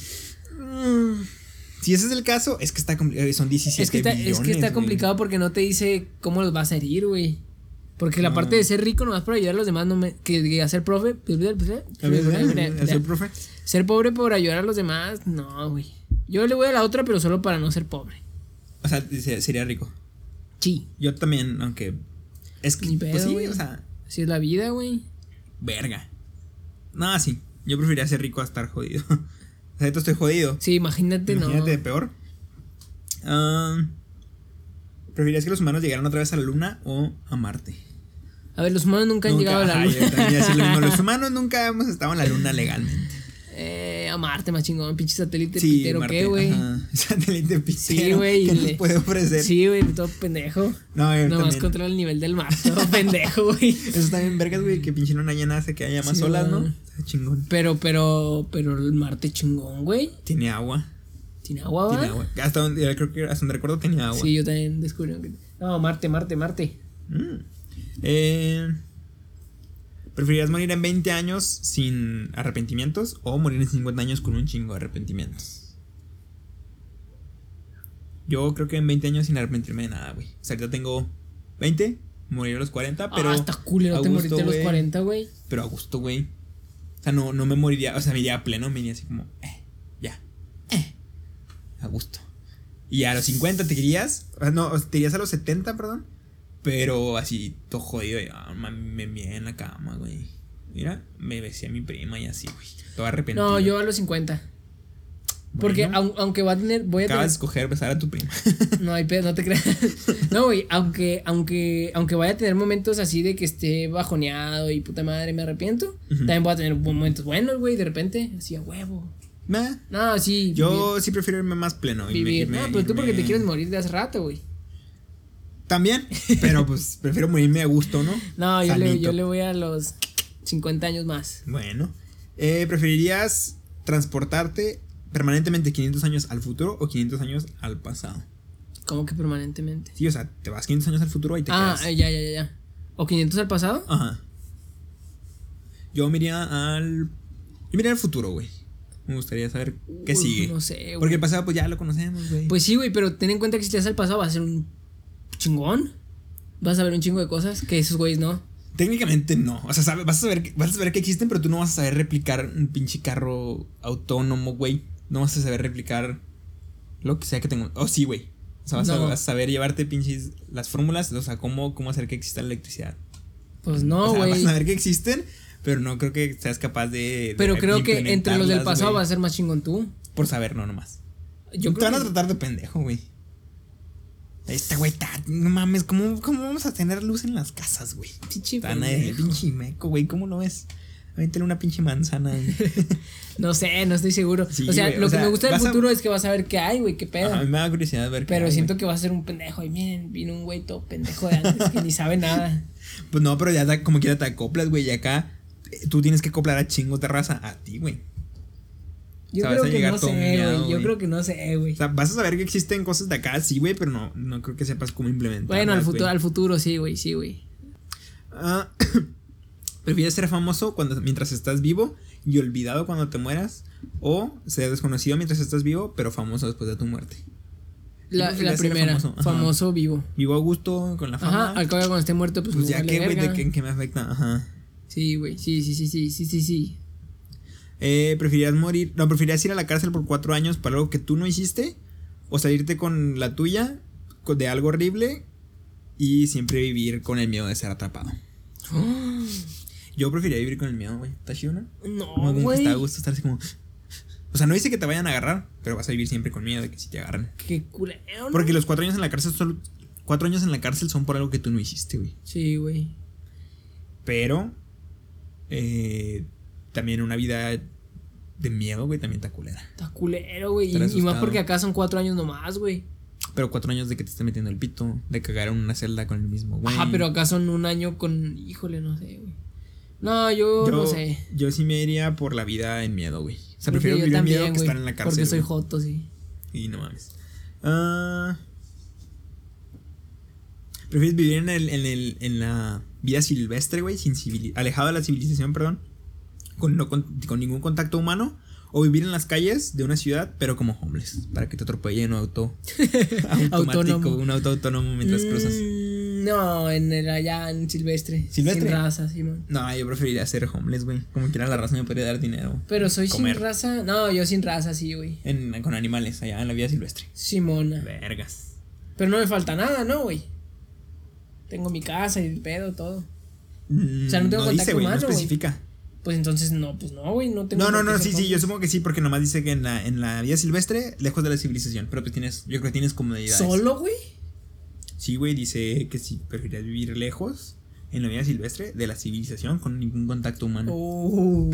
Si ese es el caso, es que está compli- eh, son 17 Es que, está, es que billones, está güey. complicado porque no te dice cómo los vas a herir, güey. Porque la No. parte de ser rico nomás para ayudar a los demás, no me, que, que hacer profe. A ver, a ver, a ver, profe. Ser pobre por ayudar a los demás, no, güey. Yo le voy a la otra, pero solo para no ser pobre. O sea, dice, sería rico. Sí, Yo también, aunque. Es que. Ni pedo, pues sí, güey. o sea, así es la vida, güey. verga. No, sí. Yo preferiría ser rico a estar jodido. *laughs* o sea, esto estoy jodido. Sí, imagínate, Imagínate de no. peor. Ah, ¿Preferirías que los humanos llegaran otra vez a la luna o a Marte? A ver, los humanos nunca han llegado a la ajá, luna. yo también iba a decir lo mismo. Los humanos nunca hemos estado en la luna legalmente. *laughs* Eh, a Marte, más chingón, pinche satélite pitero, Marte, ¿qué, güey? ajá. *laughs* Satélite pitero. Sí, güey. ¿Qué nos le- puede ofrecer? Sí, güey, todo pendejo. No, yo Nomás también. controla el nivel del mar, todo *laughs* pendejo, güey. Eso está bien vergas, güey, que pinche una llena hace que haya más Sí, olas, ¿no? güey. Está chingón. Pero, pero, pero el Marte chingón, güey. Tiene agua. Tiene agua, Tiene ¿va? agua. Hasta donde, yo creo que hasta donde recuerdo tenía agua. Sí, yo también descubrí. que- No, Marte, Marte, Marte. Mm. Eh, ¿Preferirías morir en 20 años sin arrepentimientos o morir en 50 años con un chingo de arrepentimientos? Yo creo que en 20 años sin arrepentirme de nada, güey. O sea, ahorita tengo 20, morir a los 40, pero. ah, está culero, a te gusto, moriste a los güey. 40, güey. Pero a gusto, güey. O sea, no, no me moriría, o sea, me iría a pleno, me iría así como, eh, ya, eh, a gusto. Y a los 50 te irías, o sea, no, o sea, te irías a los 70, perdón, pero así, todo jodido, y, ah, mami, me mié en la cama, güey. Mira, me besé a mi prima y así, güey. Todo arrepentido. No, yo a los 50. Porque Bueno. aun- aunque va a tener. Voy a Acabas de tener escoger besar a tu prima. *laughs* *laughs* no hay pedo, no te *laughs* creas. No, güey, aunque, aunque, aunque vaya a tener momentos así de que esté bajoneado y puta madre me arrepiento, también voy a tener bu- momentos buenos, güey, de repente, así a huevo. Nah, No, sí. yo sí prefiero irme más pleno. irme- Vivir. vivir. irme- no, pero tú porque te irme- quieres morir de hace rato, güey. También, pero pues prefiero morirme a gusto, ¿no? *laughs* No, yo le, Sanito. yo le voy a los 50 años más. Bueno, eh, ¿preferirías transportarte permanentemente 500 años al futuro o 500 años al pasado? Como que permanentemente. Sí, o sea, te vas 500 años al futuro y te Ah, quedas. eh, ya, ya, ya, ya. ¿O 500 al pasado? Ajá. Yo me iría al. Yo me iría al futuro, güey. Me gustaría saber qué Uy, sigue. no sé, güey. Porque el pasado, pues ya lo conocemos, güey. Pues sí, güey, pero ten en cuenta que si te das al pasado va a ser un chingón. Vas a ver un chingo de cosas que esos güeyes no. Técnicamente no. O sea, sabe- vas, a saber que, vas a saber que existen, pero tú no vas a saber replicar un pinche carro autónomo, güey. No vas a saber replicar lo que sea que tengo. Oh, sí, güey. O sea, vas, a, No. vas a saber llevarte pinches las fórmulas, o sea, cómo, cómo hacer que exista la electricidad. Pues o no, sea, güey. vas a saber que existen, pero no creo que seas capaz de. de pero creo que entre los del implementarlas, pasado güey, vas a ser más chingón tú. Por saber, no nomás. Yo Te creo van a que- tratar de pendejo, güey. Este güey está. No mames, ¿cómo, ¿cómo vamos a tener luz en las casas, güey? Pinche Están ahí, pendejo. pinche meco, güey, ¿cómo lo ves? Métele una pinche *laughs* manzana. güey. No sé, no estoy seguro. Sí, o sea, güey, lo o que sea, me gusta del vas a- futuro es que vas a ver qué hay, güey, qué pedo. Ajá, a mí me da curiosidad ver. qué pero hay, siento que va a ser un pendejo. Y miren, vino un güey todo pendejo de antes que ni *laughs* sabe nada. güey. Pues no, pero ya da- como quiera te acoplas, güey, y acá eh, tú tienes que acoplar a chingo de raza a ti, güey. Yo O sea, vas creo a que llegar no todo sé, miado, güey. Yo güey. creo que no sé, güey. O sea, vas a saber que existen cosas de acá, sí, güey, pero no, no creo que sepas cómo implementar. Bueno, al futuro, al futuro sí, güey, sí, güey. Ah, *coughs* ¿Prefieres ser famoso cuando, mientras estás vivo y olvidado cuando te mueras? ¿O ser desconocido mientras estás vivo, pero famoso después de tu muerte? La, preferiría la ser primera, famoso, famoso, ajá. vivo. Vivo a gusto, con la fama. Ajá, al cabo cuando esté muerto, pues, pues me ya vale que, güey, ¿de verga. qué, en qué me afecta? Ajá. Sí, güey, sí, sí, sí, sí, sí, sí, sí. *gasps* Eh, ¿Preferirías morir? No, ¿preferirías ir a la cárcel por cuatro años para algo que tú no hiciste? ¿O salirte con la tuya con- de algo horrible y siempre vivir con el miedo de ser atrapado? Yo preferiría vivir con el miedo, güey. ¿Está chido, no? No, Como, como que güey. está a gusto estar así como... O sea, no dice que te vayan a agarrar, pero vas a vivir siempre con miedo de que si te agarran. Qué culero. ¿no? Porque los cuatro años en la cárcel son... Cuatro años en la cárcel son por algo que tú no hiciste, güey. Sí, güey. Pero... eh, también una vida de miedo, güey, también está culera. Está culero, güey. Estar Y, y más asustado. porque acá son cuatro años nomás, güey. Pero cuatro años de que te esté metiendo el pito, de cagar en una celda con el mismo güey. Ajá, pero acá son un año con. Híjole, no sé, güey. No, yo, yo no sé. Yo sí me iría por la vida en miedo, güey. O sea, Creo que prefiero yo vivir en también, miedo que güey, estar en la cárcel. Porque soy güey. joto, sí. Y no mames. Ah, ¿Prefieres vivir en, el, en, el, en la vida silvestre, güey? Sin civili- alejado de la civilización, perdón. Con, no, con, con ningún contacto humano. O vivir en las calles de una ciudad, pero como homeless. Para que te atropelle un *laughs* auto *laughs* automático, Autónomo. un auto autónomo mientras cruzas. Mm, No, en el allá en Silvestre. ¿Silvestre? Sin raza, Simón. No, yo preferiría ser homeless, güey. Como quiera la raza me podría dar dinero. Pero soy Comer. sin raza. No, yo sin raza, sí, güey. En- con animales, allá en la vida silvestre. Simona. Vergas. Pero no me falta nada, ¿no, güey? Tengo mi casa y el pedo, todo. O sea, no tengo contacto dice, güey, Mm, no humano, güey. especifica. Pues entonces no, pues no, güey, no tengo No, no, por qué no, ser sí, sí, joto. yo supongo que sí, porque nomás dice que en la, en la vida silvestre, lejos de la civilización, pero pues tienes, yo creo que tienes comodidades. ¿Solo, güey? Sí, güey, dice que sí, preferirías vivir lejos en la vida silvestre de la civilización con ningún contacto humano. Oh.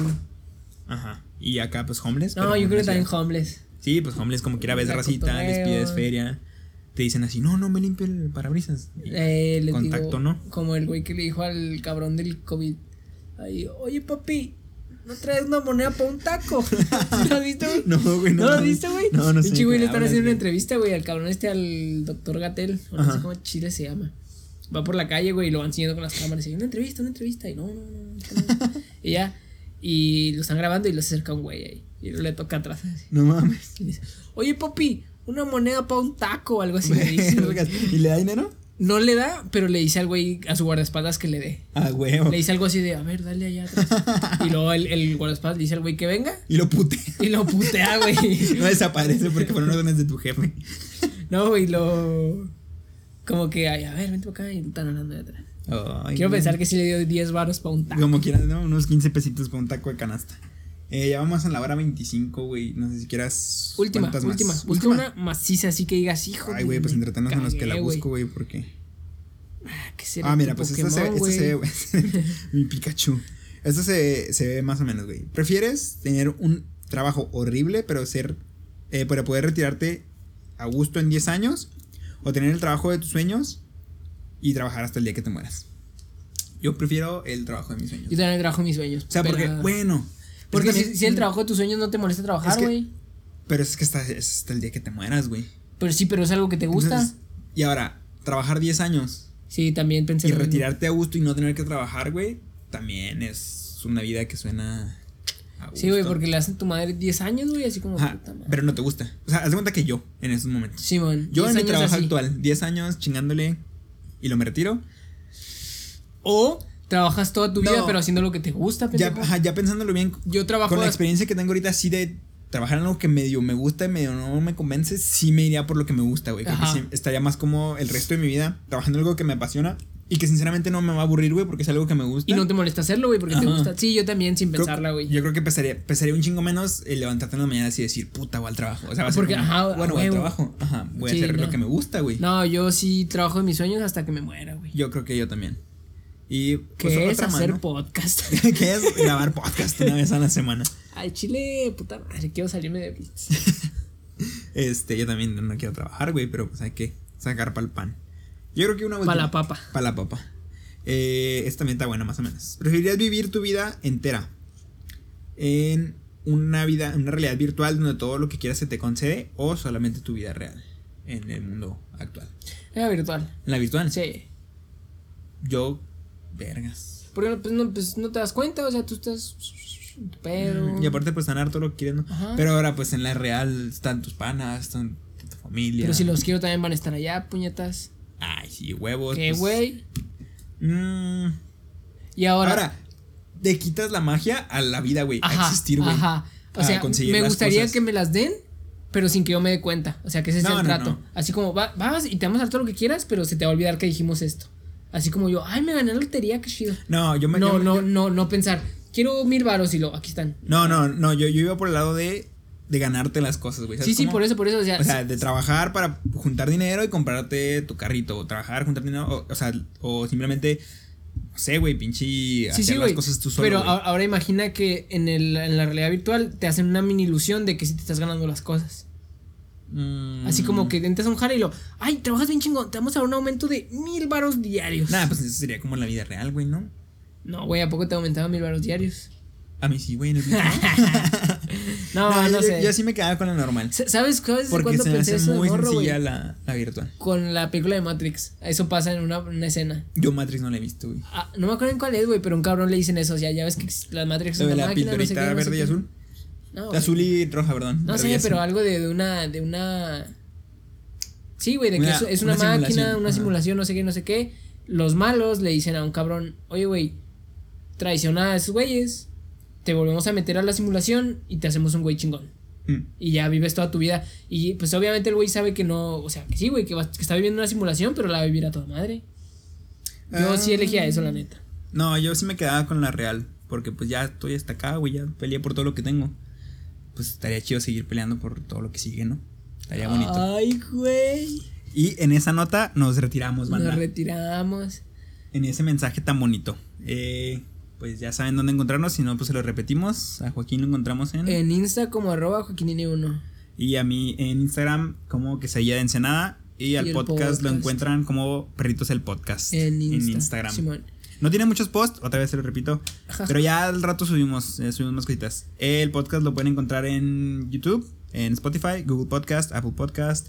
Ajá. Y acá, pues, homeless. No, pero yo en creo la que también ciudad. homeless. Sí, pues, homeless, como quiera, ves La racita, les cotorreo. pides feria. Te dicen así, no, no me limpio el parabrisas. Y- Eh, les Contacto, digo, ¿no? Como el güey que le dijo al cabrón del COVID. Ahí, oye, papi, ¿no traes una moneda para un taco? *laughs* ¿Lo has visto, güey? *laughs* No, güey, no. ¿No lo has visto, güey? No, no sé. Pinche güey, le están Hablas, haciendo una güey. entrevista, güey, al cabrón este, al doctor Gatel. O no sé Ajá. cómo chile se llama. Va por la calle, güey, y lo van siguiendo con las cámaras. Y una entrevista, una entrevista. Y no, no, no. no, *laughs* no. y ya. Y lo están grabando y los acerca un güey ahí. Y luego le toca atrás. así. No mames. Y dice, oye, papi, una moneda para un taco o *laughs* algo así. le dice, güey. Vergas. ¿Y le da dinero? No le da, pero le dice al güey a su guardaespaldas que le dé. Ah, huevo. Le dice algo así de, a ver, dale *laughs* allá atrás. y luego el, el guardaespaldas le dice al güey que venga Y lo pute. y lo putea, güey. *laughs* No desaparece porque fueron órdenes de tu jefe. No, güey, lo. Como que, ay, a ver, vente para acá y están hablando de atrás. Ay, Quiero güey. pensar que sí le dio 10 varos para un taco. Como quieras, ¿no? Unos 15 pesitos con un taco de canasta. Eh, ya vamos a la hora 25, güey. No sé si quieras. Última, cuántas más. última. Busca una maciza así que digas, hijo. Ay, güey, pues me entretenos en los que la cagué, güey". busco, güey, porque. Ah, ¿qué será Ah, mira, tu pues esta se ve, Pokémon, esta se ve, *laughs* güey? güey. Mi Pikachu. Esta se, se ve más o menos, güey. ¿Prefieres tener un trabajo horrible, pero ser. eh, pero poder retirarte a gusto en 10 años? ¿O tener el trabajo de tus sueños y trabajar hasta el día que te mueras? Yo prefiero el trabajo de mis sueños. Yo también trabajo en mis sueños. O sea, porque, pelada. bueno. Porque es que si, también- si el trabajo de tus sueños no te molesta Es trabajar, que- güey. Pero es que está, es hasta el día que te mueras, güey. Pero sí, pero es algo que te gusta. Pues Entonces, y ahora, trabajar 10 años sí, también pensé. y lo mismo. retirarte a gusto y no tener que trabajar, güey, también es una vida que suena a gusto. Sí, güey, porque le hacen tu madre 10 años, güey, así como. Ajá, puta madre. pero no te gusta. O sea, haz de cuenta que yo, en esos momentos. Simón. Yo 10 en mi años trabajo así. actual, 10 años chingándole y lo me retiro. O trabajas toda tu vida, No. pero haciendo lo que te gusta, Ya, pendejo. ajá, ya pensándolo bien, Yo trabajo. con la as- experiencia que tengo ahorita así de trabajar en algo que medio me gusta y medio no me convence, sí me iría por lo que me gusta, güey. Creo que Ajá. sí estaría más como el resto de mi vida trabajando en algo que me apasiona y que sinceramente no me va a aburrir, güey, porque es algo que me gusta. Y no te molesta hacerlo, güey, porque te Ajá. gusta. Sí, yo también, sin Creo- pensarla, güey. Yo creo que pesaría, pesaría un chingo menos el levantarte en las mañanas y decir, puta, voy al trabajo. O sea, va a ser Porque, como, ajá, a bueno, voy al huevo. trabajo. Ajá, voy Sí, a hacer no. lo que me gusta, güey. No, yo sí trabajo en mis sueños hasta que me muera, güey. Yo creo que yo también. Y Que pues, es otra más, hacer ¿no? *laughs* podcast. *laughs* que es grabar podcast una vez a la semana. Al chile, puta madre, quiero salirme de Blitz. *laughs* Este, yo también no quiero trabajar, güey, pero pues hay que sacar para el pan. Yo creo que una Pa' la papa. Para la papa. Eh, esta también está buena, más o menos. ¿Preferirías vivir tu vida entera en una vida, en una realidad virtual donde todo lo que quieras se te concede o solamente tu vida real en el mundo actual? Era virtual. En la virtual, Sí. Yo, vergas. Porque pues, no, pues, no te das cuenta, o sea, tú estás. en tu pedo. Y aparte, pues sanar todo lo que quieres, ¿no? Ajá. Pero ahora, pues en la real están tus panas, están tu familia. Pero si los quiero también van a estar allá, puñetas. Ay, sí, huevos. Que pues, güey. mm. Y ahora. Ahora, te quitas la magia a la vida, güey. A ajá, existir, güey. Ajá. O a sea, conseguir me las gustaría cosas. que me las den, pero sin que yo me dé cuenta. O sea, que ese No, es el no, trato. no. Así como va- vas y te vamos a dar todo lo que quieras, pero se te va a olvidar que dijimos esto. Así como yo, ay, me gané la lotería, qué chido. No, yo me. No, yo- no, no, no pensar. Quiero mil varos y lo, aquí están. No, no, no. Yo, yo iba por el lado de, de ganarte las cosas, güey. ¿sabes Sí, sí, cómo? por eso, por eso. O sea, O sea, de trabajar para juntar dinero y comprarte tu carrito. O trabajar, juntar dinero. O, o sea, o simplemente. No sé, güey, pinche. sí, hacer sí, las güey. cosas tú solo. Pero güey. a- ahora imagina que en, el, en la realidad virtual te hacen una mini ilusión de que sí te estás ganando las cosas. Mm. Así como que entras a un jale y lo, ay, trabajas bien chingón, te vamos a dar un aumento de mil varos diarios. Nada, pues eso sería como la vida real, güey, ¿no? No, güey, ¿a poco te aumentaban mil varos diarios? A mí sí, güey, en el *laughs* No, no, yo, yo- sé. Yo sí me quedaba con la normal. S- ¿Sabes, sabes Porque cuándo se me pensé hace eso de muy morro, güey? sencilla la, la virtual. Con la película de Matrix. Eso pasa en una, una escena. Yo Matrix no la he visto, güey. Ah, no me acuerdo en cuál es, güey, pero a un cabrón le dicen eso. O sea, ya ves que la Matrix es Lo de una la máquina, no sé pinturita qué, no sé verde y qué. azul. No, güey. Azul y roja, perdón. No Verde sé, y pero azul. algo de, de una. de una. Sí, güey, de que Una- es, es una, una máquina, simulación, una ajá. simulación, no sé qué, no sé qué. Los malos le dicen a un cabrón, oye, güey, traiciona a esos güeyes, te volvemos a meter a la simulación y te hacemos un güey chingón. Mm. Y ya vives toda tu vida. Y pues obviamente el güey sabe que no, o sea, que sí, güey, que, va- que está viviendo una simulación, pero la va a vivir a toda madre. Yo Ah. sí elegía eso, la neta. No, yo sí me quedaba con la real. Porque pues ya estoy hasta acá, güey. Ya peleé por todo lo que tengo. Pues estaría chido seguir peleando por todo lo que sigue, ¿no? Estaría bonito. Ay, güey. Y en esa nota nos retiramos, Pues, banda. Nos retiramos. en ese mensaje tan bonito. Eh, pues ya saben dónde encontrarnos. Si no, pues se lo repetimos. A Joaquín lo encontramos en. En Insta como arroba joaquinini1. Y a mí en Instagram como que se de Ensenada. Y al el podcast, lo podcast. encuentran como Perritos el Podcast. En, Insta, Instagram. Simón. No tiene muchos posts, otra vez se lo repito. Ajá. Pero ya al rato subimos, eh, subimos más cositas. El podcast lo pueden encontrar en YouTube, en Spotify, Google Podcast, Apple Podcast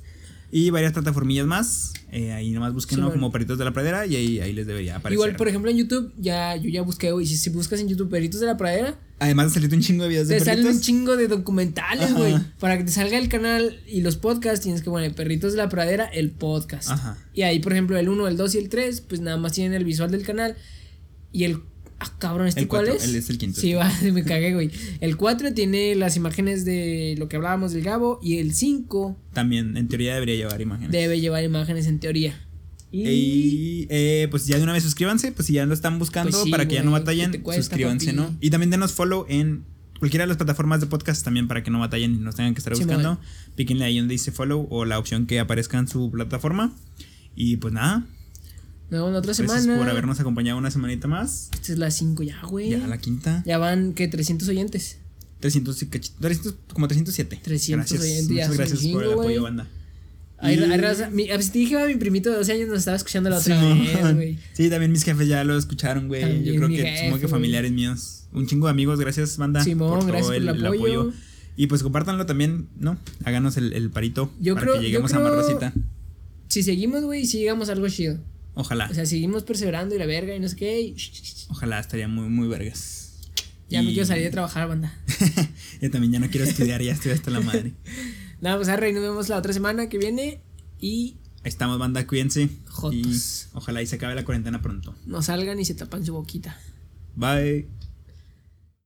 y varias plataformillas más. Eh, ahí nomás búsquenlo Simón. como Perritos de la Pradera y ahí, ahí les debería aparecer. Igual, por ejemplo, en YouTube, ya, yo ya busqué, güey. Si, si buscas en YouTube Peritos de la Pradera, Además de salirte un chingo de videos de te salen un perritos. chingo de documentales, Ajá. güey. Para que te salga el canal y los podcasts, tienes que poner Perritos de la Pradera, el podcast. Ajá. Y ahí, por ejemplo, el 1, el 2 y el 3, pues nada más tienen el visual del canal. Y el. Ah, cabrón, ¿este El cuál cuatro, es? él es el quinto. Sí, va, *laughs* me cagué, güey. El 4 tiene las imágenes de lo que hablábamos del Gabo. Y el 5 También, en teoría debería llevar imágenes. debe llevar imágenes en teoría. Y eh, pues ya de una vez suscríbanse, pues si ya lo están buscando Pues sí, para que ya güey, no ¿qué batallen, te cuesta, suscríbanse, papi? ¿no? Y también denos follow en cualquiera de las plataformas de podcast también para que no batallen y nos tengan que estar Sí, buscando. Píquenle ahí donde dice follow o la opción que aparezca en su plataforma. Y pues nada, Nos vemos la otra gracias semana. por habernos acompañado una semanita más. Esta es la 5 ya, güey. Ya la quinta. Ya van, ¿qué? 300 oyentes. 300, y cachi- 300, como 307. 300 gracias. oyentes, ya Muchas es un gracias por el chingo, güey. apoyo, banda. Hay, Y- hay raza. Mi, ah, pues te dije, va, mi primito de 12 años nos estaba escuchando la otra vez, *laughs* Simón. güey. Sí, también mis jefes ya lo escucharon, güey. Yo También creo mi que jefe, supongo que güey. familiares míos. Un chingo de amigos, gracias, banda. Simón, gracias por el apoyo. Y pues compártanlo también, ¿no? Háganos el, el parito Yo para creo- que yo lleguemos a creo- más racita. Si seguimos, güey, si llegamos a algo chido. Ojalá. O sea, seguimos perseverando y la verga y no sé qué. y- Ojalá, estaría muy, muy vergas. Ya Y- me quiero salir de trabajar, banda. Yo también ya no quiero estudiar, ya estoy hasta la *laughs* madre. Nada, pues arre, nos vemos la otra semana que viene y Ahí Estamos, banda, cuídense. Y Jotos. ojalá y se acabe la cuarentena pronto. no salgan y se tapan su boquita. Bye.